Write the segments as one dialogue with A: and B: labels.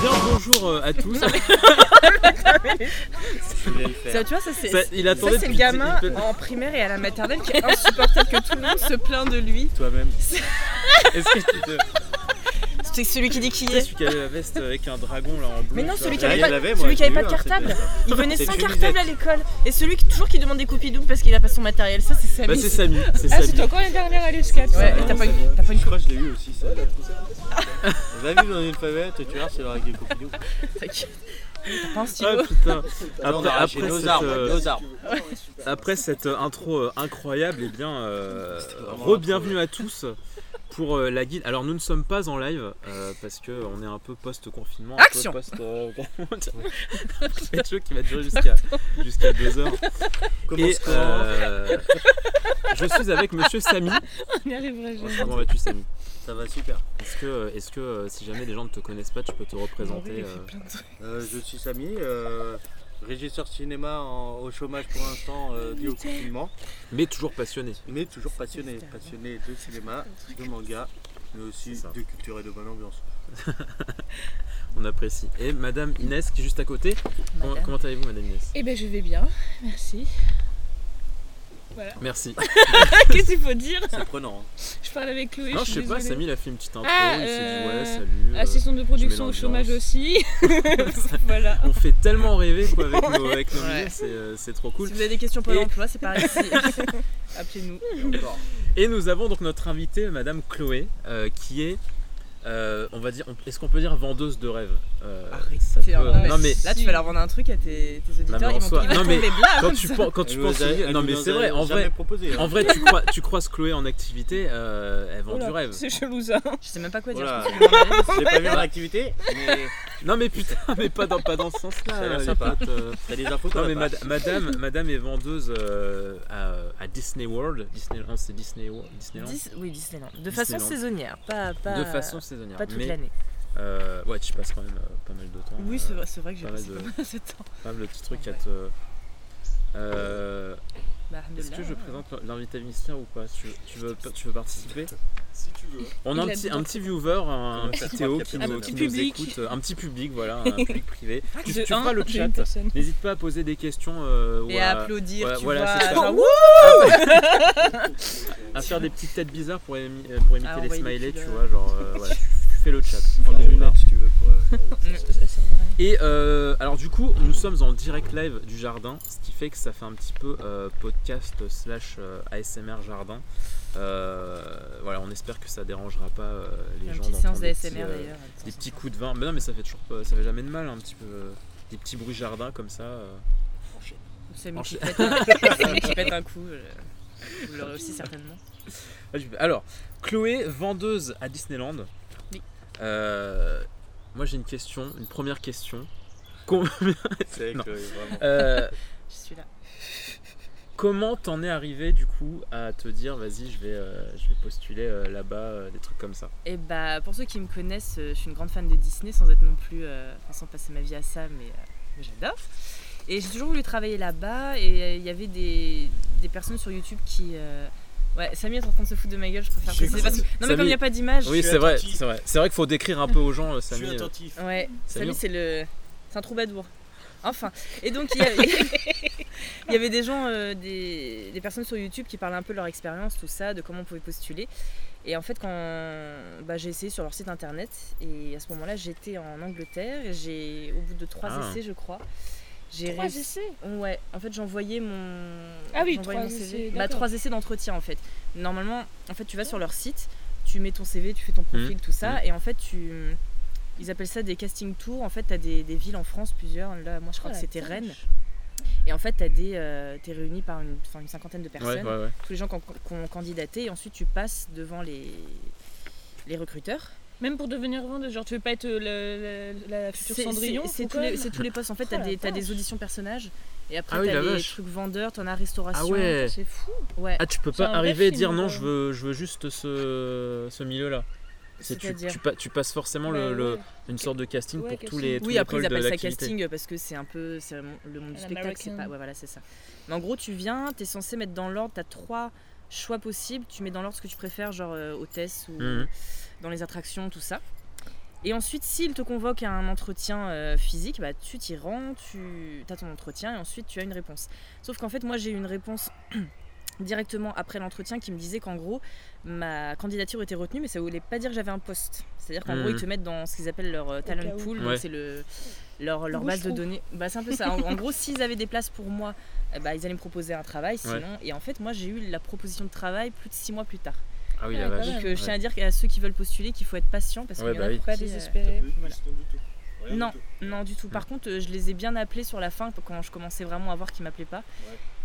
A: bonjour euh, à tous. Je voulais le faire.
B: Ça, tu vois, ça, c'est
A: Ça,
B: ça,
A: il attendait
B: c'est le
A: depuis-
B: gamin
A: il peut-
B: en primaire et à la maternelle qui est insupportable que tout le monde se plaint de lui.
A: Toi-même. Est-ce que tu te...
C: C'est celui qui dit qui
A: Tu sais,
C: est.
A: celui qui avait la veste euh, avec un dragon là en bleu
B: Mais non,
A: tu vois,
B: celui qui
A: là,
B: avait
A: il
B: pas-
A: l'avait,
B: celui
A: moi,
B: qui avait
A: j'ai
B: pas
A: eu
B: de
A: un, c'était
B: cartable.
A: ça.
B: Il venait
A: C'est
B: sans
A: Juliette.
B: cartable à l'école. Et celui qui, toujours qui demande des copies doubles parce qu'il a pas son matériel, ça c'est Samy.
A: Bah, c'est Samy. C'est
D: Ah,
A: Samy.
D: c'était encore l'année dernière à l'USCAP. ça.
B: Ouais, et t'as pas eu- t'as pas une
E: Je crois que je l'ai eu aussi, ça. Vous avez vu dans une favette, tu vois, c'est avec des copines.
B: T'inquiète. T'as pas un stylo.
A: Ah putain.
E: on
A: Après,
E: a arraché
A: après
E: nos
A: cette,
E: arbres,
A: euh,
E: nos arbres.
A: après cette euh, intro euh, incroyable, eh bien, euh,
E: vraiment
A: re-bienvenue à tous pour euh, la guide. Alors, nous ne sommes pas en live euh, parce que on est un peu post-confinement. un peu
B: Action
A: post, euh, comment dire Faites chaud qui va durer jusqu'à 2 heures. Et
E: Commence quand
A: euh, je suis avec monsieur Samy.
D: On n'y arrivera jamais.
A: Comment vas-tu, Samy
E: Ça va super.
A: Est-ce que, est-ce que euh, si jamais les gens ne te connaissent pas, tu peux te représenter euh,
E: Euh, je suis Samy, euh, régisseur cinéma en- au chômage pour l'instant euh, dû au confinement,
A: Mais toujours passionné.
E: mais toujours passionné. Passionné de cinéma, de manga, mais aussi
A: C'est ça.
E: de culture et de bonne ambiance.
A: On apprécie. Et Madame Inès qui est juste à côté. Comment,
B: Madame.
A: comment allez-vous, Madame Inès
D: Eh ben, je vais bien, merci.
A: Merci.
D: Qu'est-ce qu'il faut dire
E: C'est prenant. hein.
D: Je parle avec Chloé.
A: non,
D: suis
A: je sais pas.
D: désolée.
A: Samy il a fait une petite intro.
D: Ah,
A: il s'est dit
D: euh,
A: ouais, salut. euh,
D: Ah, saison de production au
A: l'ambiance.
D: chômage aussi. voilà.
A: on fait tellement rêver quoi avec nos, avec nos
B: Ouais.
A: vidéos, c'est, euh, c'est trop cool.
B: Si vous avez des questions pour
A: Et-
B: l'emploi, c'est pareil ici. Appelez-nous.
E: Et encore.
A: Et nous avons donc notre invitée, Madame Chloé, euh, qui est, euh, on va dire, on- est-ce qu'on peut dire vendeuse de rêve Euh, ça
B: C'est
A: peut-
B: un-
A: Non mais
B: Là, tu vas leur vendre un truc à tes, tes auditeurs.
A: Non, mais en
B: ils vont,
A: soi-
B: ils vont
A: non, mais
B: tomber blancs.
A: quand tu, pen- quand tu
E: Elle
A: penses,
E: nous a- elle
A: non
E: nous
A: mais
E: a-
A: c'est vrai,
E: elle
A: en
E: nous a jamais
A: vrai,
E: proposé, hein.
A: en vrai, tu, crois- tu croises Chloé en activité, euh, elle vend
D: Oula,
A: du rêve.
D: C'est chelou ça.
B: Je sais même pas quoi dire.
E: Voilà.
B: je pense que je vais m'en aller.
E: J'ai pas vu en activité, mais
A: Non mais putain, mais pas dans, pas dans ce
E: Ça a
A: sens-là.
E: l'air
A: Ah, les
E: sympa.
A: potes, euh.
E: t'as des infos
A: Non mais
E: qu'on a pas.
A: mad- madame, madame est vendeuse euh, à, à Disney World. Disney, non, c'est Disney World, Disneyland.
B: Dis- oui, Disneyland. De façon
A: Disneyland.
B: saisonnière, pas, pas,
A: de
B: euh,
A: façon saisonnière.
B: pas toute
A: mais
B: l'année.
A: euh, ouais, tu passes quand même euh, pas mal de temps.
D: Oui,
A: euh,
D: c'est vrai, c'est vrai que j'ai
A: pas mal
D: passé
A: de-
D: pas mal de temps.
A: Pas mal de petits trucs à te. Euh,
B: Bah,
A: Est-ce que
B: alhamdoulilah.
A: je présente l'invité mystère ou pas tu, tu veux, tu veux participer
E: Si tu veux.
A: On a un
D: Il a
A: petit,
D: dit-
A: un petit viewer, un petit Théo qui,
D: Un
A: nous,
D: petit
A: qui nous
D: public.
A: écoute, euh, un petit public, voilà, un public privé. Tu,
D: De
A: tu
D: un,
A: feras le
D: de
A: chat.
D: une personne.
A: N'hésite pas à poser des questions euh, ou
B: Et
A: à,
B: à applaudir,
A: ouais,
B: tu
A: voilà,
B: vois. Ah,
A: c'est ça. Ah,
B: genre, Wouh
A: à faire des petites têtes bizarres pour, émi- euh, pour imiter
B: Ah,
A: les
B: envoyer
A: smileys,
B: des petits
A: tu
B: le-
A: vois, genre euh, voilà, tu tu fais le chat.
E: Prends des
A: Voilà.
E: lunettes si tu veux pour. euh,
D: Ça sert à rien.
A: Et euh, alors du coup, nous sommes en direct live du jardin, ce qui fait que ça fait un petit peu euh, podcast slash euh, ASMR jardin. Euh, voilà, on espère que ça dérangera pas euh, les
B: Une
A: gens.
B: petite
A: d'entendre
B: séance
A: des
B: d'ASMR
A: petits, euh,
B: d'ailleurs.
A: des petits coups de vin. Mais non, mais ça fait toujours, pas- ça fait jamais de mal, un petit peu euh, des petits bruits jardin comme ça. euh.
B: C'est
A: en
B: qui
A: chaîne.
B: pète un- Samy qui pète un coup. je- Vous l'aurez aussi certainement.
A: Ah, je- Alors, Chloé, vendeuse à Disneyland.
B: Oui.
A: Euh, moi, j'ai une question, une première question. Com-
E: C'est
A: Non.
E: que, vraiment.
A: euh,
B: Je suis là.
A: Comment t'en es arrivé du coup à te dire vas-y je vais euh, je vais postuler euh, là-bas euh, des trucs comme ça
B: Et bah, pour ceux qui me connaissent, euh, je suis une grande fan de Disney, sans être non plus. euh, Enfin, sans passer ma vie à ça, mais, euh, mais j'adore. Et j'ai toujours voulu travailler là-bas, et euh, il y avait des, des personnes sur YouTube qui. euh, Ouais, Samy est en train de se foutre de ma gueule, je préfère
E: J'ai
B: préciser, parce que- Non, mais
A: Samy-
B: comme il n'y a pas d'image.
A: Oui
E: suis
A: c'est vrai
E: attentif.
A: c'est vrai c'est vrai qu'il faut décrire un peu aux gens euh,
E: Je
A: Samy.
E: suis
A: euh,
E: attentif.
B: Ouais,
A: Samy,
B: Samy,
A: on-
B: c'est le. C'est un troubadour. Enfin, et donc il y, avait, il y avait des gens, euh, des, des personnes sur YouTube qui parlaient un peu de leur expérience, tout ça, de comment on pouvait postuler. Et en fait, quand bah, j'ai essayé sur leur site internet, et à ce moment-là, j'étais en Angleterre, et j'ai, au bout de trois
A: Ah.
B: essais, je crois, j'ai
D: Trois
B: réussi-
D: essais.
B: Ouais, en fait j'envoyais mon.
D: Ah oui,
B: j'envoyais
D: trois
B: mon
D: essais,
B: Bah,
D: d'accord.
B: trois essais d'entretien en fait. Normalement, en fait, tu vas sur leur site, tu mets ton CV, tu fais ton
A: Mmh.
B: profil, tout ça, et en fait, tu. Ils appellent ça des casting tours. En fait, t'as des, des villes en France, plusieurs. Là, moi, je crois
D: Oh,
B: que
D: la
B: c'était
D: vache.
B: Rennes. Et en fait, t'as des, euh, t'es réuni par une, enfin, une cinquantaine de personnes,
A: ouais, ouais, ouais.
B: tous les gens qui ont, qui ont candidaté, et ensuite tu passes devant les, les recruteurs.
D: Même pour devenir vendeuse, genre tu veux pas être euh, la, la- la future
B: C'est-
D: Cendrillon
B: c'est- C'est
D: ou
B: tous,
D: quoi
B: les- c'est tous les postes. En fait, t'as
D: Oh la
B: des, t'as
D: vache.
B: des auditions personnages. Et après,
A: Ah oui,
B: t'as
A: la
B: des
A: vache.
B: trucs vendeurs, t'en as restauration.
A: Ah ouais.
D: C'est fou.
B: Ouais.
A: Ah tu peux
D: C'est
A: pas
D: un vrai
A: arriver et
D: film,
A: dire non
B: euh.
D: quoi.
A: je veux je veux juste ce, ce milieu là. C'est tu,
B: C'est-à-dire
A: tu, pa- tu passes forcément le,
D: Bah,
A: le-
D: ouais.
A: une sorte de casting
D: Ouais,
A: pour
D: casting.
A: tous les tous
B: Oui,
A: les
B: après ils
A: pôles de
B: appellent ça
A: l'activité.
B: casting parce que c'est un peu c'est vraiment le monde du spectacle, c'est pas
D: L'american.
B: Ah, bah ouais voilà, c'est ça. Mais en gros, tu viens, tu es censé mettre dans l'ordre, tu as trois choix possibles, tu mets dans l'ordre ce que tu préfères genre euh, hôtesse ou
A: Mhm.
B: dans les attractions, tout ça. Et ensuite, s'il te convoque à un entretien euh, physique, bah, tu t'y rends, tu as ton entretien et ensuite tu as une réponse. Sauf qu'en fait, moi, j'ai eu une réponse directement après l'entretien qui me disait qu'en gros, ma candidature était retenue, mais ça voulait pas dire que j'avais un poste. C'est-à-dire qu'en
A: Mhm.
B: gros, ils te mettent dans ce qu'ils appellent leur euh, talent
D: cas où.
B: pool, donc
A: Ouais.
B: c'est le, leur, leur
D: Bouche
B: base de
D: trou.
B: données. Bah, c'est un peu ça. En, en gros, s'ils avaient des places pour moi, eh bah, ils allaient me proposer un travail. Sinon, Et en fait, moi, j'ai eu la proposition de travail plus de six mois plus tard.
A: Ah oui, la
D: Ouais,
A: vache.
D: quand
B: Donc,
D: même.
B: euh, je tiens à dire à ceux qui veulent postuler qu'il faut être patient parce
A: Ouais,
B: qu'il y en a
A: bah oui.
B: pour
D: Pas
B: qui, euh,
D: désespéré.
B: voilà. Non, non du tout. Par
A: Mm.
B: contre, euh, je les ai bien appelés sur la fin quand je commençais vraiment à voir qu'ils m'appelaient pas.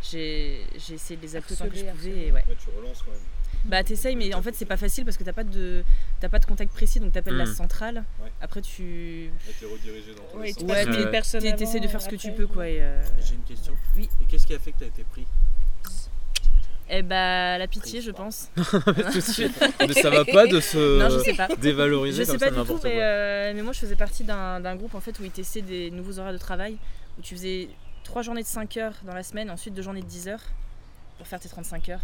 B: J'ai j'ai essayé de les appeler autant que je
D: Harceler,
B: pouvais.
D: harceler. Mm.
B: Et ouais.
F: tu relances quand même.
B: Bah t'essayes, mais en fait c'est pas facile parce que t'as pas de t'as pas de contact précis, donc t'appelles la
A: Mm.
B: centrale.
F: Ouais.
B: Après tu
F: Là, t'es redirigé dans tous les
D: Ouais,
F: sens.
D: tu
B: Ouais,
D: passes
A: mais-
D: mille personnes
B: t'es- t'essayes de
D: avant,
B: faire ce que tu
D: après.
B: peux quoi. Et, euh,
E: J'ai une question.
B: Oui.
E: Et qu'est-ce qui a fait que tu as été pris
B: eh bah la pitié je pense.
A: Tout de suite. Mais ça va pas de se
B: Non je sais pas.
A: dévaloriser
B: Je sais
A: comme
B: pas
A: ça
B: du tout,
A: n'importe
B: mais,
A: quoi.
B: euh, mais moi je faisais partie d'un d'un groupe en fait où ils testaient des nouveaux horaires de travail où tu faisais trois journées de 5 heures dans la semaine, ensuite deux journées de 10 heures pour faire tes 35 heures.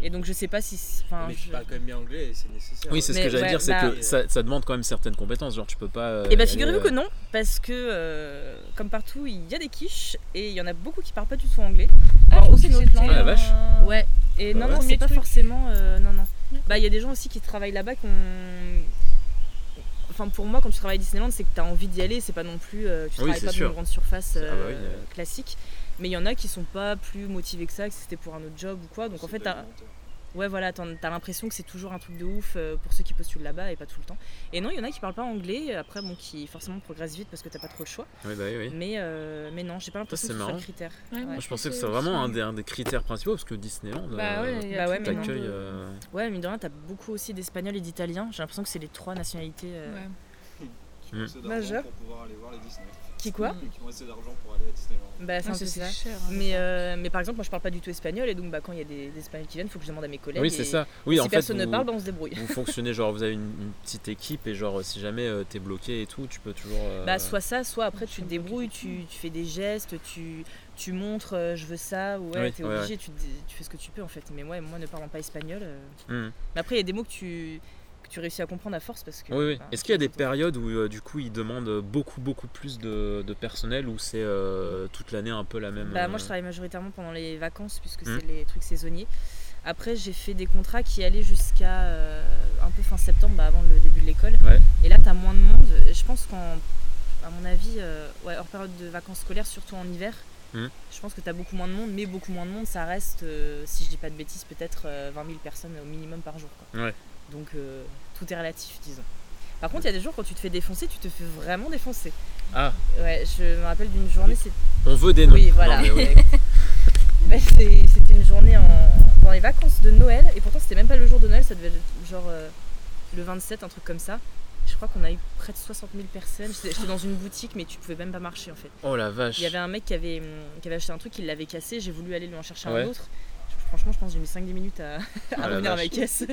B: Et donc je sais pas si. Enfin,
E: Mais
B: Ah, je-
E: tu parles quand même bien anglais et c'est nécessaire.
A: Oui, c'est ce que
B: Mais
A: j'allais
B: ouais,
A: dire, c'est
B: bah-
A: que ça, ça demande quand même certaines compétences. Genre, tu peux pas. euh,
B: Eh bien,
A: aller,
B: figurez-vous que
A: euh,
B: non, parce que, euh, comme partout, il y a des quiches et il y en a beaucoup qui parlent pas du tout anglais.
D: Ah,
B: Alors,
D: je
B: aucune
D: pensais que
B: autre
D: c'était
A: Ah, la
D: un-
B: langue.
A: vache.
B: Ouais, et
A: Bah
B: non,
A: ouais.
B: non, c'est
D: Premier
B: pas
D: truc.
B: forcément. euh, non, non. Bah, il y a des gens aussi qui travaillent là-bas qui ont. Enfin, pour moi, quand tu travailles à Disneyland, c'est que tu as envie d'y aller, c'est pas non plus. euh, tu
A: Ah Oui,
B: travailles
A: c'est
B: pas dans
A: sûr.
B: une grande surface
A: Ah bah oui,
B: euh, classique. Mais il y en a qui sont pas plus motivés que ça, que c'était pour un autre job ou quoi. Donc en fait, t'as- ouais, voilà, t'en- t'as l'impression que c'est toujours un truc de ouf euh, pour ceux qui postulent là-bas et pas tout le temps. Et non, il y en a qui parlent pas anglais, après, bon, qui forcément progressent vite parce que t'as pas trop le choix.
A: Oui, bah oui, oui.
B: Mais, euh, mais non, j'ai pas l'impression
A: c'est
B: que ce soit
A: marrant.
B: le critère.
D: Ouais,
A: Moi, je pensais que c'est vraiment un des, un des critères principaux parce que Disneyland
D: Bah
A: euh,
D: ouais, il y a
B: Bah ouais,
D: tout
B: mais
D: un
A: t'accueille.
D: monde.
A: euh,
B: Ouais, mine de rien, t'as beaucoup aussi d'espagnol et d'italien. J'ai l'impression que c'est les trois nationalités. euh,
D: Ouais.
F: Qui ont assez d'argent
B: Majeur. Ah.
F: pour pouvoir aller voir les Disney.
B: Qui quoi
F: Qui ont assez d'argent pour aller à Disneyland.
B: Bah, c'est
D: Ah,
B: un peu ça.
D: c'est cher. hein.
B: Mais, euh, mais par exemple, moi je parle pas du tout espagnol et donc bah, quand il y a des, des espagnols qui viennent, faut que je demande à mes collègues.
A: Oui, c'est
B: et
A: ça. Oui,
B: si
A: en fait,
B: personne ne
A: vous- Euh,
B: parle, bah, on se débrouille.
A: vous fonctionnez genre vous avez une, une petite équipe et genre si jamais euh, t'es bloqué et tout tu peux toujours euh,
B: Bah, soit ça, soit après tu te débrouilles, tu, tu fais des gestes, tu, tu montres euh, je veux ça, ou ouais,
A: Oui,
B: t'es
A: ouais,
B: obligé, Tu, te dis- tu fais ce que tu peux en fait. Mais ouais, moi ne parlant pas espagnol. euh,
A: Hmm.
B: Mais après, il y a des mots que tu, que tu réussis à comprendre à force parce que. bah,
A: oui oui
B: enfin,
A: est-ce qu'il y a des périodes où euh, du coup ils demandent beaucoup beaucoup plus de, de personnel ou c'est euh, toute l'année un peu la même
B: Bah, moi,
A: euh,
B: je travaille majoritairement pendant les vacances puisque
A: Mhm.
B: c'est les trucs saisonniers. Après, j'ai fait des contrats qui allaient jusqu'à euh, un peu fin septembre, bah, avant le début de l'école.
A: Ouais.
B: Et là, t'as moins de monde. Et Je pense qu'en, à mon avis, euh, ouais, hors période de vacances scolaires, surtout en hiver,
A: Mhm.
B: je pense que t'as beaucoup moins de monde. Mais beaucoup moins de monde, ça reste, euh, si je dis pas de bêtises, peut-être euh, 20 000 personnes au minimum par jour. quoi.
A: Ouais.
B: Donc, euh, tout est relatif, disons. Par contre, il y a des jours quand tu te fais défoncer, tu te fais vraiment défoncer.
A: Ah.
B: Ouais, je me rappelle d'une journée, c'est
A: on veut des noms
B: oui, voilà.
A: Non, mais ouais.
B: Bah, c'est- c'était une journée en- dans les vacances de Noël, et pourtant c'était même pas le jour de Noël, ça devait être genre euh, le 27, un truc comme ça. Je crois qu'on a eu près de 60 000 personnes. J'étais j'étais dans une boutique, mais tu pouvais même pas marcher en fait.
A: oh la vache
B: Il y avait un mec qui avait, hum, qui avait acheté un truc, il l'avait cassé, j'ai voulu aller lui en chercher
A: Ouais. Ah
B: un autre. Je- Franchement, je pense que j'ai mis 5-10 minutes à, à
A: Oh, la
B: revenir à ma
A: vache.
B: caisse.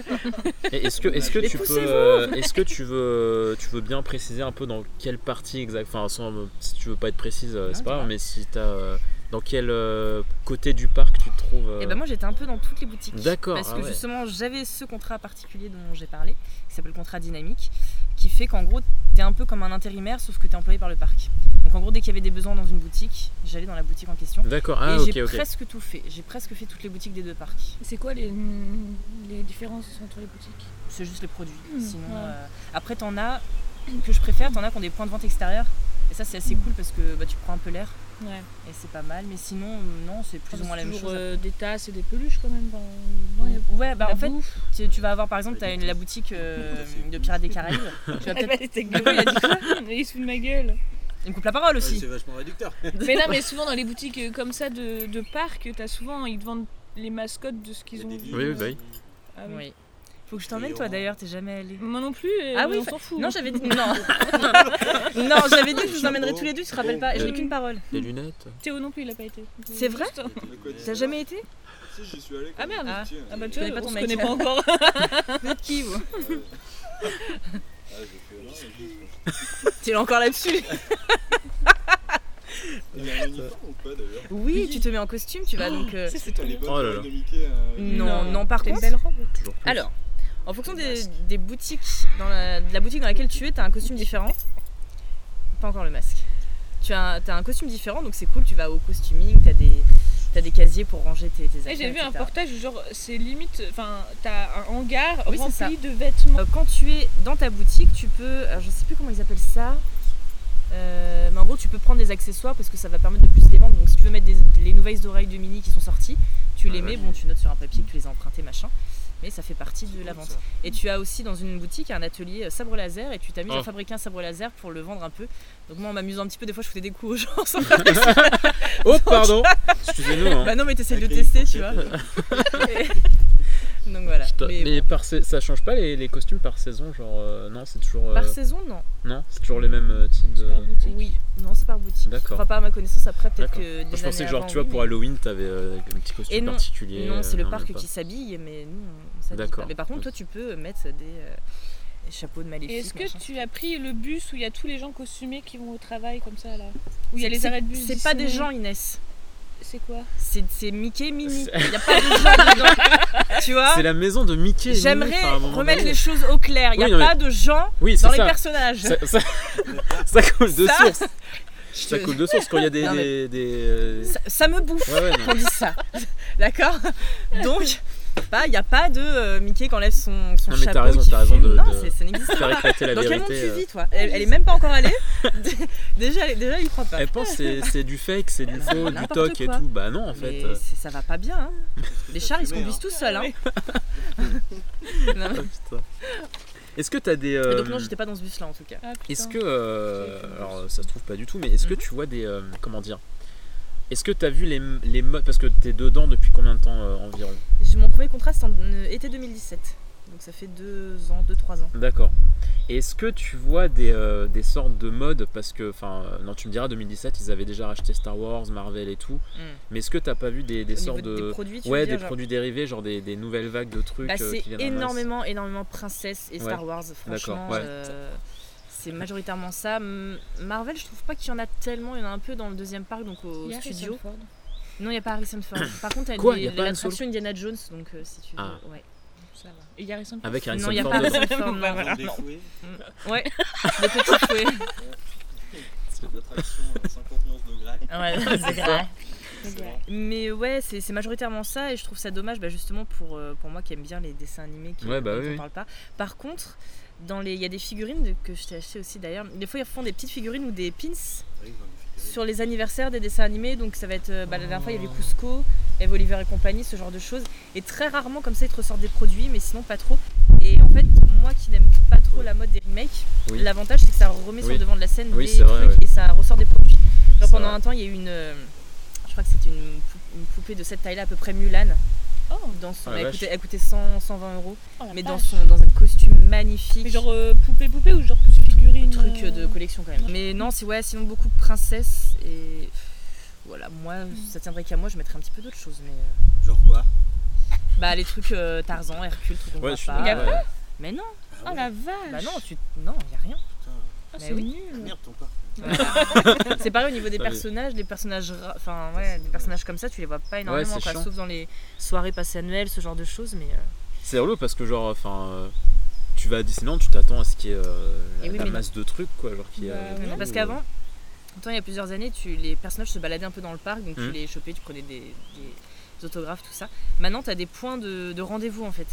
A: Et est-ce que est-ce que
B: Mais
A: tu peux
B: poussez-vous
A: euh, est-ce que tu veux tu veux bien préciser un peu dans quelle partie exact enfin sans euh, si tu veux pas être précise euh,
B: Non,
A: c'est pas grave
B: dis-moi.
A: mais si t'as euh, dans quel euh, côté du parc tu te trouves euh,
B: Et ben moi j'étais un peu dans toutes les boutiques.
A: D'accord,
B: Parce
A: ah
B: que
A: ouais.
B: justement j'avais ce contrat particulier dont j'ai parlé, qui s'appelle contrat dynamique, qui fait qu'en gros t'es un peu comme un intérimaire sauf que t'es employé par le parc. Donc en gros dès qu'il y avait des besoins dans une boutique, j'allais dans la boutique en question.
A: d'accord ah
B: et
A: ok
B: j'ai
A: ok
B: presque tout fait. J'ai presque fait toutes les boutiques des deux parcs.
D: C'est quoi les, les différences entre les boutiques
B: C'est juste les produits.
D: Mmh,
B: Sinon,
D: ouais.
B: euh, après t'en as que je préfère, t'en as qui ont des points de vente extérieurs. Et ça c'est assez cool parce que bah, tu prends un peu l'air
D: Ouais.
B: et c'est pas mal. Mais sinon euh, non c'est
D: Ah,
B: plus ou moins la même chose.
D: euh, des tasses et des peluches quand même. Dans...
B: Ouais bah en fait
D: bouffe.
B: Tu, tu vas avoir par exemple, t'as une- la boutique euh, de Pirates des Caraïbes. tu vas peut-être.
D: il a dit quoi Il se fout de ma gueule.
B: Il me coupe la parole
E: Ouais,
B: aussi.
E: C'est vachement réducteur.
D: Mais non, mais souvent dans les boutiques euh, comme ça de, de parcs, t'as souvent, ils te vendent les mascottes de ce
E: Il y
D: qu'ils
E: a
D: ont.
E: des livres.
A: Oui, oui, bah oui.
D: Ah oui.
B: oui. Faut que je t'emmène toi d'ailleurs, t'es jamais allé.
D: Moi non plus, euh,
B: Ah oui,
D: on
B: fa-
D: s'en fout.
B: Non, j'avais dit non. non, j'avais dit que je vous emmènerais tous les deux, tu te rappelles pas. J'ai
A: Euh,
B: qu'une parole.
A: les lunettes euh,
D: Théo non plus, il a pas été.
B: C'est vrai
E: Il y a des-
B: T'as jamais été
F: Si, j'y suis allé. quand
D: Ah
F: j'étais
D: merde.
F: petit, hein.
D: Ah bah
F: Ouais,
D: tu vois,
B: connais pas
D: on
B: ton
D: se
B: mec.
D: connaît pas encore.
B: Vous êtes qui vous
F: ouais. Ah, j'ai fait là, juste.
B: T'es encore là-dessus
F: Il y a un uniforme ou pas d'ailleurs
B: oui, tu te mets en costume, tu vas donc. euh,
F: T'as les bonnes
A: Oh là
F: oreilles
A: là.
B: Mm.
F: de Mickey. euh,
B: Non, non, par
D: T'as
B: contre-
D: Une belle robe.
A: toujours plus.
B: Alors, En fonction des, des boutiques, dans la, de la boutique dans laquelle tu es, tu as un costume différent. Pas encore le masque. Tu as, un- t'as un costume différent, donc c'est cool. Tu vas au costuming, tu as des, t'as des casiers pour ranger tes, tes
D: Eh, J'ai
B: affaires,
D: vu un
B: etc.
D: portage, genre, c'est limite. Enfin, t'as un hangar
B: Oui, c'est
D: rempli de vêtements.
B: Euh, quand tu es dans ta boutique, tu peux, euh, je sais plus comment ils appellent ça, euh, mais en gros tu peux prendre des accessoires parce que ça va permettre de plus les vendre. Donc si tu veux mettre des- les nouvelles oreilles de mini qui sont sorties, tu
A: Ah,
B: les
A: la
B: mets,
A: vie.
B: bon tu notes sur un papier que tu les as empruntées, machin, mais ça fait partie de la
E: Comme
B: vente.
E: ça.
B: Et tu as aussi dans une boutique un atelier euh, sabre laser et tu t'amuses
A: Oh.
B: à fabriquer un sabre laser pour le vendre un peu. Donc moi en m'amusant un petit peu, des fois je foutais des coups aux gens sans
A: Oh, pardon Excusez-nous. hein.
B: Bah non mais t'essayes de le
E: Sacré
B: tester, tu vois.
E: fourchette.
F: euh,
B: Donc voilà.
A: Putain,
B: Mais
A: mais par sa- ça change pas les, les costumes par saison Genre, euh, non, c'est toujours, euh,
B: par saison, non.
A: non, c'est toujours les mêmes euh, types de.
D: Par boutique.
B: Oui, non, c'est par boutique.
A: D'accord.
B: Enfin, pas à ma connaissance, après, peut-être
A: D'accord.
B: que. des
A: Moi, je pensais
B: années
A: que, genre,
B: avant,
A: tu vois,
B: oui,
A: pour Halloween, t'avais euh, un petit costume
B: Et non.
A: particulier.
B: Non, c'est
A: euh,
B: le
A: non,
B: parc
A: même pas.
B: qui s'habille, mais nous, on s'habille
A: D'accord.
B: pas. Mais par contre, toi, tu peux mettre des, euh, des chapeaux de maléfique.
D: Et est-ce que
B: machin.
D: tu as pris le bus où il y a tous les gens costumés qui vont au travail comme ça là Où il y a
B: C'est-
D: les
B: c'est-
D: arrêts de bus
B: C'est pas des
D: Disney.
B: gens, Inès.
D: C'est quoi
B: C'est c'est Mickey, Mini.
A: C'est-
B: Il n'y a pas de gens dedans. Tu vois
A: C'est la maison de Mickey. et Minnie,
B: J'aimerais
A: enfin, à un moment
B: remettre
A: donné.
B: les choses au clair. Il n'y a
A: Oui, non, mais-
B: pas de gens
A: Oui, c'est
B: dans les
A: ça.
B: personnages.
A: ça, ça, ça coule de
B: Ça,
A: source.
B: Je
A: Ça
B: te-
A: coule de source quand il y a des.
B: Non, mais-
A: des, des, euh,
B: ça, ça me bouffe.
A: Ouais, ouais, non.
B: qu'on dise ça. D'accord Donc, bah, il n'y a pas de euh, Mickey qui enlève son, son
A: Non, mais t'as
B: chapeau.
A: raison,
B: qui
A: t'as
B: fait-
A: raison de-
B: Non,
A: de-
B: c'est- ça n'existe
A: Faire
B: pas.
A: éclater la
B: Dans quel monde
A: vérité.
B: tu
A: euh.
B: vis, toi elle, elle est même pas encore allée. déjà, elle- déjà, elle y croit pas.
A: Elle pense que c'est- c'est du fake, c'est du
B: Non,
A: faux, du
B: n'importe
A: toc et
B: quoi.
A: tout. Bah non, en
B: Mais
A: fait. euh,
B: c'est- ça va pas bien. hein. Les chars, ils se
E: fumé,
B: conduisent
E: hein.
B: tout seuls. hein. Non,
A: oh,
B: mais-
A: putain. Est-ce que t'as des. euh,
B: Donc non, j'étais pas dans ce bus-là en tout cas.
D: Ah, putain.
A: Est-ce que. euh,
D: J'ai aucune
A: alors,
D: notion.
A: ça se trouve pas du tout, mais est-ce que
B: Mhm.
A: tu vois des. euh, comment dire Est-ce que t'as vu les, les modes. Parce que t'es dedans depuis combien de temps euh, environ
B: J'ai- Mon premier contrat, c'était en euh, été 2017. Donc ça fait deux ans, deux, trois ans.
A: D'accord. Et Est-ce que tu vois des, euh, des sortes de modes Parce que. Enfin, euh, non, tu me diras, 2017, ils avaient déjà racheté Star Wars, Marvel et tout.
B: Mm.
A: Mais est-ce que t'as pas vu des, des
B: Au niveau
A: sortes de.
B: des produits, tu veux
A: ouais,
B: dire,
A: des
B: genre-
A: produits dérivés, genre des, des nouvelles vagues de trucs
B: Bah,
A: euh,
B: c'est
A: qui viennent en masse.
B: énormément, énormément princesse et Star Wars, franchement.
A: ouais.
B: euh, c'est majoritairement ça. M- Marvel, je trouve pas qu'il y en a tellement. Il y en a un peu dans le deuxième parc, donc au
D: Il y a
B: studio.
D: Harrison Ford.
B: Non, il n'y a pas Harrison Ford. Par contre,
A: Quoi,
B: il
A: il y
B: y
A: a pas Han
B: l'attraction Indiana Jones, donc euh, si tu veux.
A: Ah.
B: Ouais.
D: Ça va. Et il y a Harrison Ford.
B: Ah,
A: Avec Harrison
B: Non, il n'y a
A: Ford
B: pas
A: dedans.
B: Harrison Ford. non.
E: Ils ont des
B: Non.
E: fouets.
B: Ouais, des petits fouets.
F: C'est l'attraction euh, 50 nuances de Grey.
B: Ouais, c'est vrai.
F: Excellent.
B: Mais ouais, c'est c'est majoritairement ça et je trouve ça dommage bah, justement pour, euh, pour moi qui aime bien les dessins animés qui
A: Ouais, bah
B: dont
A: oui,
B: on
A: oui.
B: parle pas. Par contre, dans les il y a des figurines de- que je t'ai acheté aussi d'ailleurs. Des fois ils font des petites figurines ou des
E: Ouais,
B: pins
E: ils ont des fouets.
B: sur les anniversaires des dessins animés donc ça va être euh, bah, la dernière fois il y avait Cusco, Eve Oliver et compagnie, ce genre de choses et très rarement comme ça ils te ressortent des produits mais sinon pas trop. Et en fait, moi qui n'aime pas trop la mode des remakes,
A: Oui.
B: l'avantage c'est que ça remet sur
A: Oui.
B: le devant de la scène
A: Oui,
B: des
A: c'est
B: trucs
A: vrai, ouais.
B: et ça ressort des produits. Genre,
A: C'est
B: pendant
A: vrai.
B: un temps, il y a eu une. euh, Je crois que c'était une, pou- une poupée de cette taille-là, à peu près Mulan.
D: Oh,
B: Dans son,
A: Ah, la
B: elle,
A: vache.
B: coûtait, elle coûtait 100, 120 euros.
D: oh la
B: mais dans,
D: vache.
B: son, dans un costume magnifique.
D: Mais genre euh, poupée poupée ou genre plus figurine
B: truc
D: euh,
B: de collection quand même.
D: ouais.
B: Mais non, c'est ouais, sinon beaucoup de princesses. Et voilà, moi, ça tiendrait qu'à moi, je mettrais un petit peu d'autres choses. Mais euh,
E: Genre quoi
F: Ah
B: bah, les trucs euh, Tarzan, Hercule, trucs qu'on
A: Ouais,
B: voit
A: je suis
B: pas.
D: Il y a
A: d'accord, ouais.
B: Mais non,
D: Oh la vache
B: bah non, tu, non, y a rien.
E: Putain,
D: Ah,
B: Mais
D: C'est
B: oui.
D: nul
E: merde ton parc.
B: C'est pareil au niveau des
A: Ah oui.
B: personnages, des personnages, ra- enfin ouais, des personnages comme ça, tu les vois pas énormément,
A: c'est
B: quoi,
A: chiant.
B: sauf dans les soirées passées annuelles, ce genre de choses, mais. euh,
A: C'est relou parce que genre, enfin, euh, tu vas à Disneyland, tu t'attends à ce qu'il y ait euh, la,
B: Eh oui,
A: la
B: mais non.
A: masse de trucs, quoi, genre qui. euh,
D: Bah,
B: Mais non, parce qu'avant, autant il y a plusieurs années, tu, les personnages se baladaient un peu dans le parc, donc
A: Mhm.
B: tu les chopais, tu prenais des, des autographes, tout ça. Maintenant, tu as des points de, de rendez-vous en fait.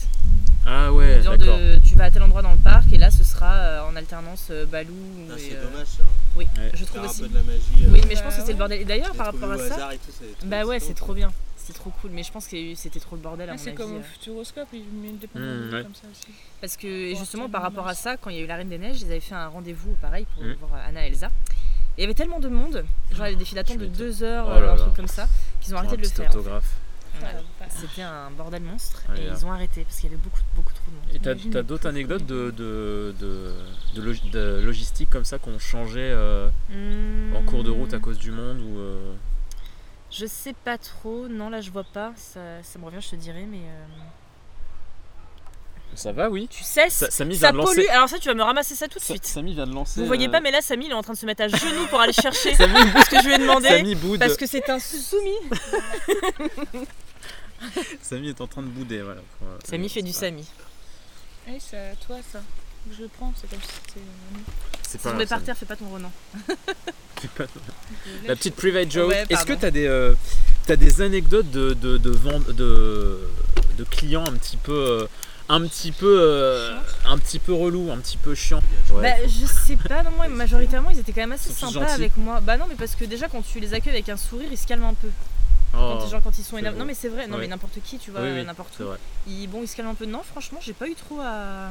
A: Ah ouais,
B: Genre
A: d'accord.
B: de- tu vas à tel endroit dans le parc et là, ce sera euh, en alternance euh, Balou.
E: Putain,
A: Ah,
F: Ah,
B: et,
E: C'est
B: euh,
E: dommage ça.
B: oui,
A: Ouais.
B: je
E: Faire
B: trouve
E: un
B: aussi.
A: bah
E: peu de la magie.
B: Oui,
E: euh,
B: mais je pense que c'est le bordel. Et d'ailleurs,
E: les
B: par
E: trouver
B: rapport à
E: au
B: ça,
E: hasard et tout, ça va être
B: bah ouais,
E: trop
B: c'est trop bien. C'est trop cool, mais je pense que c'était trop le bordel à
D: Ah,
B: mon
D: c'est
B: avis.
D: comme
B: euh.
D: au futuroscope, ils mettent des
A: Hmm,
B: Mmh,
D: pantalons
A: ouais.
D: comme ça aussi.
B: Parce que et
D: Pour
B: justement,
D: Arthur
B: par
D: et
B: rapport à
D: Mince.
B: ça, quand il y a eu la Reine des Neiges, ils avaient fait un rendez-vous pareil pour
A: Mhm.
B: voir euh, Anna et Elsa. Et il y avait tellement de monde, genre il y avait des files d'attente
A: Tu
B: de
A: m'étonnes.
B: 2 heures,
A: Oh
B: euh,
A: là
B: un
A: là.
B: truc comme ça, qu'ils ont
A: Pour
B: arrêté
A: un
B: de le
A: petit
B: faire.
A: autographe.
D: Ah,
B: Voilà.
D: la vache.
B: C'était un bordel monstre
A: Ah,
B: et
A: là.
B: ils ont arrêté parce qu'il y avait beaucoup, beaucoup trop de monde.
A: Et t'as
D: Imagine
A: t'as
D: les
A: d'autres
D: trucs.
A: anecdotes de, de, de, de log- de logistique comme ça qu'on changeait euh,
D: Mmh.
A: en cours de
B: Hmm.
A: route à cause du monde ou. euh,
B: Je sais pas trop, non là je vois pas, ça, ça me revient, je te dirai, mais. euh,
A: Ça va, oui.
B: Tu cesses
A: Sa- Samy
B: Ça
A: vient de
B: pollue
A: lancer.
B: Alors ça, tu vas me ramasser ça tout de
A: Sa-
B: suite.
A: Samy vient de lancer.
B: Vous voyez
A: euh,
B: pas, mais là, Samy, il est en train de se mettre à genoux pour aller chercher ce
A: Samy,
B: que je lui ai demandé.
A: Samy boude.
B: Parce que c'est un soumis.
A: Samy est en train de bouder, voilà. pour, euh,
B: Samy fait du
A: voilà.
B: Samy.
D: Ouais, Eh, c'est à toi ça. Je le prends, c'est comme si c'était.
A: C'est
B: Si on met par terre, fais pas ton Ronan.
A: La petite private joke.
B: Ouais,
A: Est-ce que
B: pardon.
A: tu as des, euh, t'as des anecdotes de, de, de, vend- de, de clients un petit peu. euh, un petit peu euh, un petit peu relou un petit peu chiant Ouais.
B: Bah, je sais pas, non, moi, majoritairement, ils étaient quand même assez
A: Ils sont tous
B: sympas
A: gentils.
B: avec moi. Bah, non, mais parce que déjà, quand tu les accueilles avec un sourire, ils se calment un peu.
A: Oh,
B: Quand, genre, quand ils sont
A: c'est
B: énervés.
A: vrai.
B: Non, mais c'est vrai, non,
A: Ouais.
B: mais n'importe qui, tu vois,
A: Oui, oui,
B: n'importe
A: c'est
B: où.
A: vrai
B: Ils, bon, ils se calment un peu. Non, franchement, j'ai pas eu trop à.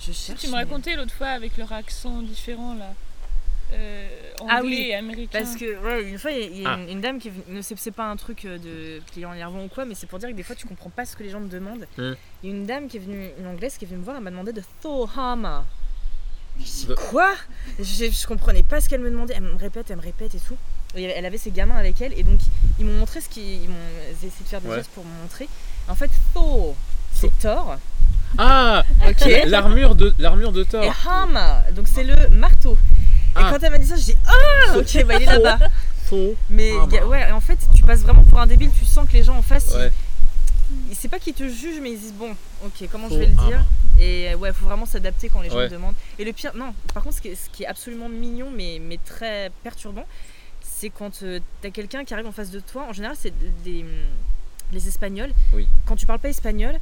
B: Je
D: Si
B: cherche.
D: tu me
B: mais-
D: racontais l'autre fois avec leur accent différent là, euh, anglais
B: Ah oui,
D: et américain.
B: Parce que, ouais, une fois, il y a- il y a
A: Ah.
B: une, une dame qui est venue. ne- C'est c'est pas un truc euh, de client énervant ou quoi, mais c'est pour dire que des fois, tu comprends pas ce que les gens te demandent.
A: Hmm.
B: Il y a une dame qui est venue, une anglaise qui est venue me voir, elle m'a demandé de Thor Hammer.
A: De-
B: Quoi je, je comprenais pas ce qu'elle me demandait. Elle me répète, elle me répète et tout. Et elle avait ses gamins avec elle, et donc ils m'ont montré ce qu'ils ils m'ont essayé de faire des
A: Ouais.
B: gestes pour me montrer. En fait, Thor, c'est Thor.
A: ah
B: Ok.
A: l'armure de l'armure de
B: Et
A: Thor
B: Hammer, donc c'est le marteau.
A: Ah.
B: Et quand elle m'a dit ça, je dis Ah, ok, bah il est là-bas.
A: Thor.
B: Mais
A: Ah
B: il y a-
A: bah.
B: ouais, en fait, tu passes vraiment pour un débile, tu sens que les gens en face,
A: Ouais.
B: ils, ils- c'est pas qu'ils te jugent, mais ils disent bon, ok, comment je
A: Thor
B: vais le dire
A: Hammer.
B: Et euh, ouais, faut vraiment s'adapter quand les gens
A: Ouais.
B: te demandent. Et le pire, non, par contre, ce qui est, ce qui est absolument mignon, mais, mais très perturbant, c'est quand euh, t'as quelqu'un qui arrive en face de toi, en général, c'est des, hum, les Espagnols.
A: Oui.
B: Quand tu parles pas espagnol,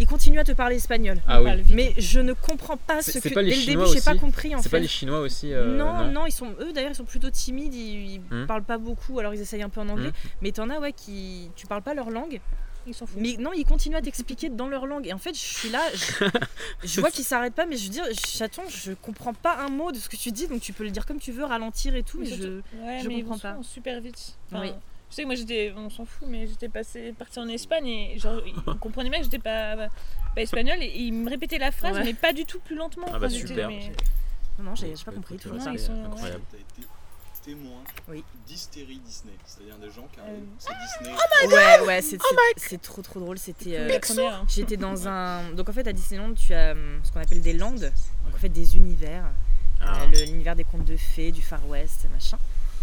B: ils continuent à te parler espagnol.
A: ah oui
B: Mais je ne comprends pas
A: C'est-
B: ce
A: c'est
B: que
A: pas les
B: dès le début,
A: Chinois
B: j'ai pas
A: aussi
B: compris en
A: c'est
B: fait.
A: pas les chinois aussi euh,
B: non, non, ils sont eux d'ailleurs, ils sont plutôt timides, ils, ils
A: Hmm.
B: parlent pas beaucoup, alors ils essayent un peu en anglais.
A: Hmm.
B: Mais t'en as ouais qui, tu parles pas leur langue,
D: Ils s'en foutent.
B: mais non, ils continuent à t'expliquer dans leur langue. Et en fait, je suis là, je, je vois qu'ils s'arrêtent pas, mais je veux dire, chaton, je comprends pas un mot de ce que tu dis, donc tu peux le dire comme tu veux, ralentir et tout, mais,
D: Mais
B: je.
D: surtout- Ouais,
B: je
D: mais ils vont
B: comprends pas.
D: souvent super vite. Enfin,
B: Oui.
D: Je sais que moi j'étais, on s'en fout, mais j'étais passée, partie en Espagne et genre ils comprenaient bien que j'étais pas, pas espagnole et ils me répétaient la phrase
B: Ouais.
D: mais pas du tout plus lentement.
A: Ah bah
D: Enfin, j'étais,
A: super.
D: mais-
B: Non, non, j'ai j'ai pas compris. tout le
D: Non,
B: monde.
D: ils sont-
A: incroyable
F: T'as été témoin
B: Oui. Oh
F: d'hystérie Disney. C'est-à-dire des gens qui
D: Euh.
F: arrivent, c'est Disney.
B: Ouais, ouais, c'est c'est- c'est trop trop drôle. C'était. euh,
D: la première, hein.
B: J'étais dans un. Donc en fait, à Disneyland, tu as hum, ce qu'on appelle des landes, donc en fait des univers.
A: Ah.
B: Euh, le- l'univers des contes de fées, du Far West, machin.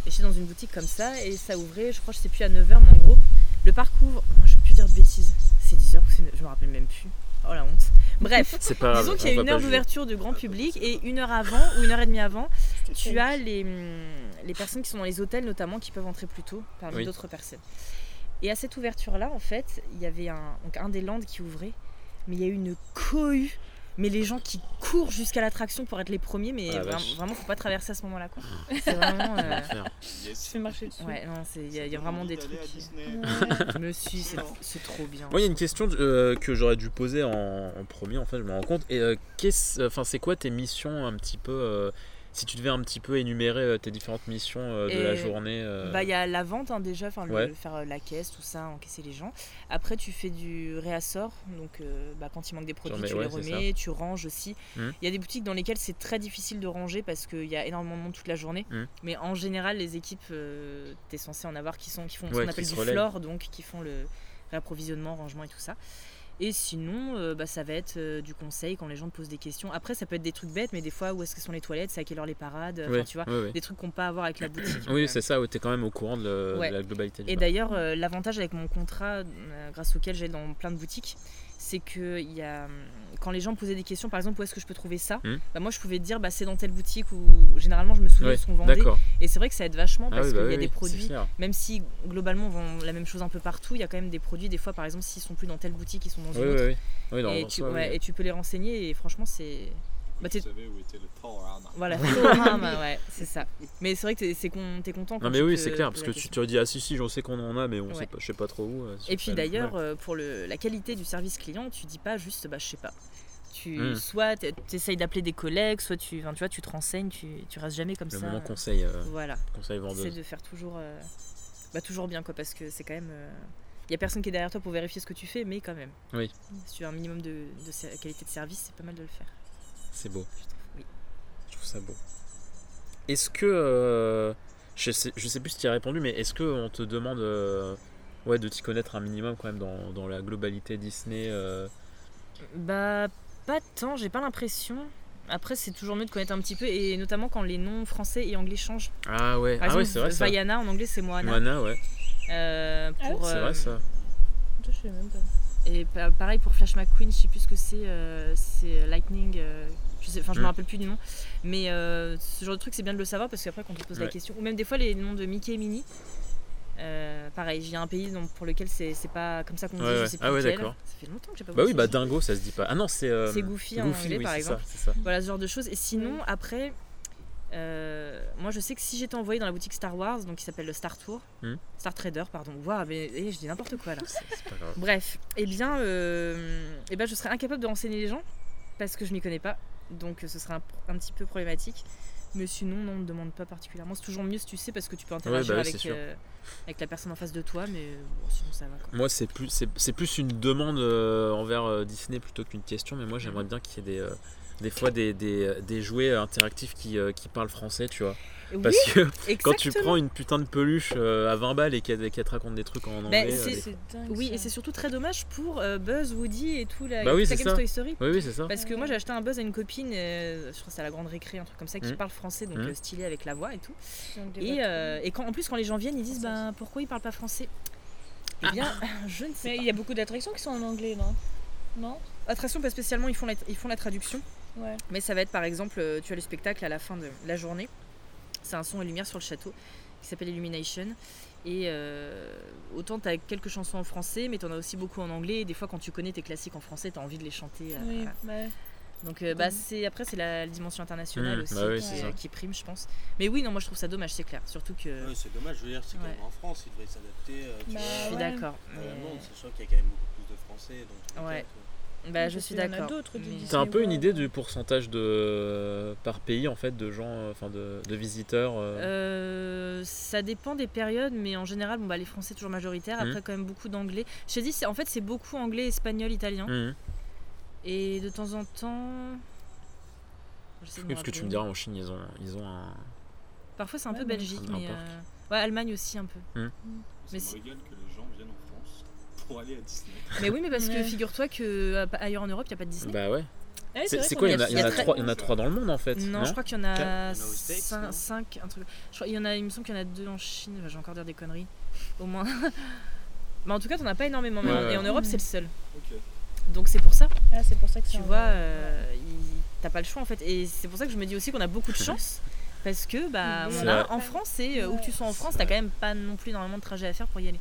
B: Et j'étais dans une boutique comme ça et ça ouvrait, je crois, je sais plus, à 9h, mais en gros, le parc ouvre. oh, Je vais plus dire de bêtises, c'est 10h ou c'est. Je me rappelle même plus. Oh la honte. Bref,
A: c'est pas
B: disons
A: grave,
B: qu'il y
A: Ah, on
B: a
A: va
B: une
A: pas
B: heure
A: juger.
B: d'ouverture de grand public et une heure avant ou une heure et demie avant, tu as les, hum, les personnes qui sont dans les hôtels notamment qui peuvent entrer plus tôt parmi
A: Oui.
B: d'autres personnes. Et à cette ouverture-là, en fait, il y avait un, donc un des landes qui ouvrait, mais il y a eu une cohue. Mais les gens qui courent jusqu'à l'attraction pour être les premiers, mais
A: Ah, la
B: vra-
A: vache.
B: vraiment, faut pas traverser à ce moment-là. quoi. C'est vraiment. euh,
A: L'enfer.
D: Je fais marcher dessus.
B: Ouais, non, c'est- il y, a- il y a vraiment des trucs. qui- Je me suis, c'est c'est trop bien.
A: Moi, il y a une question euh, que j'aurais dû poser en, en premier, en fait, je me rends compte. Et euh, qu'est-ce, enfin, c'est quoi tes missions un petit peu euh, Si tu devais un petit peu énumérer euh, tes différentes missions euh, de
B: Et-
A: la journée. euh,
B: Bah, il y a la vente hein, déjà, enfin le-
A: Ouais.
B: le faire euh, la caisse, tout ça, encaisser les gens. Après, tu fais du réassort, donc euh, bah, quand il manque des produits,
A: remets,
B: tu les
A: ouais, c'est
B: remets, tu ranges aussi. Il
A: Mhm.
B: y a des boutiques dans lesquelles c'est très difficile de ranger parce qu'il y a énormément de monde toute la journée.
A: Mhm.
B: Mais en général, les équipes, tu es censé en avoir qui, sont, qui font ce
A: Ouais,
B: qu'on
A: qui
B: appelle
A: se
B: du
A: relaient.
B: floor, donc qui font le réapprovisionnement, rangement et tout ça. Et sinon, euh, bah, ça va être euh, du conseil quand les gens te posent des questions. Après, ça peut être des trucs bêtes, mais des fois, où est-ce que sont les toilettes, c'est à quelle heure les parades, enfin,
A: ouais,
B: tu vois,
A: ouais, ouais.
B: des trucs qu'on peut avoir avec la boutique. Euh,
A: Oui, c'est ça. Ouais, t'es quand même au courant de, le-
B: Ouais.
A: de la globalité. du
B: Et
A: bar.
B: d'ailleurs, euh, l'avantage avec mon contrat, euh, grâce auquel j'ai dans plein de boutiques, c'est que il y a, hum, quand les gens posaient des questions, par exemple, où est-ce que je peux trouver ça
A: Hmm.
B: bah, Moi, je pouvais dire, bah, c'est dans telle boutique où généralement je me souviens
A: Ouais,
B: de ce qu'on vendait.
A: D'accord.
B: Et c'est vrai que ça aide vachement
A: Ah
B: parce
A: oui, bah
B: qu'il
A: oui,
B: y a des
A: oui, c'est
B: produits,
A: clair.
B: même si globalement on vend la même chose un peu partout, il y a quand même des produits, des fois, par exemple, s'ils sont plus dans telle boutique, ils sont dans
A: Oui,
B: une
A: oui,
B: autre.
A: oui. Oui, dans-
B: et,
A: dans
B: tu,
A: soi, oui.
B: ouais, et tu peux les renseigner et franchement, c'est. Bah,
F: tu
B: t'es-
F: savais où était le Thor Hammer.
B: Voilà, Florham, bah, ouais, c'est ça. Mais c'est vrai que t'es c'est con- t'es content quand
A: Non mais
B: tu
A: oui
B: te
A: c'est clair
B: poses
A: parce
B: la
A: que
B: question.
A: tu te dis ah si si j'en sais qu'on en a mais on
B: Ouais.
A: sait pas, je sais pas trop où. euh, sur
B: Et puis
A: tel-
B: d'ailleurs,
A: Ouais.
B: euh, pour le, la qualité du service client, tu dis pas juste bah je sais pas. Tu
A: Mm.
B: soit tu essayes d'appeler des collègues, soit tu, enfin, tu vois, tu te renseignes, tu, tu restes jamais comme
A: le
B: ça.
A: moment conseil euh,
B: Voilà,
A: conseil
B: c'est
A: vendeuse.
B: de faire toujours, euh, bah toujours bien quoi, parce que c'est quand même, il y a personne qui est derrière toi pour vérifier ce que tu fais, mais quand même.
A: Oui.
B: Si tu as un minimum de, de ser- qualité de service, c'est pas mal de le faire.
A: C'est beau.
B: Oui.
A: Je trouve ça beau. Est-ce que. euh, je, sais, je sais plus si tu y as répondu, mais est-ce qu'on te demande euh, ouais, de t'y connaître un minimum quand même dans, dans la globalité Disney euh,
B: Bah pas tant, j'ai pas l'impression. Après, c'est toujours mieux de connaître un petit peu, et notamment quand les noms français et anglais changent.
A: Ah ouais,
B: Par
A: ah ouais, c'est
B: exemple,
A: vrai ça.
B: Vaiana en anglais c'est Moana.
A: Moana, ouais.
B: Euh,
D: Ah
B: pour,
A: C'est
B: euh,
A: vrai ça.
D: Je sais même pas.
B: Et pa- pareil pour Flash McQueen, je sais plus ce que c'est, euh, c'est Lightning, euh, je sais, enfin je me
A: Mm.
B: rappelle plus du nom. Mais euh, ce genre de truc, c'est bien de le savoir parce qu'après quand on te pose la
A: Ouais.
B: question, ou même des fois les noms de Mickey et Minnie, euh, pareil, j'ai un pays donc, pour lequel c'est c'est pas comme ça qu'on dit,
A: Ouais,
B: je
A: ouais.
B: sais plus
A: Ah ouais,
B: lequel.
A: d'accord.
B: Ça fait longtemps que j'ai pas
A: Bah
B: vu
A: oui,
B: ça.
A: bah dingo, ça se dit pas. Ah non, c'est. euh,
B: C'est Goofy en
A: Goofy,
B: anglais,
A: oui,
B: par
A: c'est
B: exemple.
A: ça, c'est ça.
B: Voilà ce genre de choses. Et sinon, après, euh, moi je sais que si j'étais envoyée dans la boutique Star Wars, donc qui s'appelle le Star Tour,
A: Hmm.
B: Star Trader, pardon, waouh, mais eh, je dis n'importe quoi là.
A: C'est pas grave.
B: Bref, eh bien, euh, eh ben, je serais incapable de renseigner les gens parce que je m'y connais pas, donc euh, ce serait un, un petit peu problématique. Mais sinon, non, on ne demande pas particulièrement. C'est toujours mieux si tu sais parce que tu peux interagir
A: bah oui, c'est
B: avec,
A: sûr.
B: euh, avec la personne en face de toi, mais euh, bon, sinon ça va quoi.
A: Moi, c'est plus, c'est, c'est plus une demande euh, envers euh, Disney plutôt qu'une question, mais moi j'aimerais bien qu'il y ait des, euh, des fois des, des, des jouets euh, interactifs qui, euh, qui parlent français, tu vois.
B: Et oui,
A: Parce que quand tu
B: exactement.
A: prends une putain de peluche euh, à 20 balles et qu'elle, qu'elle te raconte des trucs en anglais. euh,
B: Bah, c'est-
A: des-
D: C'est dingue.
B: Oui,
D: ça.
B: et c'est surtout très dommage pour euh, Buzz, Woody et tout la,
A: Bah oui,
B: toute la
A: c'est
B: gamme
A: ça.
B: Toy Story.
A: Oui, oui, c'est ça.
B: Parce que moi j'ai acheté un buzz à une copine, euh, je crois que c'est à la grande récré, un truc comme ça, qui
A: Mm.
B: parle français, donc
A: Mm.
B: euh, stylé avec la voix et tout.
D: Dans le débat.
B: Et, euh, et quand, en plus quand les gens viennent, ils disent ben pourquoi ils parlent pas français
D: Ah.
B: Eh bien, je ne sais
D: Mais il y a beaucoup d'attractions qui sont en anglais, non Non
B: pas. Attraction, pas spécialement, ils font, la, ils font la traduction,
D: Ouais.
B: mais ça va être par exemple, euh, tu as le spectacle à la fin de la journée, c'est un son et lumière sur le château qui s'appelle Illumination. Et euh, autant tu as quelques chansons en français, mais tu en as aussi beaucoup en anglais. Et des fois, quand tu connais tes classiques en français, tu as envie de les chanter. euh,
D: Oui, Mm.
B: voilà.
D: ouais.
B: Donc euh, bah, c'est après c'est la dimension internationale
A: Mmh,
B: aussi
A: bah oui,
B: qui, euh,
D: c'est
A: ça.
B: qui prime je pense. Mais oui non moi je trouve ça dommage c'est clair surtout que
F: Ouais, c'est dommage, je veux dire, c'est quand
B: Ouais.
F: même en France, ils devraient s'adapter. euh, tu
D: Bah,
F: vois,
B: je suis
D: ouais.
B: d'accord.
F: à la
B: mais-
F: monde, sachant qu'il y a quand même beaucoup plus de Français. Donc, tu
B: Ouais.
F: vois,
B: Bah
D: Oui,
B: je
D: parce
B: suis
D: qu'il y en a
B: d'accord.
D: d'autres du
B: mais-
D: Disney.
A: T'as un peu une
D: Ouais.
A: idée du pourcentage de par pays en fait de gens, euh, enfin de, de visiteurs. euh,
B: Euh, ça dépend des périodes mais en général bon bah les Français toujours majoritaires
A: Mmh.
B: après quand même beaucoup d'anglais. Je t'ai dit c'est en fait c'est beaucoup anglais espagnol italien
A: hum, hum.
B: et de temps en temps. j'essaie de me
A: Oui, parce que tu me
B: rappeler.
A: diras en Chine ils ont ils ont un.
B: Parfois c'est un
D: Ouais,
B: peu
D: mais-
B: Belgique
A: Un
B: mais
A: parc.
B: euh, ouais Allemagne aussi un peu. Mais
F: C'est ça
B: si-
F: me régale que les gens viennent en France pour aller à Disney.
B: Mais oui mais parce que
D: Ouais.
B: figure-toi que à- ailleurs en Europe il y a pas de Disney.
A: Bah ouais.
D: Ah oui,
A: C'est,
D: vrai
A: c'est
D: qu'on
A: quoi
B: y
A: Il y en a,
B: a-
A: il y en a
B: très-
A: trois, il y en a trois dans le monde en fait.
B: Non, je crois qu'il y en
A: Quatre.
B: a
F: Il y en a aux States,
B: 5,
F: non
B: un truc. Je crois, il y en a, il me semble qu'il y en a deux en Chine. Enfin, J'ai encore dire des conneries. Au moins. Mais en tout cas, t'en as pas énormément. mais
A: Ouais,
B: en- Et
A: ouais.
B: en Europe,
D: Mm.
B: c'est le seul.
F: Ok.
B: Donc c'est pour ça,
D: Ah, c'est pour ça que
B: tu
D: c'est en-
B: vois, euh, il- t'as pas le choix en fait. Et c'est pour ça que je me dis aussi qu'on a beaucoup de chance. Parce que bah,
D: Oui.
B: on
A: C'est
B: a
A: vrai.
B: en France, et euh, où que tu sois en
A: C'est
B: France, t'as
A: vrai.
B: quand même pas non plus énormément de trajets à faire pour y aller.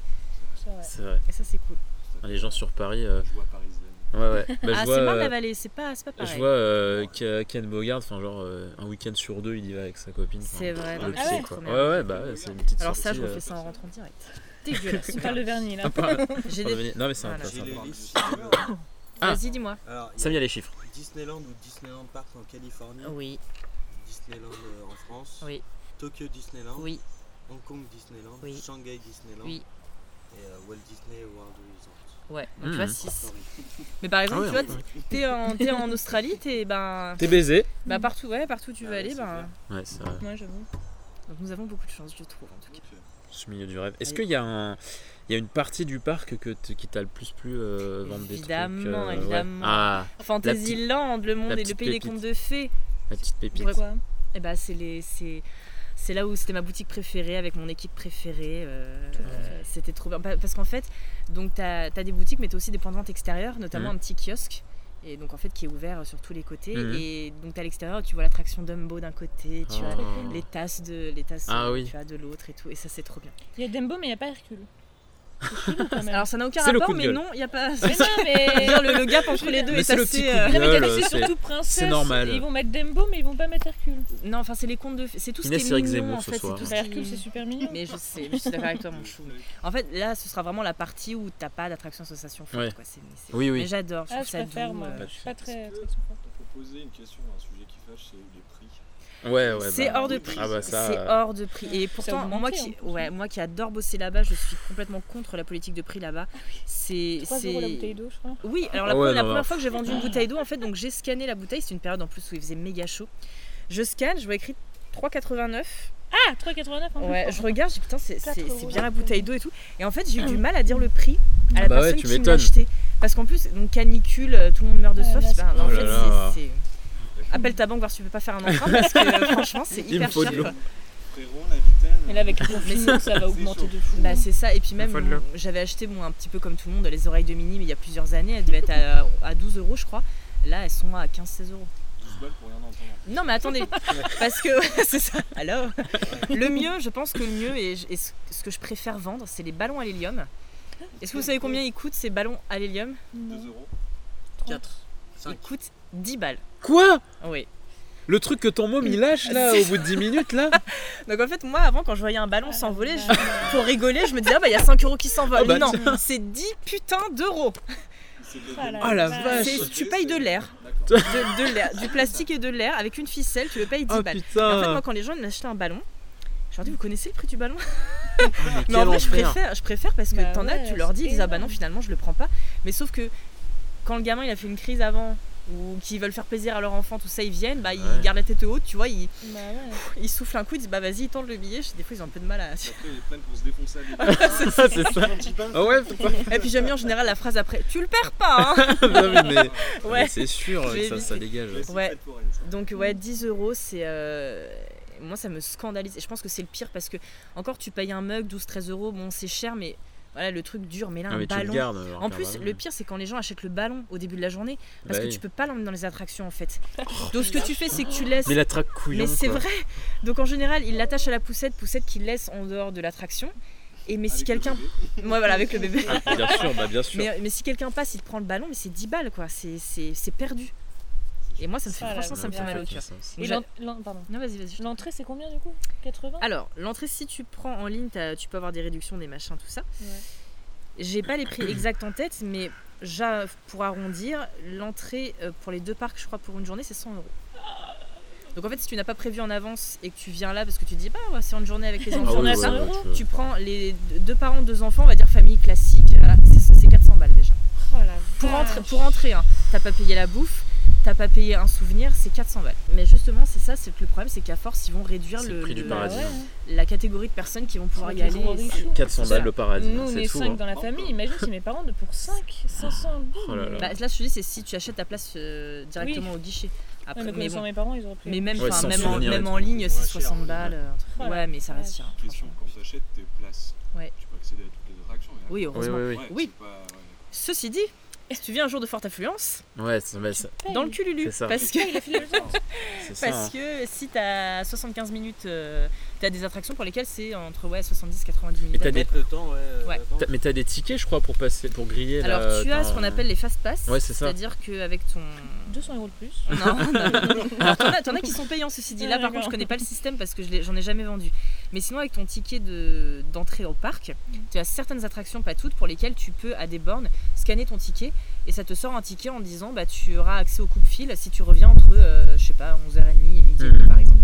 D: C'est vrai.
A: C'est vrai.
B: Et ça, c'est cool.
A: Les gens sur Paris. euh,
F: Je vois parisienne.
A: Ouais ouais. Bah,
B: ah,
A: je
B: c'est
A: vois,
B: mort la
A: euh,
B: vallée, c'est pas, c'est pas
A: je
B: pareil.
A: vois euh, Ke- Ken Bogard, enfin genre euh, un week-end sur deux il y va avec sa copine. enfin,
B: C'est vrai.
A: on le
D: Ah
A: sait,
D: ouais.
A: quoi.
B: Trop
A: Ouais
B: bien.
A: ouais bah ouais, c'est une petite
B: Alors ça,
A: sortie,
B: je refais
A: euh,
B: ça en rentrant direct. Dégueulasse.
D: On parle de vernis là.
A: Ah, pas-
B: J'ai
A: pas
B: des-
A: devenu- Non mais c'est un peu
B: Voilà.
F: J'ai
A: sympa.
F: les listes.
A: Ah.
B: Vas-y, dis-moi.
F: Alors, il y
A: Ça
F: a
A: y a les chiffres.
F: Disneyland ou Disneyland Park en Californie,
B: Oui,
F: Disneyland euh, en France,
B: Oui.
F: Tokyo Disneyland,
B: oui.
F: Hong Kong Disneyland,
B: Oui.
F: Shanghai Disneyland
B: Oui.
F: et euh, Walt Disney World Resort.
B: Ouais, donc tu vois
A: Mhm.
B: 6.
F: Sorry.
B: Mais par exemple,
A: Ah
B: tu
A: ouais,
B: vois, t'es en, t'es en Australie, t'es ben,
A: T'es baisé.
B: bah partout, ouais, partout où tu
F: Ah
B: veux
F: ouais,
B: aller,
F: c'est
B: ben.
F: clair.
A: Ouais c'est vrai.
D: Moi, j'avoue.
B: Donc nous avons beaucoup de chance, je trouve, en tout cas.
A: Ce milieu du rêve. Est-ce
B: Oui.
A: qu'il y a un, il y a une partie du parc que t- qui t'a le plus plu euh, vendre des trucs.
B: Évidemment,
A: ouais.
B: évidemment.
A: Ah
B: Fantasyland, le monde
A: la
B: et le
A: petite
B: pays des
A: pépite.
B: contes de fées.
A: la petite pépite.
D: Pourquoi
B: Et bah c'est les, c'est, c'est là où c'était ma boutique préférée avec mon équipe préférée. euh, euh, c'était trop bien Pa- parce qu'en fait, donc t'as, t'as des boutiques, mais t'as aussi des points de vente extérieurs, notamment
A: Mhm.
B: un petit kiosque. Et donc en fait qui est ouvert euh, sur tous les côtés
A: Mhm.
B: et donc t'as l'extérieur tu vois l'attraction Dumbo d'un côté tu
A: Oh.
B: as les tasses de les tasses
A: Ah
B: euh,
A: oui.
B: tu as de l'autre et tout et ça c'est trop bien.
D: Il y a Dumbo, mais il n'y a pas Hercule. C'est chelou, quand même.
B: Alors ça n'a aucun
A: C'est le
B: rapport
A: coup de
B: mais
A: gueule.
B: non, il y a pas
D: Mais non, mais.
B: Dire le, le gap entre les deux
A: Mais
B: est
A: c'est le petit
B: assez
A: coup
B: euh,
A: de
D: Non, mais
A: gueule,
D: t'as vu, c'est
A: c'est-
D: surtout princesse.
A: c'est normal.
D: Ils vont mettre Dumbo, mais ils vont pas mettre Hercule.
B: Non, enfin c'est les contes de fées, c'est tout ce
A: Inès
B: qui est
A: Cyril
B: mignon
A: Zemmour
B: en
A: ce
B: fait,
A: soir.
B: c'est tout
D: Bah,
B: ce qui-
D: Hercule, c'est super mignon.
B: Mais je sais, je suis d'accord avec toi mon chou. En fait, là, ce sera vraiment la partie où t'as pas d'attraction association forte.
A: Ouais.
B: Quoi. c'est- c'est-
A: Oui, oui.
B: Mais j'adore, je
D: Ah,
B: trouve
D: je
B: ça
D: préfère,
B: doux,
D: moi.
B: euh.
D: Je suis pas très.
F: Est-ce que-
D: attraction forte.
F: On peut poser une question, un sujet qui fâche, c'est les prix.
A: Ouais ouais.
B: C'est
A: bah,
B: hors de prix.
A: Ah bah ça.
B: c'est
A: euh,
B: hors de prix. Et pourtant,
D: augmenté,
B: moi
D: en
B: qui,
D: plus,
B: ouais, moi qui adore bosser là-bas, je suis complètement contre la politique de prix là-bas. C'est,
D: 3
B: c'est-
D: Ah euros la bouteille d'eau, je crois.
B: Oui, alors la,
A: Ah ouais,
B: première- la
A: non,
B: première
A: non.
B: fois que j'ai vendu une bouteille d'eau, en fait, donc j'ai scanné la bouteille. C'est une période en plus où il faisait méga chaud. Je scanne, je vois écrit 3,89.
D: Ah, 3,89 en plus.
B: Ouais, je regarde, je dis putain, c'est, c'est-
D: 4
B: c'est
D: euros.
B: bien la bouteille d'eau et tout. Et en fait,
D: Ah.
B: j'ai eu du mal à dire le prix à la
A: Bah ouais,
B: personne
A: tu
B: qui me l'a
A: m'étonnes.
B: acheté. Parce qu'en plus, donc canicule, euh, tout le monde meurt de
D: Ah,
B: soif.
D: là,
B: c'est pas-
D: c'est-
B: non, en
A: Oh là
B: fait,
A: là.
B: c'est- c'est- Appelle ta banque voir si tu peux pas faire un emprunt parce que euh, franchement, c'est
A: Il me
B: hyper
A: faut de
B: cher.
A: l'eau.
B: quoi.
F: frérot, la vitale.
D: Mais là, avec le confinement, ça va augmenter de fou.
B: Bah c'est ça, et puis même
E: fois de là.
B: bon, j'avais acheté bon, un petit peu comme tout le monde les oreilles de Mini mais il y a plusieurs années, elles devaient être à, à 12 euros je crois. Là elles sont à 15-16 euros.
F: 12 balles pour rien entendre.
B: Non mais attendez, parce que c'est ça. Alors, le mieux, je pense que le mieux et, je- et ce ce que je préfère vendre, c'est les ballons à l'hélium. Est-ce que vous savez combien ils coûtent ces ballons à l'hélium
F: 2 euros.
E: 4.
B: Ils coûtent 10 balles.
A: Quoi
B: Oui.
A: Le truc que ton môme il lâche là au bout de 10 minutes là
B: Donc en fait, moi avant, quand je voyais un
D: Ah,
B: ballon s'envoler, je- pour rigoler, je me disais, ah bah il y a 5 euros qui s'envolent.
A: Ah bah,
B: non, c'est 10 putains d'euros.
F: C'est de
D: Ah la
A: Ah la
D: vache.
A: vache
B: C'est- tu payes de l'air.
F: D'accord.
B: De, de l'air, du plastique et de l'air, avec une ficelle, tu le payes 10
A: Oh
B: balles. Et bah, en fait,
A: putain
B: moi, quand les gens ils m'achetaient un ballon, je leur dis, vous connaissez le prix du ballon
A: Quel
B: Mais en vrai, je
A: enfer.
B: préfère, je préfère parce que
D: Bah
B: t'en as,
D: ouais,
B: tu leur dis, ils
D: c'est
B: disent ah bah non,
D: énorme.
B: finalement je le prends pas. Mais sauf que quand le gamin il a fait une crise avant ou qu'ils veulent faire plaisir à leur enfant, tout ça, ils viennent, bah ils
A: Ouais.
B: gardent la tête haute, tu vois, ils,
D: Bah ouais.
B: ils soufflent un coup, ils disent bah vas-y, ils tendent le billet. Je sais, Des fois ils ont un peu de mal à.
F: Après, ils prennent pour se défoncer à des
A: C'est ça
F: Un petit pain.
A: Ah ouais putain
B: Et puis j'aime bien en général la phrase après, tu le perds pas hein
A: Non, mais- mais-
B: Ouais.
A: mais C'est sûr
B: Je l'ai
A: que ça, ça
B: évité.
A: dégage.
F: Ouais, c'est
B: Ouais.
F: fête foraine, ça.
B: Donc ouais, 10 euros, c'est... euh, Moi, ça me scandalise. Et je pense que c'est le pire parce que, encore, tu payes un mug, 12-13 euros, bon, c'est cher, mais voilà, le truc dur, mais là,
A: Ah,
B: un
A: mais tu le
B: ballon...
A: gardes. alors
B: en
A: qu'un
B: plus,
A: ballon-
B: le pire, c'est quand les gens achètent le ballon au début de la journée, parce
A: Bah
B: que
A: oui.
B: tu peux pas l'emmener dans les attractions, en fait.
F: Oh,
B: Donc, ce que tu fais, c'est que tu laisses...
A: Mais la traque couillon.
B: Mais c'est
A: quoi.
B: vrai Donc, en général, ils l'attachent à la poussette, poussette qu'ils laissent en dehors de l'attraction. Et mais si
F: Avec
B: quelqu'un...
F: le bébé.
B: Moi, voilà, avec le bébé.
A: Ah, bien sûr, bah bien sûr.
B: Mais, mais si quelqu'un passe, il te prend le ballon, mais c'est 10 balles, quoi. C'est- C'est c'est perdu. Et moi, ça me fait,
D: Ah, la
B: franchement, ça me fait
D: merde.
B: mal au
A: aucun
B: cœur.
A: sens.
D: Et
B: J'a-
D: l'en- l'en- pardon.
B: Non, vas-y, vas-y.
D: L'entrée, c'est combien du coup 80
B: Alors, l'entrée, si tu prends en ligne, t'as- tu peux avoir des réductions, des machins, tout ça.
D: Ouais.
B: J'ai pas les prix exacts en tête, mais j'a- pour arrondir, l'entrée euh, pour les deux parcs, je crois, pour une journée, c'est 100 euros. Donc en fait, si tu n'as pas prévu en avance et que tu viens là parce que tu te dis, bah, on va faire une journée avec les
D: Ah
B: enfants,
D: journée à
A: ouais,
D: 100
A: ouais,
D: euros,
A: tu
B: tu prends les deux- deux parents, deux enfants, on va dire famille classique, voilà, c'est c'est 400 balles déjà.
D: Oh la
B: Ah, Pour,
D: vache.
B: entrer, pour entrer, hein. t'as pas payé la bouffe, t'as pas payé un souvenir, c'est 400 balles. Mais justement, c'est ça, c'est que le problème, c'est qu'à force, ils vont réduire
A: C'est le
B: le-
A: prix du
B: le-
D: Bah
A: paradis.
D: ouais,
A: hein.
D: hein.
B: la catégorie de personnes qui vont pouvoir y
D: Les
B: aller.
D: gros
B: et
D: riches,
B: c'est-
D: hein.
A: 400 balles le paradis,
D: Nous,
A: hein,
D: on
A: c'est
D: est
A: tout.
D: 5
A: hein.
D: dans la famille. Imagine si mes parents, de pour 5, 500 boules.
A: Oh là là.
B: Bah, là, je te dis, c'est si tu achètes ta place euh, directement au guichet.
D: Ouais,
B: Après,
D: mais
B: mais,
D: connaissant
B: bon.
D: mes parents, ils auraient pris.
B: mais même,
A: Ouais,
B: enfin,
A: sans
B: même, en,
A: souvenir et
B: même
A: tout.
B: en ligne,
F: Ouais,
B: c'est
F: cher,
B: 60
F: ouais.
B: balles. euh, un truc.
D: Voilà.
B: Ouais, mais ça reste cher.
F: Question, quand tu achètes tes places,
B: Ouais.
F: tu peux accéder à toutes les attractions. et là-
A: Oui,
B: Oui, heureusement.
A: oui,
F: Ouais,
B: Oui.
F: c'est pas- ouais.
B: Ceci dit, si tu viens un jour de forte affluence,
A: oui. Ouais, c'est bah, c'est-
D: Paye.
B: dans le
A: C'est
B: cululu.
A: ça.
B: Parce que,
A: c'est ça.
B: parce
A: hein.
B: que si t'as 75 minutes, euh, t'as des attractions pour lesquelles c'est entre ouais, 70-90
A: Et
B: minutes.
A: t'as des-
E: Mettre le temps, ouais. euh,
B: Ouais.
E: d'attendre.
A: T'as- Mais t'as des tickets, je crois, pour passer, pour griller. là,
B: Alors, tu as
A: t'as
B: ce qu'on
A: un-
B: appelle les fast pass.
A: Ouais, c'est ça.
B: C'est-à-dire qu'avec ton.
D: 200 euros de plus.
B: Non, non, non. Alors, t'en as, t'en as qui sont payants, ceci dit. Là,
D: Ah,
B: par contre,
D: d'accord.
B: je connais pas le système parce que je l'ai- j'en ai jamais vendu. Mais sinon, avec ton ticket de- d'entrée au parc, tu as certaines attractions, pas toutes, pour lesquelles tu peux, à des bornes, scanner ton ticket et ça te sort un ticket en disant bah, tu auras accès au coupe-fil si tu reviens entre, euh, je sais pas, 11h30 et midi, et demi,
A: Mhm.
B: par exemple.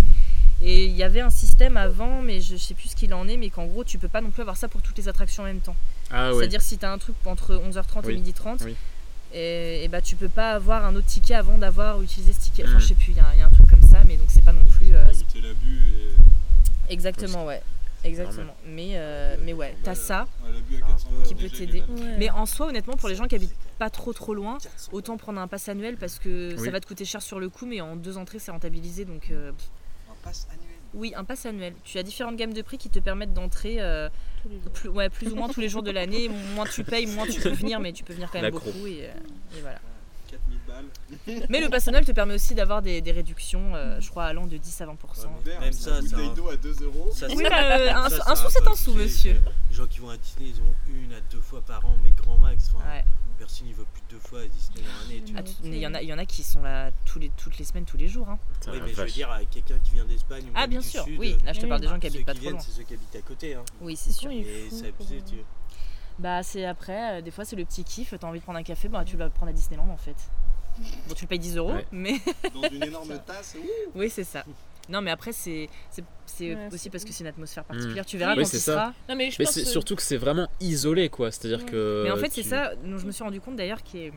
B: Et il y avait un système avant, mais je sais plus ce qu'il en est, mais qu'en gros, tu peux pas non plus avoir ça pour toutes les attractions en même temps.
A: Ah ouais.
B: C'est-à-dire si tu as un truc entre 11h30
A: Oui.
B: et 12h30,
A: Oui.
B: et, et bah tu peux pas avoir un autre ticket avant d'avoir utilisé ce ticket. Enfin,
A: Mm.
B: je sais plus, il y, a- il y a un truc comme ça, mais donc c'est pas non plus. euh,
F: Faut éviter l'abus et-
B: exactement, ouais. Exactement. Mais, euh, mais ouais, t'as ça.
F: Ouais, l'abus à
E: Ah.
F: 400 balles,
B: Qui peut
F: déjà, il
B: t'aider.
F: est là.
B: Mais en soi, honnêtement, pour les gens qui habitent pas trop trop loin, autant prendre un pass annuel parce que
A: Oui.
B: ça va te coûter cher sur le coup, mais en deux entrées, c'est rentabilisé. Donc euh,
F: Un pass annuel.
B: oui, un pass annuel. Tu as différentes gammes de prix qui te permettent d'entrer euh,
D: Tous les jours.
B: plus, ouais, plus ou moins tous les jours de l'année. Moins tu payes, moins tu peux venir, mais tu peux venir quand même
A: L'accro.
B: beaucoup. Et, euh, et voilà.
F: 4000 balles.
B: Mais le personnel te permet aussi d'avoir des, des réductions, euh, je crois, allant de 10 à 20
F: Un verre,
E: Même
F: c'est
E: ça,
F: une
E: c'est
F: bouteille
E: un-
F: d'eau à 2 euros.
E: Ça,
B: Oui,
E: c'est-
B: bah, euh, un,
E: ça,
B: sou- un sou,
E: un
B: c'est un
E: peu
B: sous,
E: abusé,
B: monsieur.
E: quoi. Les gens qui vont à Disney, ils ont une à deux fois par an, mais grand max. Enfin,
B: Ouais.
E: Personne n'y va plus de deux fois à Disney dans l'année. tu
B: Ah,
E: vois.
B: tu- mais Il y, en a- il y en a qui sont là tous les, toutes les semaines, tous les jours. hein.
A: Putain,
E: Oui,
A: la
E: mais je veux
A: Ah, vache.
E: dire, à quelqu'un qui vient d'Espagne ou
B: Ah,
E: même
B: bien
E: du
B: sûr,
E: Sud,
B: oui.
E: euh,
B: Là, je te
D: Oui.
B: parle des gens qui
E: ceux
B: habitent pas
E: qui
B: trop
E: viennent,
B: loin.
E: c'est ceux qui habitent à côté. Hein.
B: Oui, c'est sûr.
D: Oui,
E: Mais
D: fou,
E: c'est abusé,
D: pour-
E: tu vois.
B: Bah, c'est après, euh, des fois, c'est le petit kiff. T'as envie de prendre un café, bah, tu vas le prendre à Disneyland en fait. Bon, tu le payes 10 euros,
A: Ouais.
B: mais
F: Dans une énorme tasse. ouh.
B: oui, c'est ça. Non, mais après, c'est c'est- c'est
D: Ouais,
B: aussi
D: c'est-
B: parce que c'est une
E: Mmh.
B: atmosphère particulière. Tu
A: Oui,
B: verras quand
A: c'est
B: tu
A: ça.
B: seras.
D: Non, mais je
A: Mais
D: pense
A: c'est
D: que-
A: surtout que c'est vraiment isolé, quoi. C'est-à-dire
D: Ouais.
A: que.
E: Euh,
B: Mais en fait, c'est
A: tu-
B: ça dont je me suis rendu compte d'ailleurs qui est.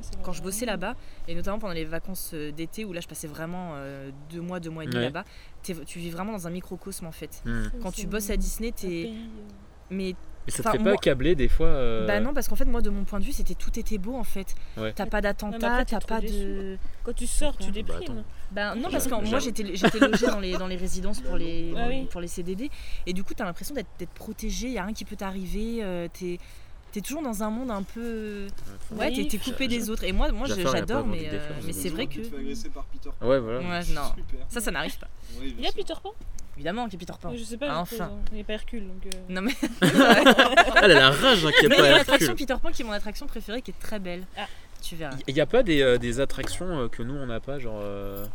D: c'est
B: quand
D: vrai.
B: je bossais là-bas, et notamment pendant les vacances euh, d'été où là je passais vraiment euh, deux mois, deux mois et demi
A: Ouais.
B: là-bas, t'es- tu vis vraiment dans un microcosme en fait.
A: Hmm.
B: Quand
D: C'est
B: tu bosses à Disney,
D: un
B: t'es
D: pays, euh,
B: mais
A: Mais ça te
B: Enfin,
A: fait pas
B: moi-
A: câbler des fois euh,
B: Bah non, parce qu'en fait, moi, de mon point de vue, c'était tout était beau en fait.
A: Ouais.
B: T'as pas
D: Ouais, mais
B: d'attentat,
D: après, t'es
B: t'as
D: trop
B: pas de.
D: déçu. Quand tu sors, tu
A: Bah,
D: déprimes.
A: attends.
B: Bah non,
A: J'ai-
B: parce que
A: j'ai-
B: moi j'étais j'étais logée dans les, dans les résidences pour les,
D: Ah oui.
B: pour les CDD. Et du coup, t'as l'impression d'être d'être protégée, y a rien qui peut t'arriver. euh, t'es t'es toujours dans un monde un peu. Ouais, t'es-
D: Oui.
B: t'es coupé
A: J'a-
B: des autres. Et moi, moi je-
A: Jafar, il a pas
B: j'adore,
A: vendu
B: mais,
A: des
B: euh,
A: fleurs,
B: mais
A: il a
B: c'est vrai
F: Tu
B: que.
F: te fais agresser par Peter Pan.
A: Ah Ouais, voilà.
B: Ouais, non.
F: Super.
B: Ça, ça n'arrive pas.
F: Oui,
D: Il y a
F: bien sûr.
D: Peter Pan
B: Évidemment, qu'il y a Peter Pan.
D: Je sais pas,
B: Ah,
D: je
B: enfin.
D: suppose, hein. il n'y a pas Hercule. Donc, euh,
B: Non mais
A: Ah, elle a la rage hein, qu'il n'y a
B: mais il y
A: pas
B: a
A: Hercule.
B: l'attraction Peter Pan qui est mon attraction préférée qui est très belle.
D: Ah.
B: Tu verras.
A: Il n'y a pas des, euh, des attractions euh, que nous on n'a pas, genre. euh,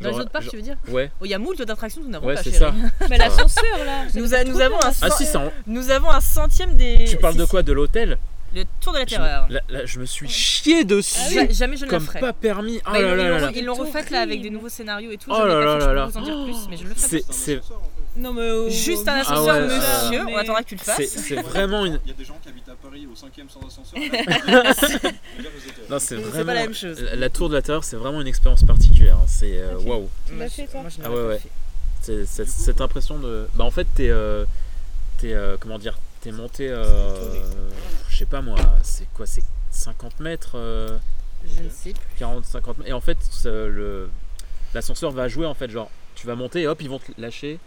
B: Dans les
A: genre-
B: autres parcs,
A: genre-
B: tu veux dire
A: Ouais,
B: Oh, il y a moult d'attractions que nous n'avons
A: ouais,
B: pas,
A: c'est
B: chérie.
A: ça.
D: Bah, l'ascenseur là ça
B: Nous,
D: fait
B: a-
D: trop
B: nous
D: peur.
B: avons un
A: Ah si,
B: cent-
A: ça. en-
B: nous avons un centième des.
A: Tu parles
B: si, Ah
A: de
B: si.
A: quoi De l'hôtel
B: Le tour de la
A: Je-
B: terreur.
A: là, là, je me suis chié dessus
B: Ja- Jamais Ah je ne le
A: comme
B: ferai.
A: pas permis. Oh
B: Bah,
A: là
B: ils
A: là
B: l'ont-
A: là
B: ils l'ont-
A: là.
B: Ils l'ont
D: C'est
B: refait là avec des
D: horrible.
B: nouveaux scénarios et tout.
A: Oh là
B: je l'ai
A: là
B: pas fait, je
A: là
B: peux vous en dire plus, mais je le ferai.
A: C'est-
F: C'est un
A: c'est-
F: ascenseur, en fait.
D: Non, mais au-
B: Juste un
D: au-
A: ascenseur,
B: ascenseur,
A: Ah ouais,
B: monsieur.
D: mais-
B: On attendra que tu le
A: C'est
B: fasses.
A: c'est vraiment une.
F: Il y a des gens qui habitent à Paris au 5ème sans ascenseur. là, vous êtes- vous êtes- euh,
A: Non, c'est
B: Mais c'est pas
A: vraiment.
B: la même chose.
A: La, la tour de la terreur, c'est vraiment une expérience particulière. hein. C'est euh,
D: Ok.
A: waouh.
D: Tu l'as fait, toi
B: Moi, je
A: Ah
B: l'aurais
A: ouais,
B: pas
A: ouais.
B: fait.
A: C'est- c'est- cette impression de. Bah, en fait, t'es. euh, t'es, euh, comment dire T'es monté. euh, je sais pas moi, c'est quoi C'est 50 mètres euh,
B: Je ne sais plus.
A: 40, 50 mètres. Et en fait, ce- le l'ascenseur va jouer en fait, genre. Tu vas monter, hop, ils vont te lâcher,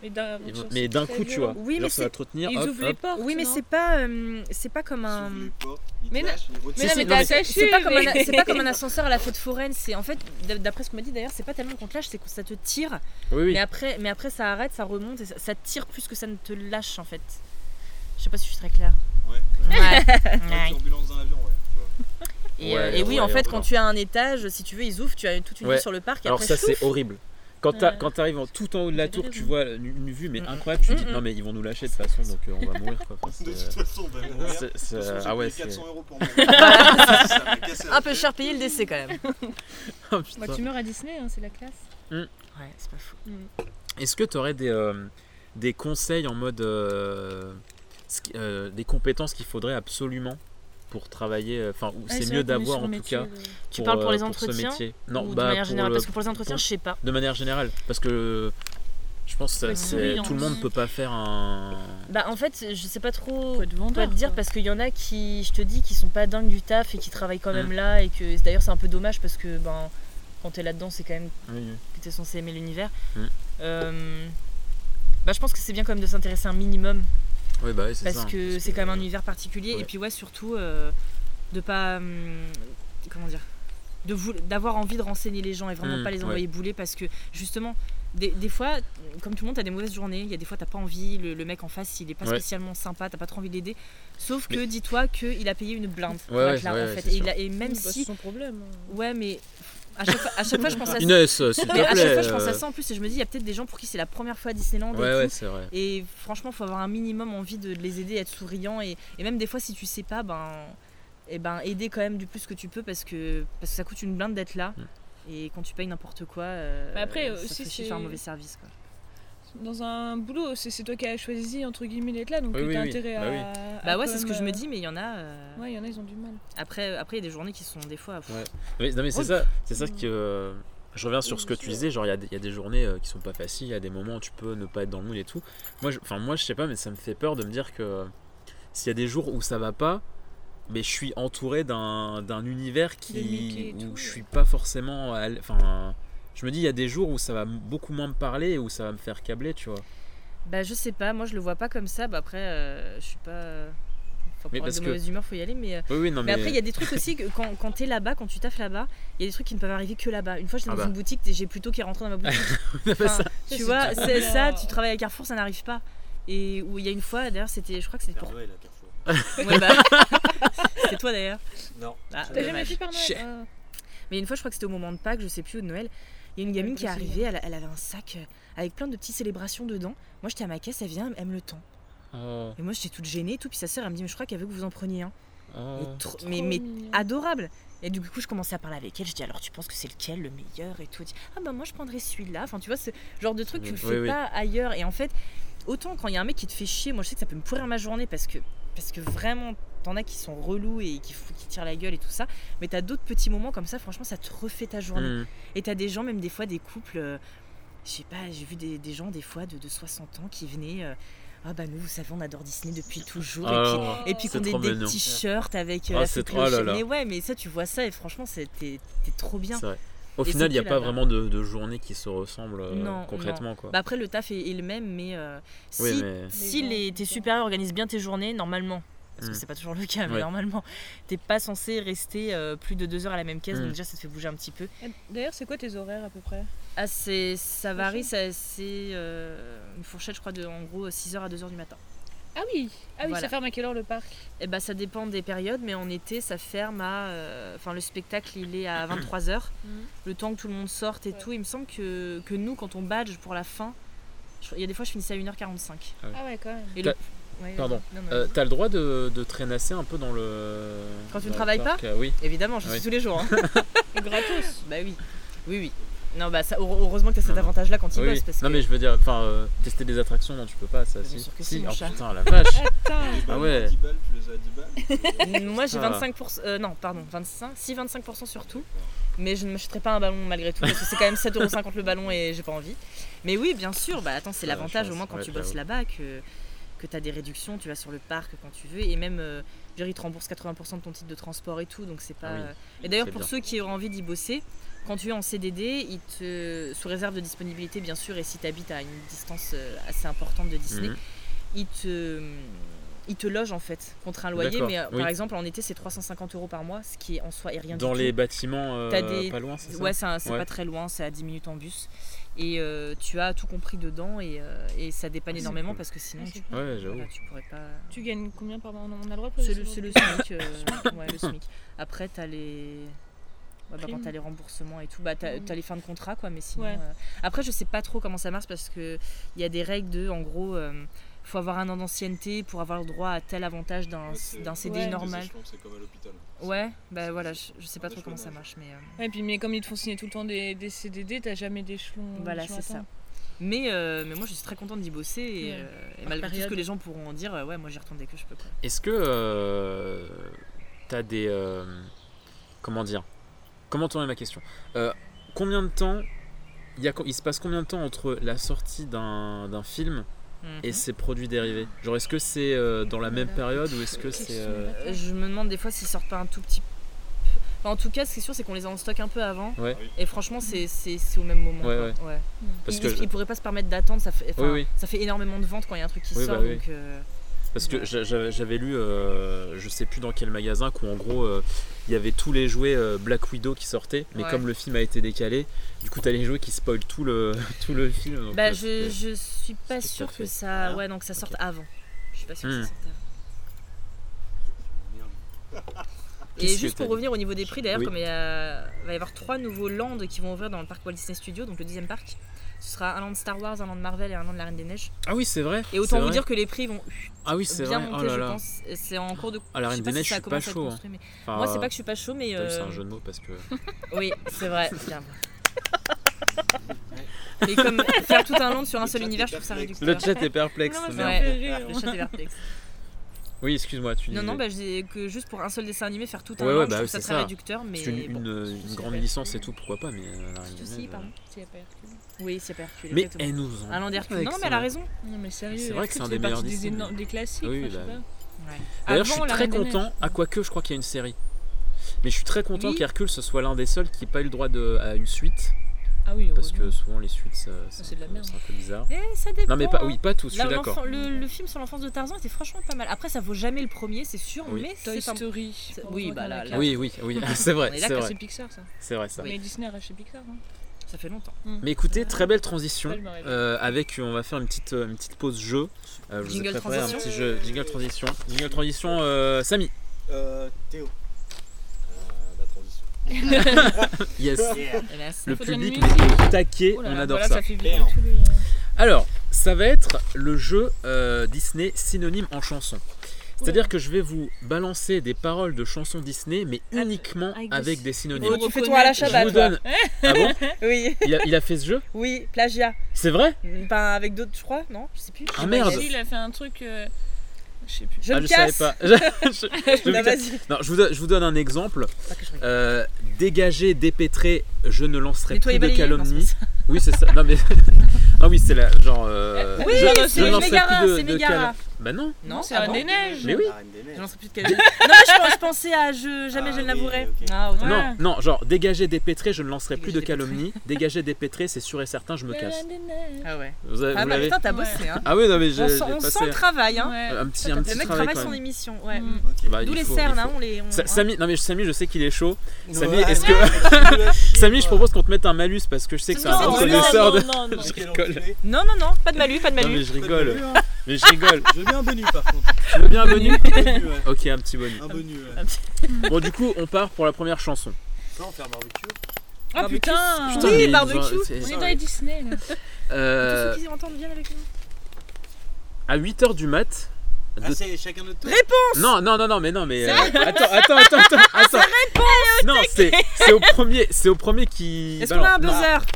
D: Mais d'un-
A: ils
D: sur-
A: vont-
D: sur-
A: mais d'un
D: très
A: coup, tu
D: violent.
A: vois.
B: Oui, mais
A: genre, ça
B: c'est-
A: va te retenir,
D: Ils
A: hop,
D: ouvrent les
A: hop.
D: portes.
B: Oui, mais
D: non
B: c'est pas, euh, c'est pas comme un.
F: Ils ouvrent les portes, ils
D: Mais
F: te
D: non-
F: lâchent, ils
D: Mais
F: retirent.
D: non,
A: Si,
D: mais
A: si,
D: t'as
A: non, mais
D: attaché.
B: C'est pas, comme un,
D: mais-
B: c'est pas comme un ascenseur à la faute foraine. C'est en fait, d- d'après ce qu'on m'a dit d'ailleurs, c'est pas tellement qu'on te lâche, c'est que ça te tire.
A: Oui, oui.
B: Mais après, mais après, ça arrête, ça remonte et ça, ça te tire plus que ça ne te lâche en fait. Je sais pas si je suis très claire.
F: Ouais, ouais. Pas de turbulence dans l'avion, ouais. tu vois.
B: Et,
A: Ouais,
B: euh, et oui,
A: ouais,
B: en fait,
A: encore.
B: quand tu as un étage, si tu veux, ils ouvrent, tu as toute une
A: Ouais.
B: vue sur le parc. Et
A: Alors
B: après,
A: ça c'est
B: chouf,
A: horrible. Quand t'as-
D: Ouais.
A: quand t'arrives en tout en haut de la
D: Vous avez
A: tour, tu
D: raison.
A: vois une, une vue mais
B: Mm, mm.
A: incroyable, tu te dis
B: Mm, mm.
A: non mais ils vont nous lâcher de toute façon donc euh, on va mourir quoi. Enfin, c'est,
F: De
A: euh,
F: toute façon, ben, regarde, de toute
A: c'est- c'est-
F: façon, j'ai
A: ah ouais,
F: payé
A: c'est
F: 400 euros pour mon voyage, ça m'a cassé la
B: un peu
F: tête. Ah
B: cher payé le décès quand même.
A: Oh, putain.
D: Bah, tu meurs à Disney, hein, c'est la classe.
B: Ouais, c'est pas fou.
A: Est-ce que t'aurais des euh, des conseils en mode euh, ce qui- euh, des compétences qu'il faudrait absolument pour travailler euh, enfin ou c'est mieux d'avoir en tout cas
B: Tu parles pour
A: euh,
B: les
A: ce
B: entretiens
A: métier. Non,
B: Ou de
A: bah,
B: manière
A: pour,
B: générale,
A: euh,
B: parce que pour les entretiens,
A: pour-
B: je sais pas.
A: de manière générale parce que euh, je pense que ça-
D: Avec
A: c'est-
D: surveillance.
A: tout le monde peut pas faire un
B: Bah en fait, je sais pas trop
D: Faut être vendeur,
B: quoi te dire
D: quoi.
B: parce qu'il y en a qui, je te dis, qui sont pas dingues du taf et qui travaillent quand même là et que d'ailleurs c'est un peu dommage parce que ben quand t'es là-dedans, c'est quand même
A: Oui, oui.
B: que t'es censé aimer l'univers.
A: Mm.
B: Euh, bah je pense que c'est bien quand même de s'intéresser un minimum
A: Oui, bah oui, c'est
B: parce
A: ça, hein,
B: que c'est quand même un univers particulier
A: ouais.
B: et puis ouais surtout euh, de pas hum, comment dire de vou- d'avoir envie de renseigner les gens et vraiment
A: Mm,
B: pas les
A: ouais.
B: envoyer bouler parce que justement des, des fois comme tout le monde t'as des mauvaises journées il y a des fois t'as pas envie le, le mec en face il est pas
A: Ouais.
B: spécialement sympa t'as pas trop envie de l'aider sauf que
A: Mais-
B: dis-toi qu'il a payé une blinde pour
A: Ouais,
B: être là
A: ouais,
B: en
A: ouais,
B: fait
A: c'est
B: et, il
A: sûr.
B: a- et même
D: Bah,
B: si
D: C'est son problème.
B: ouais mais à chaque fois, à chaque fois je pense à ça
A: Inès, euh, s'il te
B: mais
A: plaît.
B: à chaque fois je pense à
A: euh,
B: ça en plus et je me dis il y a peut-être des gens pour qui c'est la première fois à Disneyland et
A: Ouais,
B: tout.
A: ouais, c'est vrai.
B: Et franchement, faut avoir un minimum envie de les aider, être souriant et, et même des fois, si tu sais pas, ben, et ben aider quand même du plus que tu peux parce que, parce que ça coûte une blinde d'être là.
A: Mm.
B: Et quand tu payes n'importe quoi, euh,
D: Bah après,
B: ça
D: aussi,
B: fait chier
D: c'est-
B: de faire un mauvais service. Quoi.
D: Dans un boulot, c'est c'est toi qui as choisi, entre guillemets, d'être là, donc
A: Oui,
D: euh,
A: oui,
D: t'as
A: oui.
D: intérêt
A: Bah
D: à.
A: oui.
D: à
B: Bah ouais,
D: quand
B: c'est ce que
D: même,
B: je me
D: euh,
B: dis, mais il y en a. euh,
D: Ouais, il y en a, ils ont du mal.
B: Après, après, il y a des journées qui sont des fois. pff,
A: Ouais. Mais- non, mais c'est
B: Ouais.
A: ça, c'est ça que. euh, je reviens sur ce que tu disais, genre il y, a des- il y a des journées euh, qui sont pas faciles, il y a des moments où tu peux ne pas être dans le mood et tout. Moi, je, enfin, moi, je sais pas, mais ça me fait peur de me dire que euh, s'il y a des jours où ça va pas, mais je suis entouré d'un d'un univers
D: De Mickey
A: qui
D: et
A: où
D: tout.
A: je suis pas forcément. à l- Enfin, je me dis il y a des jours où ça va m- beaucoup moins me parler et où ça va me faire câbler, tu vois.
B: Bah je sais pas, moi je le vois pas comme ça. Bah après, euh, je suis pas. Enfin,
A: Mais
B: pour
A: parce
B: être de
A: que-
B: mauvaise humeur, faut y aller, mais. euh,
A: Oui, oui, non,
B: Mais
A: mais.
B: après, il y a des trucs aussi que quand, quand t'es là-bas, quand tu taffes là-bas, il y a des trucs qui ne peuvent arriver que là-bas. Une fois, j'étais
A: Ah
B: dans
A: bah.
B: une boutique, j'ai plutôt qui est rentré dans ma boutique.
A: Non, mais
B: Enfin,
A: ça-
B: tu
D: Ça,
B: vois,
D: c'est
B: c'est
D: terrible.
B: ça, tu travailles à Carrefour, ça n'arrive pas. Et où il y a une fois, d'ailleurs, c'était, je crois que c'était
E: Père
B: pour.
E: Noël à Carrefour.
B: Ouais, bah, c'était toi d'ailleurs.
E: Non.
B: Ah,
D: T'as jamais
B: dommage.
D: fait par
A: Shit.
D: Noël Ah,
B: Mais une fois, je crois que c'était au moment de Pâques, je sais plus, ou de Noël. Il y a une gamine qui est arrivée, elle, elle avait un sac euh, avec plein de petites célébrations dedans. Moi, j'étais à ma caisse, elle vient, elle me le tend.
A: Oh,
B: Et moi, j'étais toute gênée et tout. Puis sa sœur, elle me dit, mais je crois qu'elle veut que vous en preniez un.
A: oh.
B: Mais trop- mais, mais ah. adorable. Et du coup, je commençais à parler avec elle. Je dis alors, tu penses que c'est lequel le meilleur et tout. Elle dit, ah bah moi, je prendrais celui-là. Enfin, tu vois, ce genre de truc, tu le
A: Oui,
B: fais
A: oui.
B: pas ailleurs. Et en fait, autant quand il y a un mec qui te fait chier, moi je sais que ça peut me pourrir ma journée parce que, parce que vraiment, t'en as qui sont relous et qui, fou- qui tirent la gueule et tout ça. Mais t'as d'autres petits moments comme ça, franchement, ça te refait ta journée.
A: Mm.
B: Et t'as des gens, même des fois, des couples. euh, je sais pas, j'ai vu des, des gens, des fois, de, de 60 ans qui venaient. euh, Ah bah nous, vous savez, on adore Disney depuis toujours.
A: Ah,
B: et puis-
A: alors,
B: et puis,
A: c'est
B: qu'on ait
A: trop
B: des
A: mignon.
B: t-shirts avec euh,
A: Ah,
B: la
A: c'est
B: fée
A: trop- oh là
B: clochette.
A: là.
B: Mais ouais, mais ça, tu vois ça et franchement, c'est- t'es t'es trop bien.
A: c'est vrai. Au
B: Et
A: final, il n'y
B: c'est
A: a
B: qui,
A: pas
B: là-bas
A: vraiment de, de journée qui se ressemble euh,
B: Non,
A: concrètement. Quoi.
B: Bah après, le taf est, est le même, mais euh,
A: oui,
B: si,
A: mais
B: si
D: Les gens
B: les-
D: sont
B: tes
D: différents.
B: supérieurs organisent bien tes journées, normalement, parce
A: Mm.
B: que c'est pas toujours le cas, mais
A: Ouais.
B: normalement, t'es pas censé rester euh, plus de deux heures à la même caisse,
A: Mm.
B: donc déjà ça te fait bouger un petit peu.
D: D'ailleurs, c'est quoi tes horaires à peu près
B: Ah, c'est, ça varie, ça- c'est euh, une fourchette, je crois, de en gros 6h à 2h du matin.
D: Ah oui, ah oui,
B: Voilà.
D: ça ferme à quelle heure le parc
B: Eh ben, ça dépend des périodes, mais en été, ça ferme à. euh, Enfin, le spectacle, il est à 23h.
D: Mhm.
B: Le temps que tout le monde sorte et
D: Ouais.
B: tout. Il me semble que, que nous, quand on badge pour la fin, je- il y a des fois, je finissais à 1h45.
D: Ah ouais, quand même.
B: Et
A: T'as-
B: le- ouais,
A: pardon.
B: non, non.
A: Euh, T'as le droit de, de traînasser un peu dans le.
B: Quand tu
A: dans
B: ne
A: le
B: travailles
A: parc, euh, Oui.
B: Évidemment, je
A: Ouais.
B: suis tous les jours. hein.
D: Et gratos.
B: bah oui. Oui, oui. Non, bah ça, heure- heureusement que t'as cet
A: Non, non.
B: avantage-là quand tu
A: Oui,
B: bosses.
A: oui.
B: Parce
A: Non
B: que...
A: mais je veux dire, enfin, euh, tester des attractions, non, tu peux pas ça.
B: Bien
A: si.
B: sûr que si, mon
A: oh,
B: chat.
A: putain, la vache.
D: Attends.
A: Ah
F: Ah
A: ouais.
F: ouais. 10 balles, tu les as à 10 balles.
B: Moi, j'ai
A: Ah.
B: 25%. euh, non, pardon, 25. Si, 25% sur tout. Mais je ne m'achèterai pas un ballon malgré tout parce que c'est quand même 7,50€ le ballon et j'ai pas envie. Mais oui, bien sûr, bah attends, c'est
A: Ah, la
B: l'avantage au
A: chance,
B: moins quand
A: ouais,
B: tu bosses
A: j'avoue.
B: là-bas que, que tu as des réductions, tu vas sur le parc quand tu veux et même euh, je veux dire, ils te remboursent 80% de ton titre de transport et tout donc c'est pas.
A: Ah oui,
B: euh, et d'ailleurs,
A: c'est
B: pour
A: bien.
B: ceux qui auront envie d'y bosser, quand tu es en CDD, ils te, sous réserve de disponibilité bien sûr et si tu habites à une distance euh, assez importante de Disney,
A: Mhm.
B: ils te. ils te logent en fait contre un loyer,
A: D'accord,
B: mais euh,
A: oui.
B: par exemple en été c'est 350 euros par mois, ce qui en soi est rien
A: Dans
B: du
A: les
B: tout.
A: bâtiments, euh,
B: T'as des-
A: pas loin, c'est ça
B: Ouais, c'est un- c'est
A: Ouais.
B: pas très loin, c'est à 10 minutes en bus. Et euh, tu as tout compris dedans et, euh, et ça dépanne
A: Ah, c'est
B: énormément
A: cool.
B: parce que sinon
D: Ah,
B: tu,
D: c'est bien.
A: Ouais, j'avoue.
B: voilà, tu pourrais pas.
D: Tu gagnes combien par mois On a le droit de
B: C'est le,
D: poser
B: c'est le
D: ce
B: SMIC. euh, ouais, le SMIC. Après, t'as les. ouais, bah, quand
D: Primes.
B: t'as les remboursements et tout, bah, t'as,
D: Mhm.
B: t'as les fins de contrat quoi, mais sinon.
D: Ouais.
B: euh, Après, je sais pas trop comment ça marche parce que il y a des règles de, en gros, euh, faut avoir un an d'ancienneté pour avoir le droit à tel avantage d'un,
F: Ouais, c'est-
B: d'un CDI
D: Ouais.
B: normal.
F: C'est comme à l'hôpital.
B: Ouais, bah
F: c'est-
B: voilà, je,
F: c'est-
B: je sais
F: c'est
B: pas
F: un
B: trop
F: échelon
B: comment ça
F: d'âge.
B: marche, mais. euh,
D: Ouais, puis mais comme ils te font signer tout le temps des, des CDD, t'as jamais d'échelon.
B: Voilà,
D: d'échelon
B: c'est
D: atteint.
B: ça. Mais, euh, mais moi, je suis très contente d'y bosser et,
D: Ouais.
B: euh, et malgré tout ce
D: période.
B: que les gens pourront en dire, euh, ouais, moi j'y retourne dès que je peux. quoi.
A: Est-ce que euh, t'as des euh, comment dire Comment tourner ma question Euh, Combien de temps il, y a, co- il se passe combien de temps entre la sortie d'un d'un film
B: Mhm.
A: et ses produits dérivés Genre est-ce que c'est euh, dans la même période ou est-ce que c'est euh,
B: Euh, je me demande des fois s'ils sortent pas un tout petit. Enfin, en tout cas, ce qui est sûr, c'est qu'on les a en stock un peu avant.
A: Ouais.
B: Et franchement, c'est c'est- c'est au même moment.
A: Ouais,
B: quoi. Ouais.
A: parce
B: ils,
A: que
B: ils- ils pourraient pas se permettre d'attendre, ça fait, enfin,
A: Oui, oui.
B: ça fait énormément de ventes quand il y a un truc qui
A: Oui,
B: sort.
A: bah oui.
B: donc, euh,
A: Parce que j'a- j'avais j'avais lu, euh, je sais plus dans quel magasin, qu'en gros, euh, il y avait tous les jouets euh, Black Widow qui sortaient, mais
B: Ouais.
A: comme le film a été décalé, du coup, t'as les jouets qui spoilent tout le, tout le film. donc,
B: bah,
A: euh,
B: je,
A: c'était-
B: je suis pas
A: c'était
B: sûre
A: parfait.
B: que ça,
A: Ah,
B: ouais, donc ça sorte
A: ok.
B: avant. Je suis pas sûre que
A: Hmm.
B: ça sorte avant.
F: Merde.
B: Et
A: Qu'est-ce
B: juste
A: que
B: pour
A: t'as
B: revenir au niveau des prix, d'ailleurs,
A: Oui.
B: comme il y a- il va y avoir trois nouveaux lands qui vont ouvrir dans le parc Walt Disney Studio, donc le deuxième parc, ce sera un land Star Wars, un land Marvel et un land de la Reine des Neiges.
A: Ah oui, c'est vrai.
B: Et
A: c'est
B: autant vous
A: vrai.
B: dire que les prix vont
A: Ah oui, c'est
B: bien
A: vrai.
B: monter,
A: Oh là
B: je
A: là.
B: pense. Et C'est en cours de.
A: À la
B: je sais
A: Reine des
B: si
A: Neiges,
B: ça
A: je suis pas
B: commence à être
A: chaud. hein.
B: construit, mais-
A: Enfin,
B: Moi, c'est pas que je suis pas chaud, mais.
A: t'as vu, C'est
B: euh,
A: un jeu de mots parce que.
B: Oui, c'est vrai. Bien. Mais comme faire tout un land sur un
F: Le
B: seul
F: chat
B: univers,
F: est
B: je trouve ça
F: perplexe.
B: réducteur.
A: chat est perplexe.
D: Non, mais ça
A: merde.
D: me fait rire.
B: Le chat est perplexe.
A: Oui, excuse-moi, tu
B: Non,
A: disais.
B: non, bah, je dis que juste pour un seul dessin animé, faire tout un
A: Ouais,
B: land,
A: ouais,
B: je
A: bah,
B: trouve
A: c'est
B: ça très
A: ça.
B: réducteur, mais.
A: C'est une,
B: bon.
A: une, une
D: c'est
A: grande
D: pas
A: licence et
D: Hercule.
A: tout, pourquoi pas, mais. euh, la Reine des
D: Tout aussi,
A: Neiges,
D: pardon.
A: euh,
D: S'il y a pas Hercule.
B: Oui, c'est perculé.
A: Mais elle nous en.
B: Un land d'Hercule.
A: avec
B: Non,
A: ça.
B: mais elle a raison.
D: Non, mais sérieux,
A: C'est vrai que
D: Hercule,
A: c'est un
D: ça
A: des
D: fait
A: meilleurs
D: partie des,
A: Disney.
D: énormes- des classiques.
A: Oui,
D: enfin, je
A: bah,
D: sais pas.
A: D'ailleurs, je
D: Avant
A: suis
D: La
A: très
D: Reine des
A: content,
D: Neiges.
A: à quoi que je crois qu'il y a une série. Mais je suis très content
D: Oui.
A: qu'Hercule ce soit l'un des seuls qui n'ait pas eu le droit de, à une suite.
D: Ah oui,
A: Parce que
D: heureusement.
A: souvent, les suites, ça-
D: c'est
A: c'est un,
D: de la
A: peu-
D: merde.
A: c'est un peu bizarre.
B: Eh, ça dépend.
A: Non, mais pas,
B: hein.
A: oui, pas tous, je
B: Là,
A: suis d'accord.
B: l'enfant- le, le film sur l'enfance de Tarzan était franchement pas mal. Après, ça vaut jamais le premier, c'est sûr,
A: Oui.
B: mais
D: Toy
B: c'est un...
D: Story.
B: c'est-
D: Heureusement
B: oui,
D: qu'il y
B: bah,
D: en a
B: là,
D: quatre.
B: là,
A: Oui, oui, oui, c'est
B: On
A: vrai,
B: est
A: c'est
B: d'accord,
A: vrai,
D: C'est Pixar ça.
A: c'est vrai ça.
D: Mais Disney arrache chez Pixar. hein.
B: ça fait longtemps.
A: Mais écoutez,
D: Ouais.
A: très belle transition.
D: Ouais, je me réveille.
A: euh, avec, on va faire une petite, une petite pause jeu. Euh, je vous ai
B: Jingle
A: préparé un
B: transition.
A: petit jeu. Jingle transition. Jingle transition, euh, Samy.
F: Euh, Théo. Euh, la transition.
A: Yes.
B: Eh ben, c'est-
A: Le
D: Faudrait une
A: public
D: musique.
A: est au taquet,
D: Oh là
A: on
D: là,
A: adore
D: voilà,
A: ça.
D: fait vibrer
F: Merde.
D: tous les, euh,
A: Alors, ça va être le jeu euh, Disney synonyme en chanson. C'est-à-dire que je vais vous balancer des paroles de chansons Disney, mais
B: Ah,
A: uniquement
D: avec des-
A: avec des synonymes.
D: Oh, tu fais
B: toi à la
A: Je vous donne.
B: bah,
A: Ah bon
B: Oui,
A: il a, il a fait ce jeu
B: oui, plagiat.
A: C'est vrai
B: Ben, avec d'autres, je crois, non Je sais plus.
A: Ah
D: Bah,
A: merde
D: si, il a fait un truc. euh, Je sais plus.
B: Je
A: Ah,
B: me
A: je savais
B: casse
A: pas. Je- je- je-
B: Non, vas-y.
A: non, je vous, donne, je vous donne un exemple.
B: Pas que je rigole.
A: Euh, dégagé, dépêtré, je ne lancerai
B: Nettoyer,
A: plus de
B: balayer, non,
A: calomnie.
B: c'est
A: Oui, c'est ça. Non, mais. ah oui, c'est la. Genre. euh,
B: Oui,
A: je-
B: c'est
A: je n'en sais
B: Mégara,
A: plus de-
B: c'est
A: de
B: Mégara.
A: quel- Bah non.
B: Non,
D: c'est
B: ah
D: un
B: bon
D: des neiges.
A: Mais oui.
E: Ah, une des
B: Je
E: neiges.
B: n'en sais plus de quel. non, mais je, pense- je pensais à je, jamais
E: Ah
B: je ne
E: oui,
B: l'avouerai.
E: ok.
B: Ah, autant.
D: Ouais.
A: Non, non, genre dégager dépêtré, je ne lancerai plus de
B: Dégager dépêtré.
A: calomnie. dégager dépêtré, c'est sûr et certain, je me casse.
B: Ah ouais.
A: Vous avez-
B: Ah
A: vous
B: bah
A: l'avez
B: putain, t'as
D: Ouais.
B: bossé. Hein.
A: Ah oui, non, mais j'ai
B: On,
A: j'ai
B: sent, on sent
A: passé
B: le travail. Hein.
A: un petit, un
B: Le
A: petit
B: mec
A: travail
B: travaille
A: quand
B: son
A: même.
B: émission. Ouais.
D: Mm.
E: Ok.
A: Bah,
B: D'où
A: il
B: les
A: faut-
B: cernes,
A: il
B: hein,
A: faut-
B: on les. on-
A: Sa-
B: hein.
A: Samy, non mais Samy, je sais qu'il est chaud. Samy,
E: Ouais,
A: est-ce
E: mais
A: que-
E: tu vas chier,
A: Samy, je
E: toi.
A: propose qu'on te mette un malus parce que je sais que c'est un
E: Non,
A: grand
E: non,
A: connaisseur de.
D: non, non.
A: Je
E: Quel
A: rigole.
E: enculé.
B: Non, non, non.
C: Pas de malu, pas de
A: Non
C: malu.
A: mais je
E: Pas de
A: rigole,
E: bonus, hein.
A: mais je rigole.
E: Je veux bien un bonus par contre.
A: Tu veux bien un bonus
E: Un bonus, ouais.
A: Ok, un petit bonus.
E: Un bonus. ouais.
A: Bon du coup, on part pour la première chanson.
E: Peut-on faire barbecue
D: Ah putain
A: Putain,
B: Oui,
A: mais ils
B: barbecue.
A: ont- c'est-
D: On est dans les Disney là.
A: Euh,
B: Tous ceux qui entendent viennent avec nous.
A: à 8h du mat.
E: Ah,
A: de-
E: c'est chacun notre tour
A: Non, non, non, non, mais non, mais. euh, Attends, attends, attends, attends. attends. Non, c'est c'est au premier, c'est au premier qui.
B: Est-ce qu'on
A: balance.
B: a un buzzer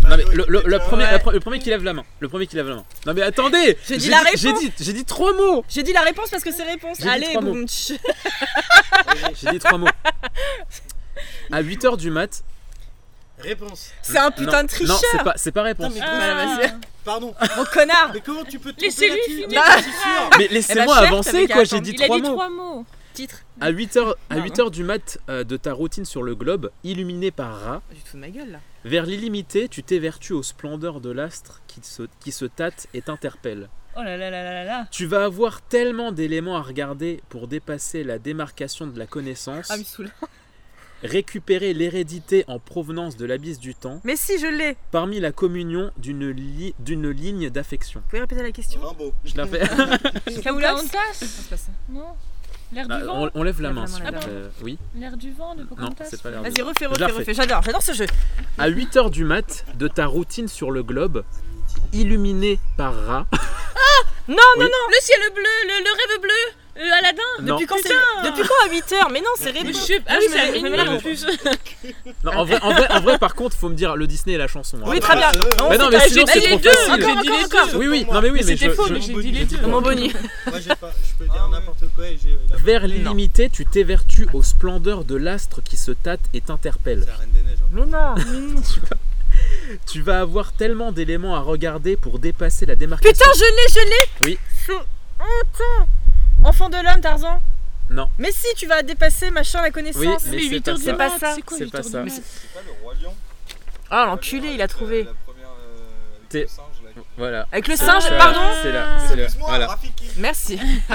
E: Bah,
A: Non mais le, le- le premier,
B: Ouais.
A: la pre- le premier qui lève la main. Le premier qui lève la main. Non mais attendez
B: J'ai dit la
A: J'ai
B: réponse.
A: dit, j'ai dit trois mots
B: J'ai dit la réponse parce que c'est réponse.
A: J'ai dit
B: Allez,
A: trois mots.
B: boum. tch.
A: J'ai dit trois mots. À 8h du mat.
E: Réponse.
B: C'est un putain
A: non,
B: de
A: Non, c'est
B: tricheur.
A: pas, c'est pas
E: Non
A: réponse.
E: mais
D: Ah,
E: pardon.
B: Mon connard.
E: Mais comment tu peux te
D: Laissez-lui
E: tromper
D: finir.
E: là-dessus Bah, c'est sûr.
A: Mais laissez-moi
B: Eh ben, cher,
A: avancer
B: t'avais qu'à
A: quoi, j'ai
B: attendre.
A: dit
D: Il a
A: trois
D: dit
A: mots.
D: trois mots.
B: Titre.
A: À 8h, à
B: Non. hein.
A: 8h du mat euh, de ta routine sur le globe, illuminé par Ra,
B: Du tout de ma gueule là.
A: vers l'illimité, tu t'évertues aux splendeurs de l'astre qui se, qui se tâte et t'interpelle.
D: Oh là là là là là là.
A: Tu vas avoir tellement d'éléments à regarder pour dépasser la démarcation de la connaissance,
B: Ah, il me saoule.
A: récupérer l'hérédité en provenance de l'abysse du temps,
B: Mais si, je l'ai. Vous
A: parmi la communion d'une li- d'une ligne d'affection.
B: pouvez répéter la question
E: Rimbaud.
A: Je la fais.
B: Camoulox
D: Pocahontas
B: Non, c'est pas ça.
D: Non. L'air
A: Bah,
D: du vent.
A: on, on lève la
B: Lève
A: main,
B: la
A: s'il
B: main,
A: vous
D: lève
A: plaît. Oui.
D: L'air du vent de
A: Non,
D: Pocahontas.
A: c'est pas l'air
B: Vas-y, refais,
A: Je la
B: refais,
A: refais.
B: refais. J'adore, j'adore ce jeu.
A: À 8h du mat, de ta routine sur le globe, illuminé par Ra.
B: Ah, Non,
A: Oui.
B: non, non.
D: Le ciel bleu, le, le rêve bleu, euh, Aladdin.
A: Non,
B: Depuis quand, c'est... Depuis quand à 8h Mais non, c'est
D: Mais
B: réponse.
D: je sais- Ah oui, c'est
B: mais- mais
D: mignon,
A: non.
D: en plus.
A: non, en, vrai, en, vrai, en vrai, par contre, faut me dire le Disney et la chanson. hein.
B: Oui, très bien.
E: Ah, euh,
A: Mais
B: On
A: non,
B: s'est-
A: mais sinon,
B: Ah,
A: c'est
B: j'ai dit
A: trop
B: les deux.
A: facile.
B: Encore,
D: J'ai dit
B: encore,
D: les
B: encore.
A: Oui, oui, non, mais oui, mais
D: C'était
A: je.
D: faux,
A: je-
D: mais j'ai dit les deux.
B: Mon boni.
E: Moi, j'ai pas. Je peux
B: Ah,
E: dire n'importe quoi et j'ai. la-
A: Vers l'illimité, tu t'évertues aux splendeurs de l'astre qui se tâte et t'interpelle.
E: C'est la reine des neiges. hein.
B: Mais non.
A: Tu vas avoir tellement d'éléments à regarder pour dépasser la démarcation.
B: Putain, je l'ai, je l'ai
A: Oui.
B: C'est honteux Enfant de l'homme, Tarzan
A: Non.
B: Mais si, tu vas dépasser machin la connaissance
A: Oui, mais- c'est
D: huit
A: pas
D: heures
A: ça.
D: du
A: C'est
B: pas
D: mat,
B: ça.
D: quoi,
A: C'est
D: huit
A: pas
D: heures du
A: ça.
D: mat
F: C'est pas le roi lion.
B: Ah, l'enculé, il a trouvé
F: La première euh, avec
A: T'es-
F: le singe là.
A: Voilà.
B: Avec le
A: C'est-
B: singe,
A: c'est la-
B: pardon
A: C'est la. c'est la-
F: Excuse-moi,
A: Voilà.
F: Rafiki.
B: Merci
A: À,
B: pas commencer à jouer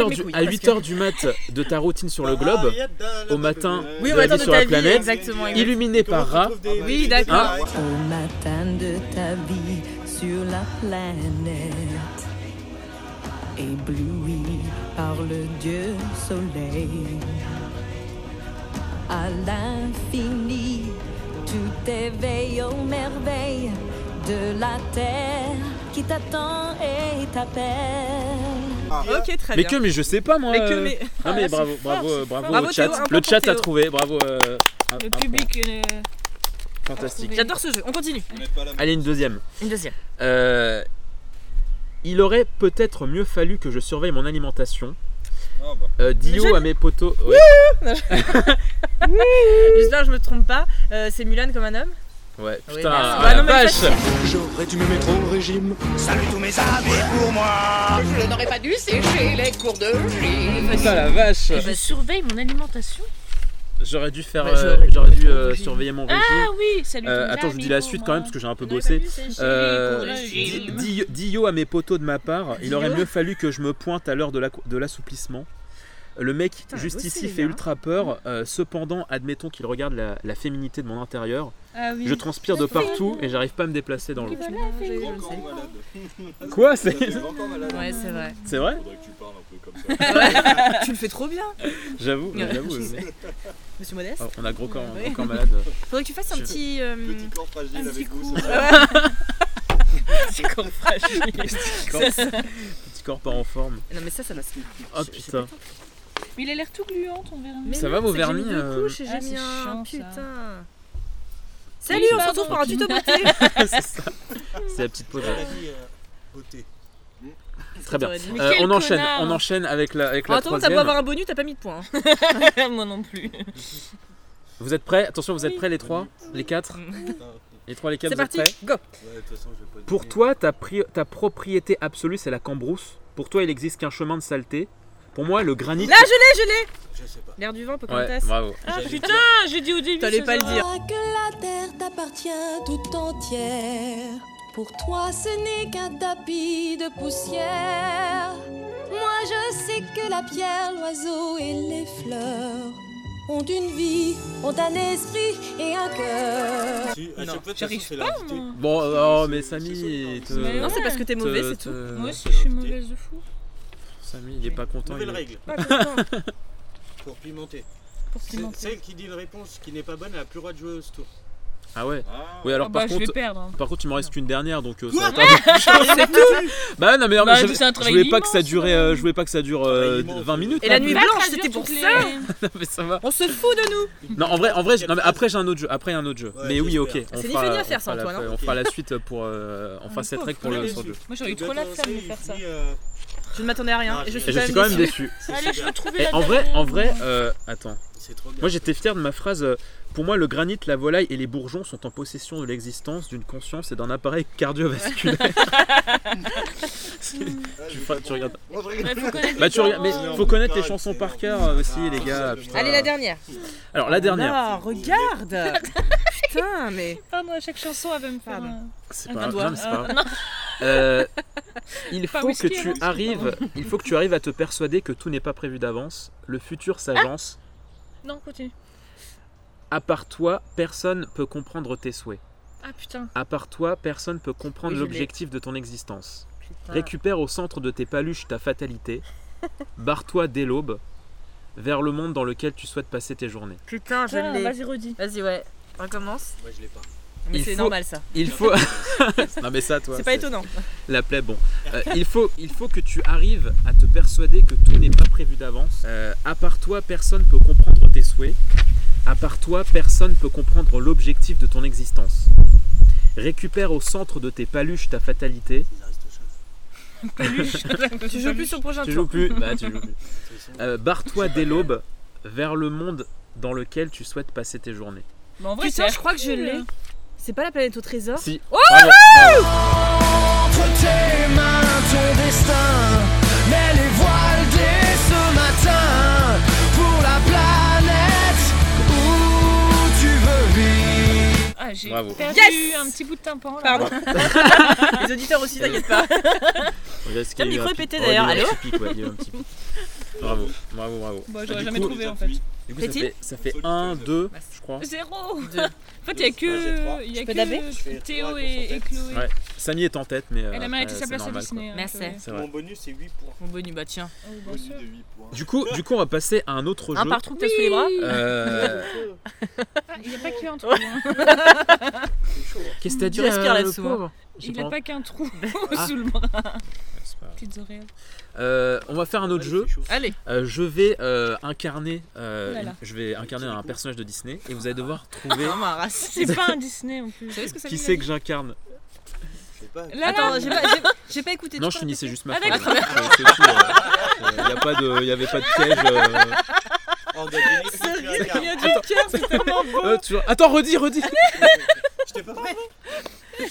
B: avec mes couilles, parce
A: 8h du mat de ta routine sur le globe,
E: Ariadna, la
A: au matin,
F: Euh,
E: belle-
B: Oui, au
A: de la
B: matin
A: vie
B: de
A: sur
B: ta
A: la
B: vie,
A: planète,
B: exactement.
E: Il-
B: exactement.
A: illuminé par
E: Comment
A: Ra.
E: tu trouves
D: Ah bah,
E: des-
B: Oui,
E: des-
B: d'accord.
A: Hein
E: des-
G: Au matin de ta vie sur la planète, ébloui par le dieu soleil. À l'infini, tu t'éveilles aux merveilles de la terre qui t'attend et t'appelle.
B: Ok, très
A: Mais que,
B: bien.
A: mais je sais pas moi.
B: Mais que,
A: euh,
B: mais...
A: Non mais
D: Ah,
A: bravo,
D: c'est
A: bravo,
D: fort,
A: euh,
D: c'est
A: bravo,
B: fort.
A: au
B: Bravo,
A: chat.
B: Théo, un
A: le
B: point
A: chat
B: pour
A: a
B: Théo.
A: trouvé, bravo. euh, un- un
D: Le
A: point.
D: public. euh,
A: Fantastique.
B: J'adore ce jeu, on continue.
F: On n'est pas là.
A: Allez, une deuxième.
B: Une deuxième.
A: Euh, il aurait peut-être mieux fallu que je surveille mon alimentation.
F: Ah, bah.
A: Euh,
B: Mais
A: Dio
B: jamais.
A: à mes poteaux. ouais.
B: J'espère que je me trompe pas. Euh, c'est Mulan comme un homme
A: Ouais,
B: Oui,
A: putain,
B: merci.
A: ah,
B: Bah, non, mais
A: la
B: le
A: vache
B: chat,
H: J'aurais dû me mettre au régime. Salut tous mes amis pour moi.
C: Je n'aurais pas dû sécher les cours
B: Ah
C: de
A: Putain, la vache
D: Je surveille mon alimentation.
A: J'aurais dû faire.
B: Bah,
A: euh,
B: j'aurais dû
A: J'aurais dû
B: mettre
A: euh,
B: mon régime.
A: surveiller mon régime.
D: Ah oui, salut.
A: Euh, attends, je vous dis la suite quand même parce que j'ai un peu bossé. Euh, Di- Di- Dio à mes poteaux de ma part, il aurait mieux fallu que je me pointe à l'heure de la- de l'assouplissement. le mec,
B: vous
A: juste
B: aussi,
A: ici,
B: les
A: fait
B: gars, hein.
A: ultra peur. Euh, cependant, admettons qu'il regarde la, la féminité de mon intérieur.
D: Ah oui.
A: Je transpire de
D: Ça fait
A: partout et j'arrive pas à me déplacer dans l'eau.
F: Encore malade.
A: Quoi C'est
F: T'es encore malade.
B: Ouais, c'est vrai.
A: c'est vrai
F: Faudrait que tu parles un peu comme ça.
B: tu le fais trop bien,
A: J'avoue, mais
B: Ouais.
A: j'avoue.
B: monsieur Modeste.
A: Oh, on a gros corps,
B: Ouais.
A: encore malade.
B: Faudrait que tu fasses un
A: Je-
B: petit. euh,
F: Petit corps
D: Un
F: fragile
D: petit
F: avec
D: coup.
F: vous.
B: petit corps fragile.
A: Petit corps pas en forme.
B: Non, mais ça, ça va se
A: Oh
B: Je- je sais
A: putain.
D: Mais il a l'air tout gluant, ton verre.
B: Mais
A: Ça
B: non,
A: va, vos
B: c'est que j'ai mis
A: vernis,
B: deux
A: euh,
B: couches et j'ai
D: Ah,
B: mis
D: c'est
B: un
D: chiant, ça.
B: putain. Salut, on se
D: pardon.
B: retrouve pour un tuto beauté.
A: c'est ça. C'est la petite pause.
E: Elle a dit, euh, beauté.
A: Très bien.
B: T'aurais dit.
A: Euh,
D: quel
A: on enchaîne,
D: connard.
B: hein.
A: on enchaîne avec la, avec
B: En
A: la
B: attendant, t'as beau
A: troisième.
B: avoir un bonus, t'as pas mis de points. hein.
D: Moi non plus.
A: Vous êtes prêts Attention, vous êtes prêts les trois, les quatre
E: Putain.
A: Les trois, les quatre,
B: C'est
A: vous êtes
B: parti,
A: prêts
B: go
F: Ouais, de toute façon, je vais pas le
A: Pour
F: donner.
A: toi, ta, pri- ta propriété absolue, c'est la cambrousse. Pour toi, il n'existe qu'un chemin de saleté. Pour moi, le granit.
B: Là, je l'ai, je l'ai
F: Je sais pas.
B: L'air du vent,
A: Ouais,
B: Pocahontas.
A: bravo.
D: Ah
F: J'allais
D: putain, j'ai dit au début.
B: T'allais
D: ça
B: pas le
D: sera-
B: dire.
G: Que la terre t'appartient tout entière. Pour toi, ce n'est qu'un tapis de poussière. Moi, je sais que la pierre, l'oiseau et les fleurs ont une vie, ont un esprit et un cœur.
F: Si, à
B: Non,
F: chaque fois, de toute
D: j'arrive
F: façon, c'est
D: pas,
F: l'invité.
D: moi.
A: Bon,
F: C'est-
A: oh,
F: c'est-
A: mais
F: c'est
A: Samy.
F: son
A: te-
D: Mais
B: Non,
A: te-
B: c'est parce que t'es mauvais, c'est tout.
A: te-
D: Moi
F: c'est
D: aussi, je suis
F: l'invité.
D: mauvaise de fou.
A: Samy, il est pas content.
F: Nouvelle
A: il est-
F: règle
D: Pas content.
E: pour pimenter.
D: Pour
E: C'est- Celle qui dit une réponse qui n'est pas bonne, elle a plus le droit de jouer au tour.
A: Ah ouais.
F: Ah,
A: Oui, alors
D: Ah
A: par
D: bah, je vais
A: contre.
D: perdre. hein.
A: Par contre, il m'en reste qu'une dernière, donc euh, ça va pas.
B: C'est tout
A: Bah non, mais, non, mais
D: Bah,
A: je,
D: c'est un
A: je
D: travail
A: voulais pas que ça
D: immense,
A: dure, euh, je voulais pas que ça dure euh,
F: Travail immense.
A: 20 minutes.
B: Et la
A: non,
B: nuit
D: Pas
B: blanche,
D: traduire
B: c'était pour
D: toutes les-
B: ça
A: mais ça va.
B: On se fout de nous
A: Non, en vrai, en vrai, je- non, mais après j'ai un autre jeu. Après un autre jeu.
F: Ouais,
A: mais oui, ok.
F: j'espère.
A: on
B: C'est ni
A: fera-
B: fait ni
A: on
B: à
A: fera
B: faire, ça,
A: la-
B: Antoine, hein.
A: On fera la suite pour. euh, on fera cette
D: pauvre,
A: règle pour
E: on
A: le
E: est
A: sur le
E: déçus.
A: jeu.
D: Moi j'aurais eu trop la flemme de faire ça.
F: euh,
B: Je ne m'attendais à rien,
E: Non,
B: et je
E: mais-
A: Et
B: suis
A: je
B: quand
A: suis
B: même
A: quand même
B: déçue.
A: déçu.
D: Allez, Ah, je vais trouver
A: Et
D: la
A: en vrai, en vrai,
D: dernière.
A: euh, attends.
F: C'est trop bien.
A: Moi j'étais fier de ma phrase. euh, pour moi, le granit, la volaille et les bourgeons sont en possession de l'existence d'une conscience et d'un appareil cardiovasculaire. C'est- tu, feras- tu regardes.
F: Moi, je regarde.
D: Ouais, faut connaître
A: Bah
D: les
A: tu regardes, mais
D: paroles.
A: faut connaître les chansons par cœur euh, aussi, les gars. putain.
B: Allez, la dernière.
A: Alors la dernière.
B: Ah, regarde Putain, mais...
D: Ah, moi, chaque chanson, elle va me faire.
B: Pardon.
D: un-
A: C'est
D: Un
A: pas,
D: doigt.
A: non, mais c'est pas
D: Euh,
A: grave. Euh, il
D: Pas
A: faut que
D: whisky,
A: tu
D: hein,
A: arrives, il faut que tu arrives à te persuader que tout n'est pas prévu d'avance. Le futur s'agence.
D: Non, continue.
A: À part toi, personne peut comprendre tes souhaits.
D: Ah putain.
A: À part toi, personne peut comprendre
B: Oui, je l'ai. Ah.
A: l'objectif de ton existence.
B: Putain.
A: Récupère au centre de tes paluches ta fatalité. Barre-toi dès l'aube vers le monde dans lequel tu souhaites passer tes journées.
B: Putain, je
D: Ah,
B: l'ai.
D: Vas-y, redis.
B: Vas-y, ouais. Recommence.
E: Moi je l'ai pas.
B: Mais
A: Il
B: c'est
A: faut-
B: normal, ça.
A: Il faut. non mais ça, toi.
B: C'est pas étonnant.
A: La plaie, bon. Euh, il, faut, il faut que tu arrives à te persuader que tout n'est pas prévu d'avance. Euh, à part toi, personne peut comprendre tes souhaits. À part toi, personne peut comprendre l'objectif de ton existence. Récupère au centre de tes paluches ta fatalité.
F: Il reste au chat.
B: Tu joues plus sur le prochain
A: Tu
B: tour.
A: joues plus. Bah, tu joues plus.
F: De toute façon,
A: Euh, Barre-toi dès l'aube vers le monde dans lequel tu souhaites passer tes journées.
D: Bah, en vrai,
B: Putain,
D: c'est
B: je crois que je
D: cool.
B: l'ai. C'est pas la planète au trésor
A: Si.
H: Entre tes mains ton destin, mais les voiles dès ce matin pour la planète où tu veux vivre.
D: Ah, j'ai
A: Bravo.
D: perdu
B: Yes
D: un petit bout de tympan. Là.
B: Pardon. Les auditeurs aussi, t'inquiète pas.
A: Le
B: micro est
A: oh,
B: pété, d'ailleurs. Allô
A: Bravo, bravo, bravo.
D: Bah,
A: Ah,
D: j'aurais
A: du
D: jamais
A: coup-
D: trouvé en fait.
A: Du coup, ça
B: Petit.
A: fait, ça fait 1, 2, je crois.
D: Zéro.
B: Deux.
D: En fait, il y a
F: Deux, c'est trois.
D: que, il y a
B: Je peux daber
D: que
F: fais
D: Théo
F: trois,
D: et,
F: course en
D: et
F: tête.
D: Chloé.
A: Ouais. Samy est en tête, mais.
D: Elle
A: euh,
D: a mérité
A: ouais,
D: sa
A: c'est
D: place à
A: normal,
D: Disney. hein,
B: Merci.
D: Chloé.
A: quoi. C'est
F: Mon
A: vrai.
F: bonus, c'est 8 points.
B: Mon bonus, bah tiens.
D: Oh, bien
F: Bonus
D: sûr.
F: de 8 points.
A: Du coup, du coup, on va passer à un autre
B: Un
A: jeu.
B: partout, t'as sous les bras
A: Euh,
D: Ah, Il n'y a pas qu'un trou. hein.
A: Qu'est-ce que t'as dit
B: respires
A: euh, le
B: là-dessous, hein.
A: pauvre J'ai
D: Il n'a
A: pas-
D: pas qu'un trou
A: Ah.
D: sous le bras.
A: Ouais, c'est pas grave.
D: Petites oreilles.
A: Euh, on va faire un autre jeu.
B: Allez.
A: Euh, je vais euh, incarner, euh,
D: Oh là là.
A: je vais incarner un personnage de Disney et vous allez devoir trouver
B: Non, ma race.
D: C'est pas un Disney en plus.
B: Vous savez ce que ça
A: qui
B: veut
A: c'est
B: dire
A: que j'incarne.
F: Je sais pas.
D: Là, là,
B: Attends, j'ai pas, j'ai- j'ai pas écouté.
A: Non,
B: tu
A: je
B: peux
A: finissais juste ma
D: Ah,
A: phrase.
D: d'accord.
A: C'est- c'est tout, euh, euh, y a pas de, y avait pas de piège. euh.
E: En devinez qui tu
D: il y
E: regardes.
D: a du cœur, c'est tellement beau.
A: Euh, tu- Attends, redis, redis.
E: Je t'ai pas fait.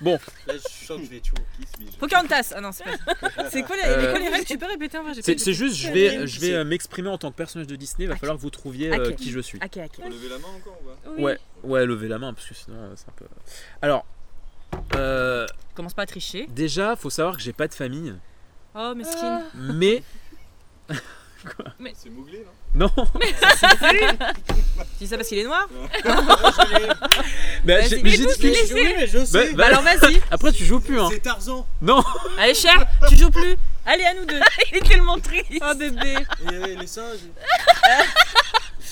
A: Bon.
E: Là je sens que je vais tuer.
F: Qui suis-je
B: Pocahontas Ah non, c'est pas ça. C'est quoi les,
A: Euh,
B: les- quoi les règles Tu peux répéter en vrai j'ai pas
A: C'est
B: écouté.
A: c'est juste, je vais, je vais euh, m'exprimer en tant que personnage de Disney. Va
B: Ok.
A: falloir que vous trouviez euh,
B: Ok.
A: qui je suis.
B: Ok, ok.
F: Faut lever la main encore ou pas
D: Ah, Oui.
A: Ouais, ouais, levez la main parce que sinon euh, c'est un peu. Alors, euh,
B: Commence pas à tricher.
A: déjà, faut savoir que j'ai pas de famille,
B: Oh, mes skins.
D: Ah.
A: mais
F: C'est Mowgli, non
A: non,
B: Tu dis ça parce qu'il est noir
A: mais
B: Vas-y.
A: j'ai mais j'ai
B: Mais
A: dit-
B: laissez.
E: Oui mais je
A: Bah,
E: sais.
A: bah,
B: Alors vas-y.
A: après tu joues plus hein.
E: C'est Tarzan.
A: Non,
B: Allez, cher, tu joues plus. Allez, à nous deux.
D: Il est tellement triste. Ah,
B: Oh, bébé.
E: Il y avait euh, les singes.
A: Bah,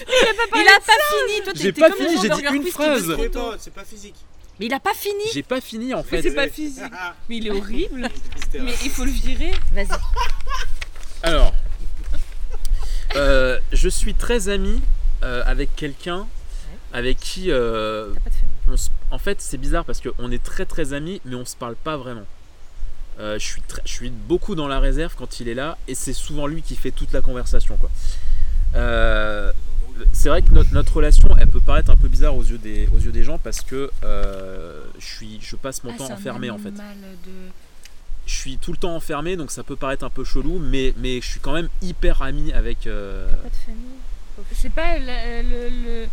B: Il a pas fini. Toi, t'es-
A: j'ai
B: t'es
A: pas
B: comme
A: fini,
B: le
A: j'ai dit
B: hamburger
A: une
B: quiz qui
E: Je
A: phrase.
E: sais pas, c'est pas physique.
B: Mais il a pas fini.
A: J'ai pas fini en
D: Mais c'est
A: fait.
D: pas physique.
E: Ah,
D: Mais il est horrible.
E: c'était
D: Mais
E: rare.
D: il faut le virer.
B: Vas-y. Bah,
A: Alors, euh, je suis très ami euh, avec quelqu'un avec qui euh,
B: T'as pas de famille.
A: on se- en fait, c'est bizarre parce qu'on est très très amis, mais on se parle pas vraiment. Euh, je, suis très- je suis beaucoup dans la réserve quand il est là, et c'est souvent lui qui fait toute la conversation. quoi. Euh, c'est- c'est vrai que notre, notre relation, elle peut paraître un peu bizarre aux yeux des, aux yeux des gens parce que euh, je, suis, je passe
D: Ah,
A: mon temps enfermé en fait. Je suis tout le temps enfermé donc ça peut paraître un peu chelou, mais, mais je suis quand même hyper ami avec. euh,
B: Pas de famille.
D: C'est pas la- le- le-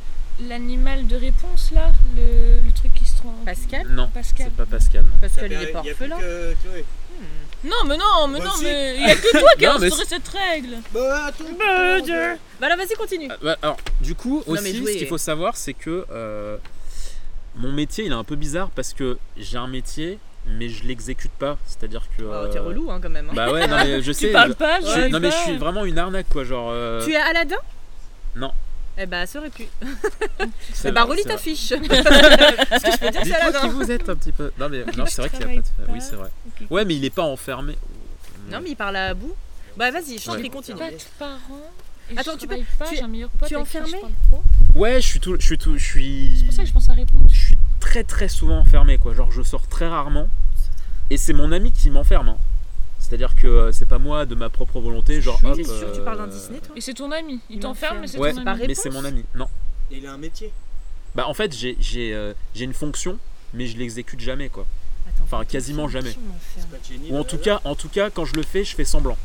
D: l'animal de réponse là le, le truc qui se trompe.
B: Pascal
A: Non,
D: Pascal.
A: c'est pas Pascal. non.
B: Pascal, il est pas orphelin.
D: Non, mais non, mais
E: Moi
D: non,
E: aussi.
D: mais il y a que toi qui as
A: Non, mais
D: instauré cette règle.
E: Bah attends.
B: Bah alors vas-y, continue.
A: Ah, bah, alors, du coup,
B: Non, mais
A: aussi,
B: jouer-
A: ce qu'il faut savoir, c'est que euh, mon métier, il est un peu bizarre parce que j'ai un métier, mais je l'exécute pas. C'est-à-dire que.
B: Oh, T'es
A: euh,
B: relou hein, quand même. hein.
A: Bah ouais, non, mais je sais.
D: Tu parles
A: je-
D: pas,
A: je
D: je
A: suis-
D: sais
A: non, mais je
D: pas.
A: suis vraiment une arnaque, quoi. Genre. euh,
B: Tu es Aladdin
A: Non.
B: Eh bah ça aurait pu.
A: c'est
B: Eh bah
A: vrai,
B: relis
A: c'est
B: ta
A: vrai.
B: fiche. Parce que je peux dire c'est
A: Dites-moi
B: Aladdin.
A: qui vous êtes un petit peu. Non, mais non, c'est vrai qu'il a pas de.
D: travaille
A: Oui,
D: pas.
A: c'est vrai.
D: Ok.
A: Ouais, mais il est pas enfermé.
B: Non mais il parle à bout. Bah vas-y, je t'en
A: Ouais.
B: prie, continue.
D: Pas de parents. Et
B: Attends,
D: je
B: tu
D: travaille pas,
B: tu-
D: j'ai un meilleur pote.
B: tu es
D: avec qui je
B: enfermée
D: parle pas.
A: Ouais, je suis tout. Je suis tout. Je suis.
D: C'est pour ça que je pense à réponse.
A: je suis très très souvent enfermé quoi. Genre je sors très rarement et c'est mon ami qui m'enferme. hein. C'est-à-dire que euh, c'est pas moi de ma propre volonté, genre hop.
B: T'es sûr que tu
A: euh,
B: parles d'un Disney toi
D: Et c'est ton ami. Il
B: Il
D: t'enferme,
B: m'enferme.
D: mais c'est
A: Ouais,
D: ton
B: Par
D: ami.
A: mais c'est
B: réponse
A: mon ami. Non.
E: Il a un métier.
A: Bah en fait j'ai j'ai euh, j'ai une fonction mais je l'exécute jamais quoi.
B: Attends,
A: Enfin, quasiment
B: qui
A: jamais.
B: m'enferme
E: Pas de génie,
A: Ou en
E: blablabla.
A: tout cas en tout cas quand je le fais je fais semblant.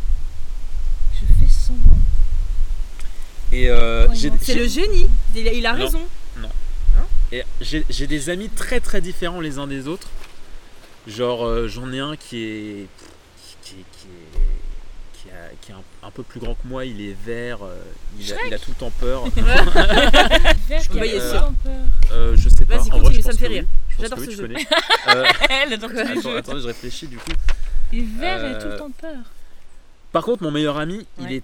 D: Je fais semblant.
A: Et euh,
D: Ouais,
A: j'ai
D: non,
B: C'est
A: j'ai-
B: le génie. Il a, il a
A: Non.
B: raison.
A: Et j'ai j'ai des amis très très différents les uns des autres. Genre, euh, j'en ai un qui est. qui, qui- qui est. qui, a- qui est un, un peu plus grand que moi, il est vert, euh, il, a, il a tout le temps peur.
D: Vert qui
B: Bah,
A: il y a
D: a
A: ça.
D: un peu.
A: Euh, je sais pas.
B: Vas-y,
A: en vrai, je
B: continue,
A: pense
B: ça me fait
A: que
B: rire.
A: oui. Je pense
B: J'adore
A: que oui,
B: ce
A: tu
B: jeu.
A: connais. Euh,
D: Elle adore tous les
A: attends,
D: jeux.
A: attendez, je réfléchis du coup.
D: Et vert et tout
A: Euh,
D: le temps peur.
A: Par contre, mon meilleur ami, il,
B: Ouais.
A: est,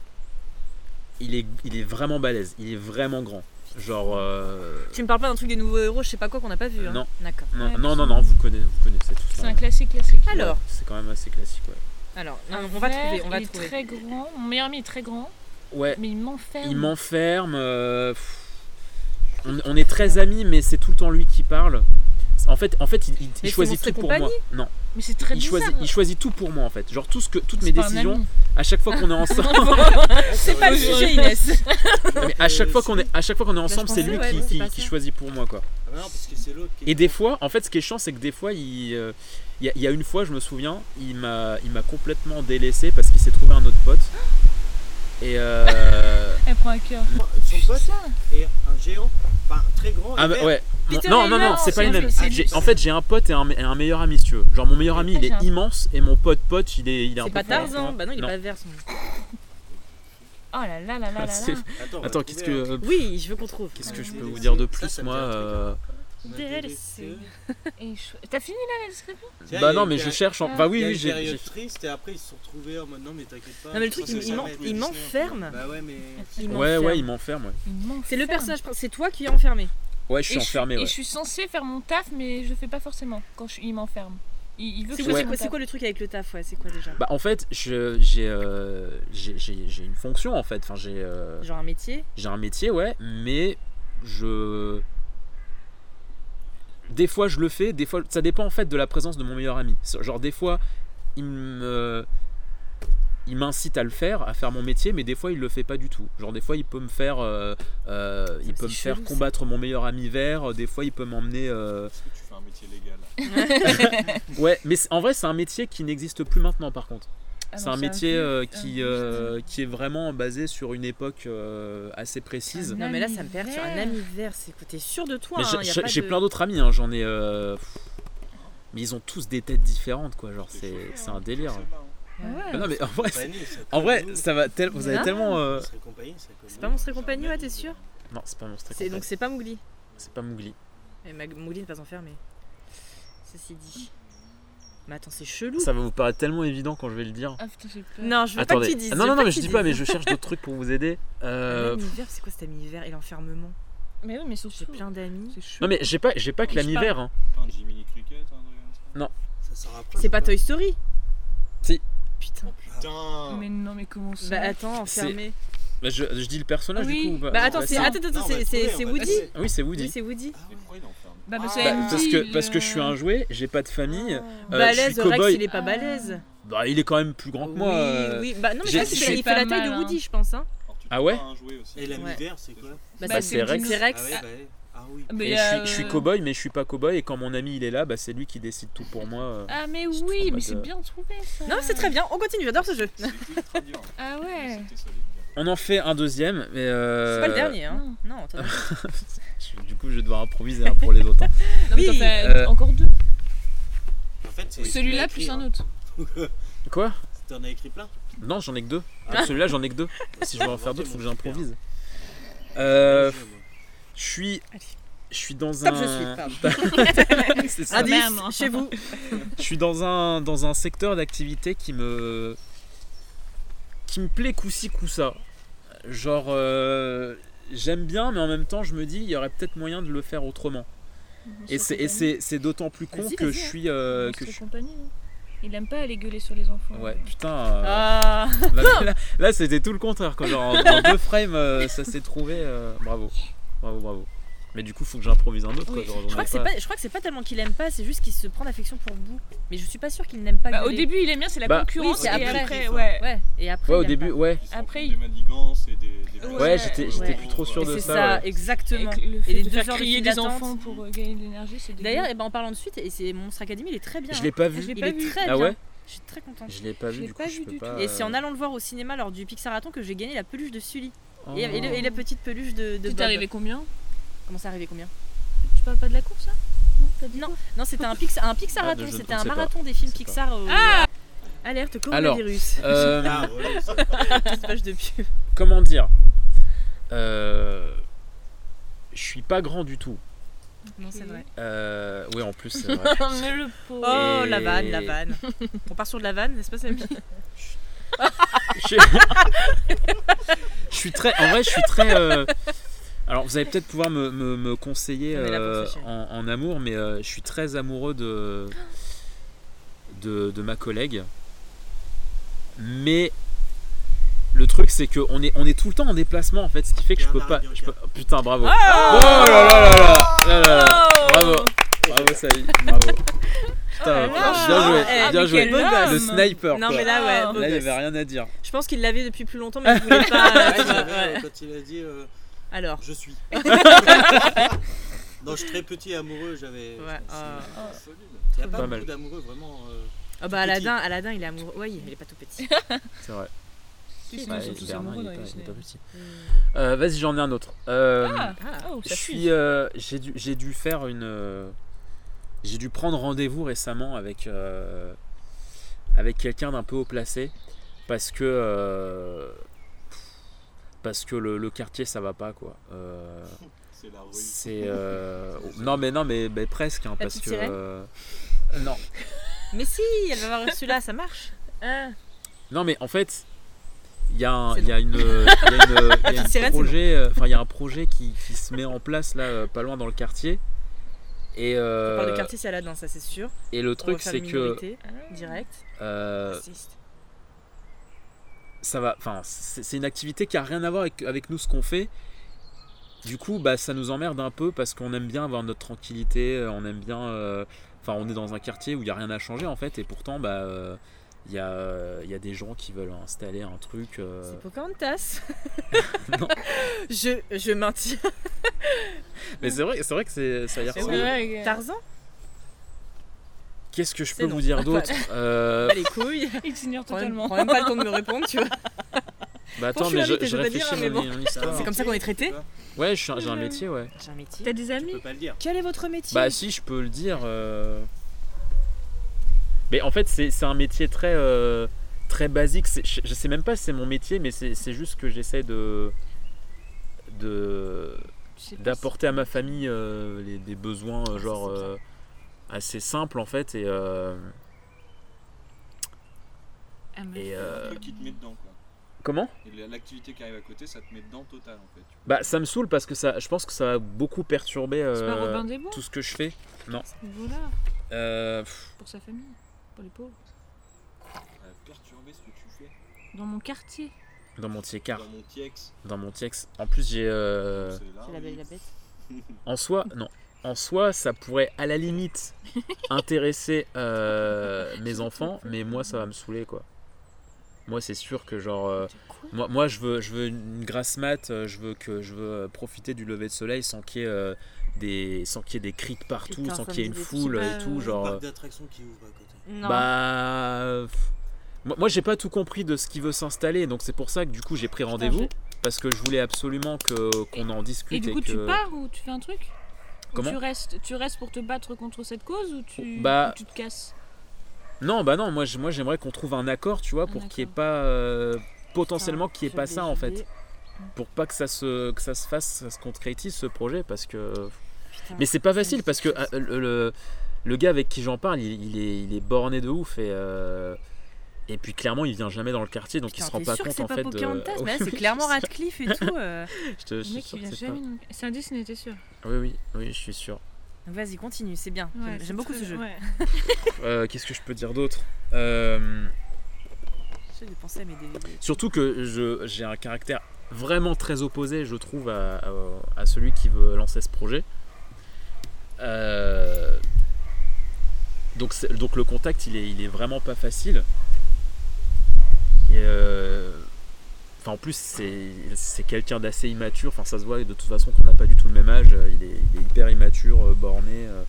A: il est. il est vraiment balèze, il est vraiment grand. Genre. euh,
B: Tu me parles pas d'un truc des nouveaux héros, je sais pas quoi qu'on n'a pas vu. hein.
A: Non.
B: D'accord.
A: non,
D: Ouais,
A: non, non, non, vous connaissez, vous connaissez tout
D: C'est
A: ça.
D: un classique classique.
B: Alors,
A: C'est quand même assez classique, ouais.
B: alors, non, on va
D: Vert,
B: trouver, on va
D: il
B: trouver.
D: est très grand. Mon meilleur ami est très grand,
A: Ouais,
D: mais il m'enferme.
A: Il m'enferme. euh, pff. on, on est très amis, mais c'est tout le temps lui qui parle. En fait, en fait, il, il- il
B: Mais
A: choisit
B: c'est
A: tout
B: mon
A: pour
B: compagnie.
A: moi. Non,
D: Mais c'est très
A: il
D: bizarre.
A: choisit, il choisit tout pour moi en fait. Genre tout ce que, toutes
D: C'est
A: mes
D: pas un
A: décisions.
D: ami.
A: À chaque fois qu'on est ensemble,
D: Ah,
E: Ah,
B: C'est pas le
D: vrai.
B: sujet, Inès.
A: Non, mais à chaque fois qu'on est, à chaque fois qu'on est ensemble, c'est
B: pensais,
A: lui
B: ouais,
A: qui,
B: non, c'est
A: qui-
B: pas
A: qui
B: ça.
A: choisit pour moi quoi.
E: Ah bah non, parce que c'est l'autre qui.
A: Et des fois, en fait, ce qui est chiant, c'est que des fois, il, euh, il y, a- il y a une fois, je me souviens, il m'a, il m'a complètement délaissé parce qu'il s'est trouvé un autre pote. Et euh,
D: Elle prend à cœur.
E: Son pote est un géant, enfin très grand. et
A: Ah bah,
E: vert.
A: ouais. Mon-
D: Peter
A: non, non,
D: Heyman,
A: non, c'est pas
D: c'est
A: les
D: un
A: mêmes.
D: peu- c'est-
A: J'ai- En fait, j'ai un pote et un, et un meilleur ami, si tu veux. Genre, mon meilleur ami,
D: Ah,
A: il
D: j'ai un
A: est immense et mon pote, pote, il est, il est un
B: C'est
A: peu.
B: pas
A: plus grand que
B: Tarzan.
A: moi.
B: Bah non, il est
A: Non.
B: pas vert. son-
D: Oh là là là là là
A: C'est-
D: là.
E: Attends, on va
A: Attends, qu'est-ce que,
E: trouver un-
A: euh,
B: Oui, je veux qu'on trouve.
A: qu'est-ce que je
D: Ça,
A: peux vous
E: ça
A: dire
E: me
A: de
E: dit un
A: plus,
E: truc,
A: moi
E: hein.
A: euh,
B: DLC.
D: Et cho- T'as fini là la description
E: Tiens,
A: Bah
E: il y a
A: non,
E: une
A: mais je
E: péri-
A: cherche. en-
D: Ah.
A: Bah
E: il
A: oui,
E: y a
A: oui,
E: une
A: j'ai.
E: période
A: j'ai-
E: triste et après ils se sont retrouvés en mode non mais t'inquiète pas.
B: Non, mais le
E: je
B: truc,
E: pense que
B: il-
E: ça va
B: il m'en-
E: être
B: il
E: Disney.
B: m'enferme.
E: Bah ouais mais.
D: Il
A: Ouais,
D: m'enferme.
A: ouais, il m'enferme. Ouais,
D: Il m'enferme.
B: C'est le personnage, principal, c'est toi qui es enfermé.
A: ouais je
D: Et
A: suis enfermé.
D: et
A: Ouais.
D: je suis censée faire mon taf, mais je fais pas forcément quand je, il m'enferme. Il, il veut que
B: C'est
D: je
B: quoi,
A: Ouais.
B: c'est
D: fasse mon
B: quoi, c'est
D: taf.
B: quoi le truc avec le taf Ouais, c'est quoi déjà
A: Bah en fait, je- j'ai euh, j'ai- j'ai- j'ai une fonction en fait. Enfin, j'ai euh,
B: Genre un métier
A: j'ai un métier, ouais, mais je. Des fois, je le fais, des fois. Ça dépend en fait de la présence de mon meilleur ami. Genre, des fois, il me. Il m'incite à le faire, à faire mon métier, mais des fois il le fait pas du tout. Genre des fois il peut me faire, euh, euh, il
B: me
A: peut me
B: semble
A: faire
B: chelou, ça.
A: combattre mon meilleur ami vert. euh, Des fois il peut m'emmener. euh,
F: Est-ce que tu fais un métier légal
A: Ouais, mais c'est- en vrai c'est un métier qui n'existe plus maintenant par contre.
D: Ah non,
A: c'est un métier
D: film.
A: euh,
D: Ah,
A: qui euh, qui est vraiment basé sur une époque euh, assez précise.
D: Un
B: Non, mais là, ça me
D: ami
B: perturbe. Un
D: vert.
B: ami vert, c'est quoi T'es sûr de toi
A: Mais
B: hein,
A: j'ai-
B: y a
A: j'ai
B: pas
A: j'ai
B: de-
A: plein d'autres amis, hein, j'en ai. euh, pff, Mais ils ont tous des têtes différentes, quoi. Genre, c'est c'est un délire.
D: Ouais.
A: Ah non, mais en vrai, c'est-
E: Compagnie, ça
A: en vrai,
E: colle.
A: ça va tel- vous avez
B: Non.
A: tellement. euh,
E: Serait compagnie, ça colle.
B: C'est pas Monstre et compagnie, ouais, t'es sûr
A: Non, c'est pas Monstre et
B: C'est-
A: Compagnie,
B: Donc c'est pas Mowgli.
A: c'est pas Mowgli.
B: Mais Ma- Mowgli n'est pas enfermé. Ceci dit. Mais attends, c'est chelou.
A: Ça va vous paraître tellement évident quand je vais le dire.
D: Ah putain, j'ai peur.
B: Non, je veux pas
A: Attendez. Ah,
B: qu'ils disent.
A: non,
B: veux
A: non, non, mais je
B: qu'ils
A: dis pas, mais
B: disent.
A: je cherche d'autres trucs pour vous aider.
B: Un
A: Euh,
B: ami vert, c'est quoi cet ami vert et l'enfermement
D: Mais oui, mais
B: J'ai
D: surtout.
B: plein d'amis.
D: C'est chaud.
A: Non, mais j'ai pas, j'ai pas que
D: Je sais
A: l'ami
D: pas.
A: vert. hein.
F: Un Jiminy Cricket, un truc comme ça
E: Ça sort après,
B: C'est pas
E: toi.
B: Toy Story
A: Si.
B: Putain.
E: Putain.
D: Mais non, mais comment ça
B: Bah attends, enfermé.
A: Bah, je, je dis le personnage
D: Oui.
A: du coup. ou pas
B: Bah
A: Non,
B: attends,
A: ouais,
B: c'est
A: si.
B: attends, attends,
E: Non, on
B: c'est-
E: va
B: c'est
E: trouver,
B: c'est
E: on va
B: Woody
E: passer.
A: Ah Oui, c'est Woody.
B: Oui, c'est Woody.
F: Mais pourquoi il enferme
D: Bah, parce,
E: Ah,
D: qu'elle
A: Bah,
D: me
A: parce
D: dit, euh,
A: que parce que je suis
D: le-
A: un jouet, j'ai pas de famille.
B: Oh.
A: Euh, je
B: Balèze,
A: suis
B: Rex,
A: cow-boy.
B: il est pas
D: Ah.
B: balèze.
A: Bah, il est quand même plus grand que moi. euh,
B: Oui, oui, bah non, mais
A: j'ai-
B: ça, c'est-
A: je suis
B: il fait la
D: pas
B: taille de
D: mal, hein.
B: Woody, je pense. Hein.
F: Alors, tu tu
A: Ah
F: peux
A: ouais
F: pas, hein, jouer aussi.
E: Et la
B: Ouais.
E: misère, c'est quoi
B: Bah,
A: Bah, c'est Rex.
B: C'est
E: Ah
B: Rex.
E: oui, bah oui. Ah oui.
D: Mais,
A: Et je suis, je suis
D: euh,
A: cow-boy, mais je suis pas cow-boy. Et quand mon ami il est là, bah, c'est lui qui décide tout pour moi. euh.
D: Ah mais
A: Je
D: oui,
A: trouve pas
D: mais c'est
A: de-
D: bien trouvé ça.
B: Non, c'est très bien, on continue, j'adore ce jeu.
A: Euh,
F: C'était très dur.
D: Ah
F: mais
D: ouais.
F: C'était solide.
A: On en fait un deuxième, mais. euh,
B: C'est pas le dernier, hein. Non, attends.
A: je- Du coup, je vais devoir improviser hein, pour les autres. hein.
D: Non, mais
B: Oui,
D: t'en fais
A: euh,
D: encore deux.
E: En fait, c'est- tu l'as
D: Celui-là plus
A: hein.
E: écrit,
D: un autre.
A: Quoi
E: hein. T'en as écrit plein
A: Non, j'en ai que deux.
E: Ah.
A: Pour Celui-là, j'en ai que deux. Si je veux en faire d'autres, faut que j'improvise.
E: Euh,
A: Euh, je suis.
B: Allez.
A: Je suis dans
B: Stop, je suis,
A: un.
B: pardon.
A: C'est ça.
D: Ah,
B: Indice,
D: merde.
B: chez vous.
A: Je suis dans un, dans un secteur d'activité qui me. qui me plaît coup-ci, coup-ça. Genre. euh, J'aime bien, mais en même temps, je me dis, il y aurait peut-être moyen de le faire autrement. Et c'est- et c'est c'est d'autant plus con
D: Vas-y,
A: que
D: vas-y,
A: je
D: hein.
A: suis. euh, que je suis-
D: compagnie. hein. Il aime pas aller gueuler sur les enfants.
A: Ouais, putain. euh,
B: Ah,
A: Là, là- là, c'était tout le contraire. Quand genre, en, en deux frames, euh, ça s'est trouvé. euh, bravo. Bravo, bravo. Mais du coup, faut que j'improvise un autre. Quoi,
D: Oui.
A: genre, j'en
B: je, crois
A: ai
B: que c'est
A: pas-
B: pas, je crois que c'est pas tellement qu'il aime pas, c'est juste qu'il se prend d'affection pour vous. Mais je suis pas sûre qu'il n'aime pas.
D: Bah, au
B: gueuler.
D: début il aime bien, c'est la
A: Bah,
D: concurrence.
B: oui, c'est
D: et
B: après.
D: après, ouais.
B: Ouais, et après.
A: Ouais, au
B: il aime
A: début,
B: pas.
A: ouais.
F: Ils se
D: Après,
F: racontent
D: il-
F: des manigances et des. des
D: Ouais,
F: blagues.
A: j'étais- j'étais plus trop sûr de
B: C'est
A: ça,
B: ça,
A: ouais.
B: exactement.
D: Et le fait
B: les
D: de
B: deux
D: faire
B: heures de
D: crier
B: file
D: des
B: d'attente.
D: enfants pour euh, gagner de l'énergie, c'est dégueu.
B: D'ailleurs, et ben, en parlant de suite, et c'est Monstre Academy, il est très bien.
A: Je
B: hein.
A: l'ai pas
D: je l'ai
A: vu. euh,
B: Il
D: pas
B: est
D: vu. hein.
B: très
A: Ah
B: bien.
A: ouais
B: Je suis très contente.
A: Je l'ai pas
D: Je
A: vu,
D: l'ai
A: du
D: pas
A: coup,
D: vu
A: je peux
D: du
A: pas.
B: Et c'est en allant le voir au cinéma lors du Pixarathon que j'ai gagné la peluche de Sully.
A: euh,
B: Et, et le- et la petite peluche de, de
D: T'es
B: Bob.
D: arrivé combien
B: Comment ça arrivé combien
D: Tu parles pas de la course là Non, t'as dit
B: Non.
D: quoi
B: Non, c'était un, pix, un Pixarathon,
A: Ah, je ne
B: c'était un
A: sais pas.
B: marathon des films
A: Je sais pas.
B: Pixar. au- Alerte
A: Alors.
B: coronavirus.
A: Euh,
E: Ah ouais, ça-
B: Petite page de pub.
A: comment dire Euh, Je suis pas grand du tout.
B: Non, c'est vrai.
A: Euh, oui, en plus, c'est vrai.
D: Mais le pauvre.
B: Oh,
A: Et-
B: la vanne, la vanne. On part sur de la vanne, n'est-ce pas, Samy
A: Je... je suis très. En vrai, je suis très. euh, Alors, vous allez peut-être pouvoir me, me- me conseiller
B: On est là pour
A: euh,
B: ça, chérie.
A: en, en amour, mais euh, je suis très amoureux de, de, de ma collègue. Mais le truc, c'est que on est, on est tout le temps en déplacement, en fait, ce qui fait que je peux pas. je peux- Putain, bravo. Oh là là là là là là là.
B: Oh
A: Bravo. Bravo, Sally. Bravo. Putain,
B: là là.
A: bien joué.
B: Eh,
A: bien
B: mais
A: joué.
B: quel homme.
A: Le sniper.
B: Non,
A: quoi.
B: mais là, ouais.
D: Oh.
A: Là, il n'y
B: beau gosse.
A: avait rien à dire.
B: Je pense qu'il l'avait depuis plus longtemps, mais il voulait pas. euh, tu
E: Ouais,
B: vois,
E: j'avais, euh,
B: ouais.
E: Quand il a dit euh,
B: Alors.
E: je suis. Non, je suis très petit amoureux, j'avais.
B: Ouais, euh,
F: Solide.
E: Il n'y a pas,
A: Pas mal.
E: beaucoup d'amoureux vraiment. euh,
B: Ah bah
E: Tout petit.
B: Aladdin, Aladdin il est amoureux. Ouais, il est pas tout petit.
A: C'est vrai.
D: Si, si,
A: Ouais,
B: bah,
D: ils sont tous
A: Bernard,
D: amoureux
A: il
D: dans
A: est
D: les
A: pas- il est
D: Disney.
A: pas petit. Euh, Vas-y, j'en ai un autre. Euh,
D: Ah,
B: Ah.
D: oh,
A: je
D: ça
A: suis, euh, j'ai dû, j'ai dû faire une, euh, j'ai dû prendre rendez-vous récemment avec euh, avec quelqu'un d'un peu haut placé parce que euh, parce que le, le quartier ça va pas quoi. Euh,
F: C'est la rue.
A: c'est euh, non mais non mais, mais presque hein, parce
B: petite
A: que
B: sirène
A: euh, non
B: Mais si, elle va avoir reçu là, ça marche.
D: Ah,
A: Non, mais en fait, il y a un,
B: C'est
A: il y a une, euh, il y a une, euh, il y a un
B: sirène, c'est
A: projet, euh, enfin, il y a un projet qui, qui se met en place là, euh, pas loin dans le quartier. Et,
B: On parle
A: euh,
B: de quartier, c'est Aladdin, ça c'est sûr.
A: et le
B: On va
A: truc,
B: faire
A: c'est que Ah.
B: minorité, hein, direct.
A: euh,
B: Raciste.
A: ça va, enfin, c'est c'est une activité qui a rien à voir avec, avec nous ce qu'on fait. Du coup, bah, ça nous emmerde un peu parce qu'on aime bien avoir notre tranquillité, euh, on aime bien, euh, enfin, on est dans un quartier où il y a rien à changer en fait, et pourtant, bah, euh, il y a, euh, il y a des gens qui veulent installer un truc. euh,
B: C'est Pocahontas.
A: Non.
B: je, je maintiens.
A: Mais c'est vrai, c'est vrai que c'est, ça y ressemble.
D: ouais,
B: Tarzan
A: Qu'est-ce que je
B: C'est
A: peux
B: non.
A: vous dire d'autre Euh,
B: Pas les couilles.
D: il t'ignore
B: Prends même,
D: totalement.
B: prends même pas le temps de me répondre, tu vois.
A: Bah attends,
B: je suis
A: mais je,
B: invitée,
A: je
B: je vais pas dire,
A: réfléchis à
B: mais
A: mon,
B: bon.
A: mon histoire.
B: C'est comme ça qu'on est traité.
A: Ouais, je suis un- j'ai un métier, ouais.
B: J'ai un métier.
D: T'as des
E: Je
D: amis
E: peux pas le dire.
B: Quel est votre métier
A: Bah si, je peux le dire. euh, Mais en fait, c'est, c'est un métier très, euh, très basique. C'est- je, je sais même pas si c'est mon métier, mais c'est, c'est juste que j'essaie de, de,
D: Je sais pas
A: d'apporter à ma famille euh, les- des besoins
B: Ah,
A: euh, genre
D: c'est bien.
A: euh, assez simples en fait. Et, euh,
D: si- Ah, mais-
A: et
F: Le
A: euh,
F: truc qui te met dedans quoi.
A: comment
F: Et la- L'activité qui arrive à côté, ça te met dedans total en fait. tu vois.
A: Bah ça me saoule parce que ça, je pense que ça va beaucoup perturber
D: C'est pas
A: euh,
D: Robin des Bois
A: tout ce que je fais.
D: Voilà,
A: Euh, pff,
D: pour sa famille, pour les pauvres.
F: Ça va perturber ce que tu fais
D: Dans mon quartier.
A: dans mon tiecar,
F: dans mon TX.
A: dans mon tiex. En plus, j'ai. euh,
F: C'est là.
B: C'est la belle et la bête.
A: en soi, non. En soi, ça pourrait à la limite intéresser euh, mes enfants, mais moi, ça va me saouler quoi. Moi, c'est sûr que genre. euh, moi, moi, je veux, je veux une grasse mat, euh, je veux que je veux euh, profiter du lever de soleil sans qu'il y ait euh, des sans qu'il y ait des criques partout,
I: Putain,
A: sans
I: ça
A: qu'il y ait
I: me
A: une
I: dit des
A: foule
I: petits-
A: et tout, genre. euh,
E: Parc d'attractions qui ouvre à côté.
I: Non.
A: Bah. euh, pff, Moi, moi, j'ai pas tout compris de ce qui veut s'installer, donc c'est pour ça que du coup j'ai pris rendez-vous parce que je voulais absolument que qu'on en
D: Et
A: discute et,
D: du coup,
A: que.
D: tu pars ou tu fais un truc Ou
A: Comment
D: tu restes, tu restes pour te battre contre cette cause ou tu,
A: Bah-
D: ou tu te casses
A: Non, bah non, moi, j- moi j'aimerais qu'on trouve un accord, tu vois,
D: Un
A: pour qu'il n'y ait
D: accord.
A: pas. euh, potentiellement qu'il n'y ait
I: Je
A: pas
I: l'ai
A: ça en fait.
I: oublié.
A: Pour pas que ça se, que ça se fasse, que ça se concrétise ce projet, parce que.
I: Putain.
A: Mais c'est pas facile parce que ah, le, le, le gars avec qui j'en parle, il, il est, il est borné de ouf et. euh, Et puis clairement, il vient jamais dans le quartier, donc il
B: Putain,
A: se rend
B: t'es
A: pas
B: sûr que
A: compte
B: c'est
A: en
B: pas
A: fait de.
B: Pocahontas
A: Oui,
B: mais là,
A: oui,
B: c'est clairement
A: je-
B: Radcliffe et tout. euh.
A: Je te- je
D: Le
A: suis
D: mec, il
A: sûr
D: vient
A: que c'est
D: jamais. dans- C'est un Disney, t'es sûr
A: pas- Oui, oui, oui, je suis sûr.
B: Donc vas-y, continue, c'est bien.
D: Ouais,
B: J'aime-
D: c'est
B: J'aime beaucoup
D: très-
B: ce jeu.
D: ouais.
A: Euh, Qu'est-ce que je peux dire d'autre Euh,
B: J'ai pensé à mes DVD.
A: Surtout que je- j'ai un caractère vraiment très opposé, je trouve, à, à- à celui qui veut lancer ce projet. Euh, donc, c'est- donc le contact, il est, il est vraiment pas facile. Et euh, enfin, en plus, c'est c'est quelqu'un d'assez immature. Enfin, ça se voit de toute façon qu'on n'a pas du tout le même âge. Euh, Il est, il est hyper immature, euh, borné. euh.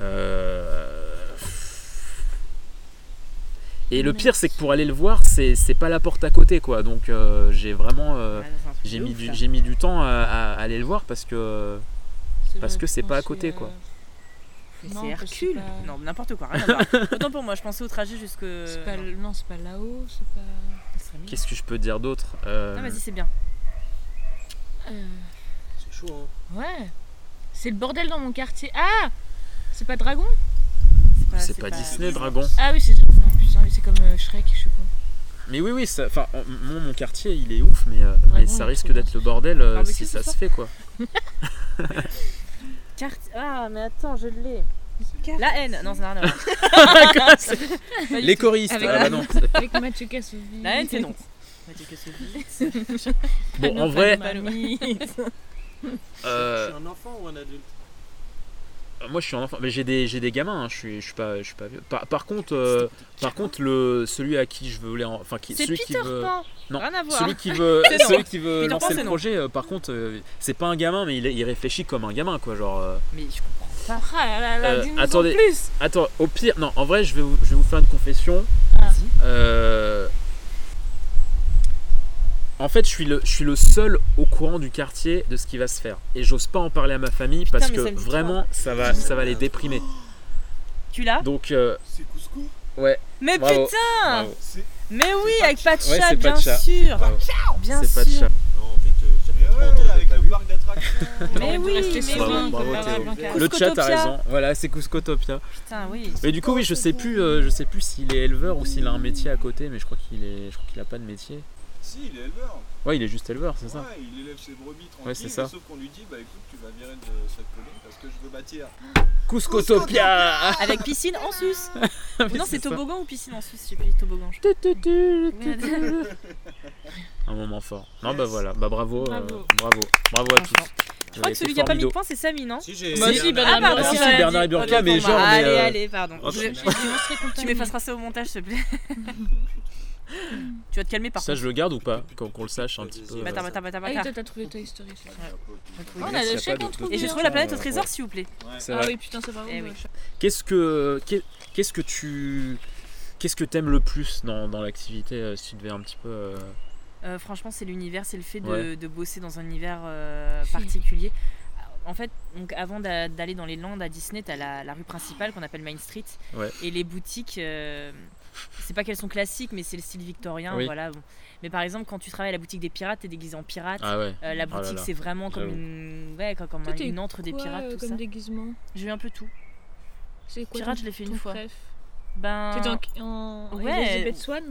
A: Euh, Et le pire, c'est que pour aller le voir, c'est c'est pas la porte à côté, quoi. Donc euh, j'ai vraiment, euh,
B: Ah, c'est un truc
A: j'ai
B: de
A: mis
B: ouf,
A: du,
B: ça.
A: j'ai mis du temps à, à aller le voir parce que Parce
D: vrai,
A: que c'est
D: je
A: pas à
D: pense,
A: côté,
D: euh,
A: quoi.
B: Mais
D: Non, euh,
B: c'est
D: parce que
B: Hercule
D: c'est pas-
B: Non, n'importe quoi, rien à voir. Autant pour moi, je pensais au trajet jusque.
D: C'est pas, le- non, c'est pas là-haut, c'est pas.
B: Ça serait mignon.
A: qu'est-ce que je peux dire d'autre Euh,
B: Non, vas-y, c'est bien.
D: euh,
E: C'est chaud, hein.
D: Ouais. C'est le bordel dans mon quartier. Ah C'est pas Dragon
A: C'est pas, Disney, Dragon.
D: Ah oui, c'est. Oh, putain, oui, c'est comme euh, Shrek, je suis con.
A: Mais oui, oui, ça- enfin, en- mon, mon quartier, il est ouf, mais, euh, mais
D: Dragon,
A: ça
D: il est
A: risque
D: trop
A: d'être le barbel
B: Ah,
A: euh,
D: Barbecue
A: si
D: ce
A: ça se
D: soir
A: fait, quoi.
B: Carte. Ah, mais attends, je l'ai. La haine Non, ça n'a rien à voir. Pas du
A: Les
B: tout.
A: choristes,
D: Avec
A: ah
D: la-
A: bah non.
D: Avec Mathieu Kassovitz.
B: La haine, c'est non. Mathieu Kassovitz.
A: Bon, en
D: Manon
A: vrai,
D: Palomani.
A: euh,
E: Je suis un enfant ou un adulte
A: moi je suis un enfant, mais j'ai des, j'ai des gamins, hein, je, suis, je suis pas, je suis pas vieux. Par, par contre, euh, par contre, le, celui à qui je voulais, en- enfin, qui,
B: C'est
A: celui qui
B: Peter
A: veut.
B: Pan
A: Non,
B: Rien à voir.
A: Celui qui veut,
B: C'est non.
A: celui qui veut
B: Peter Pan,
A: lancer
B: c'est
A: le
B: non.
A: projet, euh, par contre, euh, c'est pas un gamin, mais il, il réfléchit comme un gamin, quoi. Genre, euh,
B: Mais je comprends pas. Bah,
D: Ah là là là,
A: Euh,
D: dis-nous en
A: attendez.
D: plus
A: attends, au pire, non, en vrai, je vais vous, je vais vous faire une confession.
D: Ah.
A: Euh, en fait, je suis, le, je suis le seul au courant du quartier de ce qui va se faire. Et j'ose pas en parler à ma famille parce
B: mais ça
A: que
B: me dit
A: vraiment, ça va, ça va les déprimer.
B: Tu l'as
A: Donc, euh,
F: C'est Couscous
A: ouais.
B: Mais
A: Bravo.
B: putain
A: bravo.
F: C'est.
B: Mais oui, avec pas de
A: Ouais,
B: chat,
A: c'est
B: bien
A: pas de chat.
B: sûr
A: Bravo.
B: Bien
A: C'est pas de
B: sûr
A: chat.
E: Non, en fait, euh, j'avais
F: Mais
E: trop
F: ouais,
E: entendu,
F: avec
E: t'as
F: le
E: vu
F: parc d'attractions.
B: Mais oui, mais oui
A: Bravo, bravo,
D: Bravo,
A: Théo.
D: Blanca.
A: Le chat a
B: Cuscotopia.
A: raison. Voilà, c'est Cuscotopia.
B: Putain, oui.
A: Mais du coup, oui, je sais plus, euh, je sais plus s'il est éleveur ou s'il a un métier à côté, mais je crois qu'il est, je crois qu'il a pas de métier.
F: Si, il est éleveur.
A: Ouais, il est juste éleveur, c'est ça.
F: Ouais, il élève ses brebis tranquille.
A: Ouais, c'est ça.
F: mais Sauf qu'on lui dit, bah écoute, tu vas virer de cette colline parce que je veux bâtir.
A: Cuscotopia.
B: Avec piscine en sus
A: Mais
B: Non, c'est
A: ça.
B: toboggan ou piscine en sus Je sais plus, toboggan. je
A: Tu, tu, tu,
B: crois.
A: tu, tu. Un moment fort. Non, bah
F: Yes.
A: voilà, bah bravo, euh, bravo,
D: Bravo.
A: bravo, à tous.
B: Franchement.
A: Vous
B: Je crois
A: avez
B: que celui
A: été
B: qui a pas mis de
A: formidables.
B: points, c'est Sami, non
E: Si, j'ai.
D: Bah si,
E: j'ai-
D: Bernard
B: pardon,
D: Blanca.
A: Ah si,
B: j'aurais
A: c'est
B: dit.
A: Bernard et Burka, mais genre, mais,
B: Allez,
A: euh,
B: allez, pardon.
A: hop.
B: Je- Tu m'effaceras ça au montage, s'il te plaît. Tu vas te calmer par
A: Ça,
B: contre.
A: je le garde ou pas Qu'on qu'on le sache un petit peu.
E: Bah,
A: euh,
B: Bata, bata, bata,
D: Ah oui,
B: bata.
D: toi t'as trouvé Toy Story. c'est ça.
A: mais
F: Ah,
D: on a
A: là,
D: le
A: s'il y
D: chèque
A: pas
D: en
A: de-
D: trouve
A: de-
B: Et j'ai
D: bien.
B: trouvé la planète au
A: Ouais.
B: trésor, s'il vous plaît.
A: C'est
D: Ah
A: vrai.
D: oui, putain, ça va.
B: Eh
D: où,
B: oui.
D: euh,
A: Qu'est-ce que, qu'est- qu'est-ce que tu, qu'est-ce que t'aimes le plus dans, dans l'activité euh, Si tu devais un petit peu. euh,
B: Euh, franchement, c'est l'univers, c'est le fait de,
A: Ouais.
B: de bosser dans un univers euh, particulier. En fait, donc avant d'a- d'aller dans les Landes à Disney, t'as la, la rue principale qu'on appelle Main Street.
A: Ouais.
B: Et les boutiques, euh, c'est pas qu'elles sont classiques, mais c'est le style victorien.
A: Oui.
B: Voilà. bon. Mais par exemple, quand tu travailles à la boutique des pirates, t'es déguisé en pirate.
A: Ah ouais.
B: Euh, la
A: Oh là
B: boutique,
A: là,
B: c'est vraiment comme
A: j'avoue.
B: une, ouais, comme, comme
D: Toi, t'as
B: une
D: eu
B: entre des
D: quoi,
B: pirates,
D: euh,
B: tout
D: comme
B: ça.
D: déguisement
B: J'ai eu un peu tout.
D: C'est quoi
B: Pirate,
D: ton-
B: je l'ai fait
D: ton
B: une fois.
D: préf
B: Ben,
D: T'étais en, en
B: Ouais.
D: Elizabeth Swan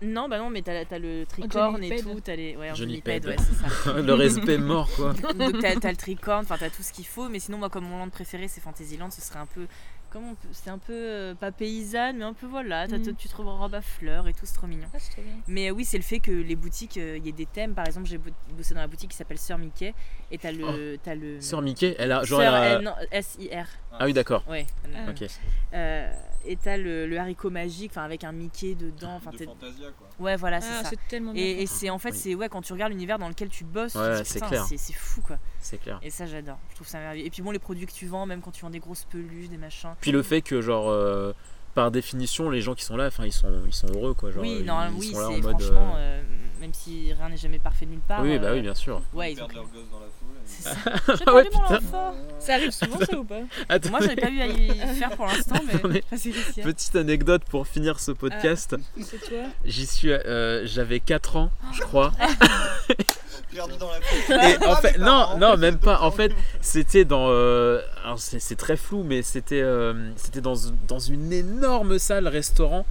B: non, bah non, mais t'as t'as
D: Oh,
B: le tricorne et
D: Johnny
B: tout, t'as les, ouais, un
A: Johnny
B: Johnny Ped,
A: Ped.
B: ouais, c'est ça.
A: le respect mort, quoi.
B: Donc t'as t'as le tricorne, enfin t'as tout ce qu'il faut. Mais sinon moi comme mon land préféré c'est Fantasyland, ce serait un peu comme on peut- c'est un peu euh, pas paysanne mais un peu voilà, t'as-
D: Mm.
B: t'as- tu te trouves en robe à fleurs et tout, c'est trop mignon.
D: Ah, c'est trop bien.
B: Mais euh, oui c'est le fait que les boutiques, euh, il y ait des thèmes. Par exemple j'ai bo- bossé dans la boutique qui s'appelle Sir Mickey et t'as le t'as le
A: Sœur Mickey, elle a Oh. ah, genre. elle
B: Sir,
A: a-
B: euh, non, S I R
A: Ah oui, d'accord.
B: ouais.
D: Ah.
A: Ok.
B: Euh, et t'as le, le haricot magique, enfin avec un Mickey dedans. Enfin,
F: de
B: t'es-
F: Fantasia quoi.
B: ouais, voilà, c'est
D: Ah,
B: ça.
D: c'est tellement bien.
B: Et, et c'est en fait,
A: Oui.
B: c'est ouais, quand tu regardes l'univers dans lequel tu bosses, tu
A: Ouais,
B: te dis,
A: c'est
B: putain,
A: clair.
B: c'est c'est fou quoi.
A: c'est clair.
B: Et ça, j'adore. Je trouve ça merveilleux. Et puis bon, les produits que tu vends, même quand tu vends des grosses peluches, des machins.
A: Puis le fait que, genre, euh, par définition, les gens qui sont là, enfin, ils sont, ils sont heureux, quoi. Genre,
B: oui,
A: ils,
B: normalement,
A: ils
B: oui,
A: sont là en
B: c'est
A: mode.
B: franchement,
A: euh,
B: euh, même si rien n'est jamais parfait nulle part.
A: oui, bah
B: euh,
A: oui, bien sûr.
B: Ouais,
F: ils
B: ils ont
F: perdent
B: créé-
F: leur gosse dans la foule.
B: C'est
F: et-
B: ça.
D: J'ai
A: Ah ouais,
D: perdu mon
A: putain.
D: enfant. Ça arrive souvent, ça ou pas
B: Moi, j'en ai pas eu à y faire pour l'instant, mais
A: Attendez.
B: c'est hein.
A: Petite anecdote pour finir ce
B: Euh.
A: podcast.
D: C'est toi
A: J'y suis, euh, j'avais 4 ans, je crois.
F: Perdu dans la foule.
A: Et en
F: Ah,
A: fait,
F: mes
A: non,
F: parents.
A: non, même pas. En fait, c'était dans. euh, alors c'est c'est très flou, mais c'était euh, c'était dans, dans une énorme salle restaurant.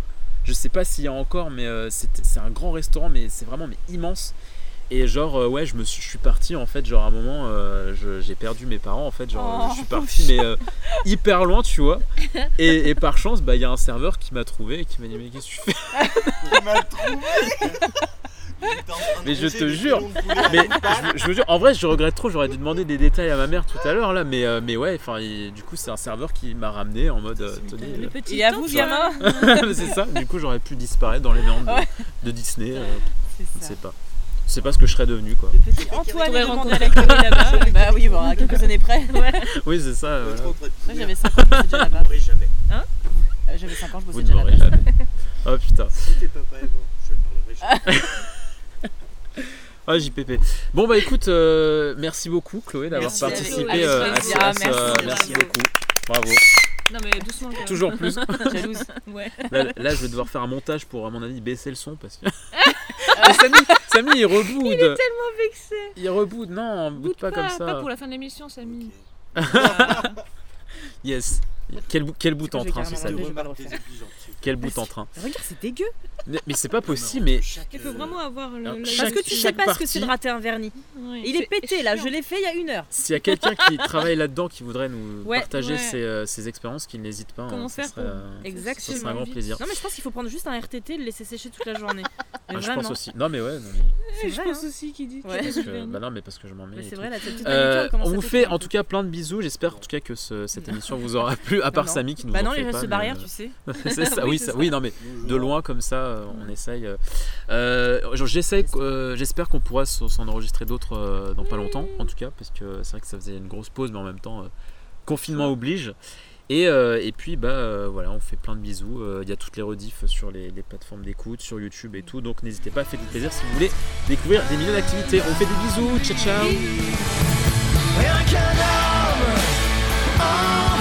A: Je sais pas s'il y a encore, mais euh, c'était- c'est un grand restaurant, mais c'est vraiment mais immense. Et genre, euh, ouais, je me suis, je suis parti en fait. Genre, à un moment, euh, je- j'ai perdu mes parents en fait. Genre,
D: Oh.
A: je suis parti, mais euh, hyper loin, tu vois. Et, et par chance, bah, il y a un serveur qui m'a trouvé et qui m'a dit, mais qu'est-ce que tu fais
F: Tu m'as trouvé J'étais en train de
A: Mais je
F: manger
A: te
F: des
A: jure.
F: filons de poulet à
A: Mais
F: une patte.
A: je, je veux dire, en vrai, je regrette trop. J'aurais dû demander des détails à ma mère tout à l'heure là, mais euh, mais ouais, enfin, il- du coup, c'est un serveur qui m'a ramené en mode euh, tenez.
D: Le petit.
B: Et à vous,
D: Tintin.
B: gamin
A: euh, c'est ça. Du coup, j'aurais pu disparaître dans les méandres de-
B: Ouais.
A: de, Disney. euh,
B: C'est
A: je
B: ça.
A: sais pas. Je sais pas ce que je serais devenu quoi.
B: Le petit Antoine
D: T'aurais
B: est demandé à
D: rencontré
B: la curie là-bas. bah oui, bon, à quelques années près. Ouais.
A: Oui, c'est ça.
F: Pas
A: Ah, voilà.
F: trop près
B: Moi,
F: de courir.
B: j'avais 5 ans, je bossais déjà là-bas.
E: mourrez jamais.
B: ah bah, Euh, J'avais 5 ans, je bossais
A: Vous ne
B: déjà là-bas.
A: m'aurez jamais. Oh putain.
E: Si t'es papa et moi, je ne parlerai
B: Ah,
E: jamais.
A: Oh JPP. Bon bah écoute, euh, merci beaucoup Chloé d'avoir
B: Merci,
A: participé
B: avec
A: euh, à
B: plaisir.
A: ce- à
B: Ah,
A: ce.
B: merci,
A: merci
B: bravo.
A: beaucoup. Bravo.
D: Non, mais doucement. quand même.
A: Toujours plus.
B: Jalouse.
D: Ouais.
A: Là, là, je vais devoir faire un montage pour, à mon avis, baisser le son parce que. Mais Samy, Samy, il reboude. Il est tellement
D: vexé.
A: Il reboude. Non, boude pas, comme ça.
D: Pas pour la fin de l'émission, Samy.
F: Ok.
A: Yes. Quel, bou- quel bout
B: Je
A: en
B: vais
A: train, c'est
B: carrément
A: ça.
B: le
A: le-
B: vais pas
E: Remarque
B: le
E: tes
B: refaire.
E: exigences.
A: Quel bout en train.
B: bah, Regarde, c'est dégueu.
A: Mais, mais c'est pas possible, mais. euh,
D: Il faut vraiment avoir le.
A: Alors,
D: l'œil-
A: chaque-
B: Parce que tu sais
A: chaque
B: pas ce que c'est de
A: partie-
B: rater un vernis.
D: Ouais,
B: Il est
D: c'est
B: pété là,
D: chiant.
B: je l'ai fait il y a une heure.
A: S'il y a quelqu'un qui travaille là-dedans, qui voudrait nous
B: Ouais,
A: partager
D: ouais.
A: ses, euh, ses expériences, qu'il n'hésite pas. hein,
D: Comment
A: ce
D: faire
A: serait,
D: pour-
A: euh, ce
B: Exactement.
A: serait un grand plaisir.
B: Non, mais je pense qu'il faut prendre juste un RTT et le laisser sécher toute la journée. Mais
A: Ah, je
B: vraiment.
A: pense aussi. Non, mais ouais. non, mais-
B: C'est
D: Je
B: vrai,
D: pense
B: hein.
D: aussi qu'il dit.
B: Ouais.
D: qu'il
A: parce
D: est
A: que-
D: gouverneur.
A: bah non, mais parce que je m'en mets.
B: Mais
A: et
B: c'est
A: tout.
B: vrai, là, cette petite
A: Euh,
B: manucure, elle commence
A: on
B: à
A: vous
B: sauter
A: fait
B: un
A: en
B: peu.
A: tout cas plein de bisous. J'espère en tout cas que ce- cette émission vous aura plu, à part
B: non.
A: Samy qui nous
B: Bah
A: en
B: non,
A: fait
B: les
A: pas,
B: gestes
A: mais,
B: barrières,
A: euh,
B: tu sais.
A: c'est ça,
B: Oui,
A: oui,
B: c'est
A: ça-
B: ça.
A: oui, non, mais de loin comme ça, euh, on essaye. euh. Euh, J'essaie, euh, j'espère qu'on pourra s'en s'en enregistrer d'autres euh, dans pas longtemps, en tout cas, parce que c'est vrai que ça faisait une grosse pause, mais en même temps, euh, confinement oblige. Et, euh, et puis, bah euh, voilà, on fait plein de bisous. Euh, Il y a toutes les rediffs sur les, les plateformes d'écoute, sur YouTube et tout, donc n'hésitez pas, faites du plaisir si vous voulez découvrir des millions d'activités. On fait des bisous, ciao ciao.
H: Rien qu'un homme en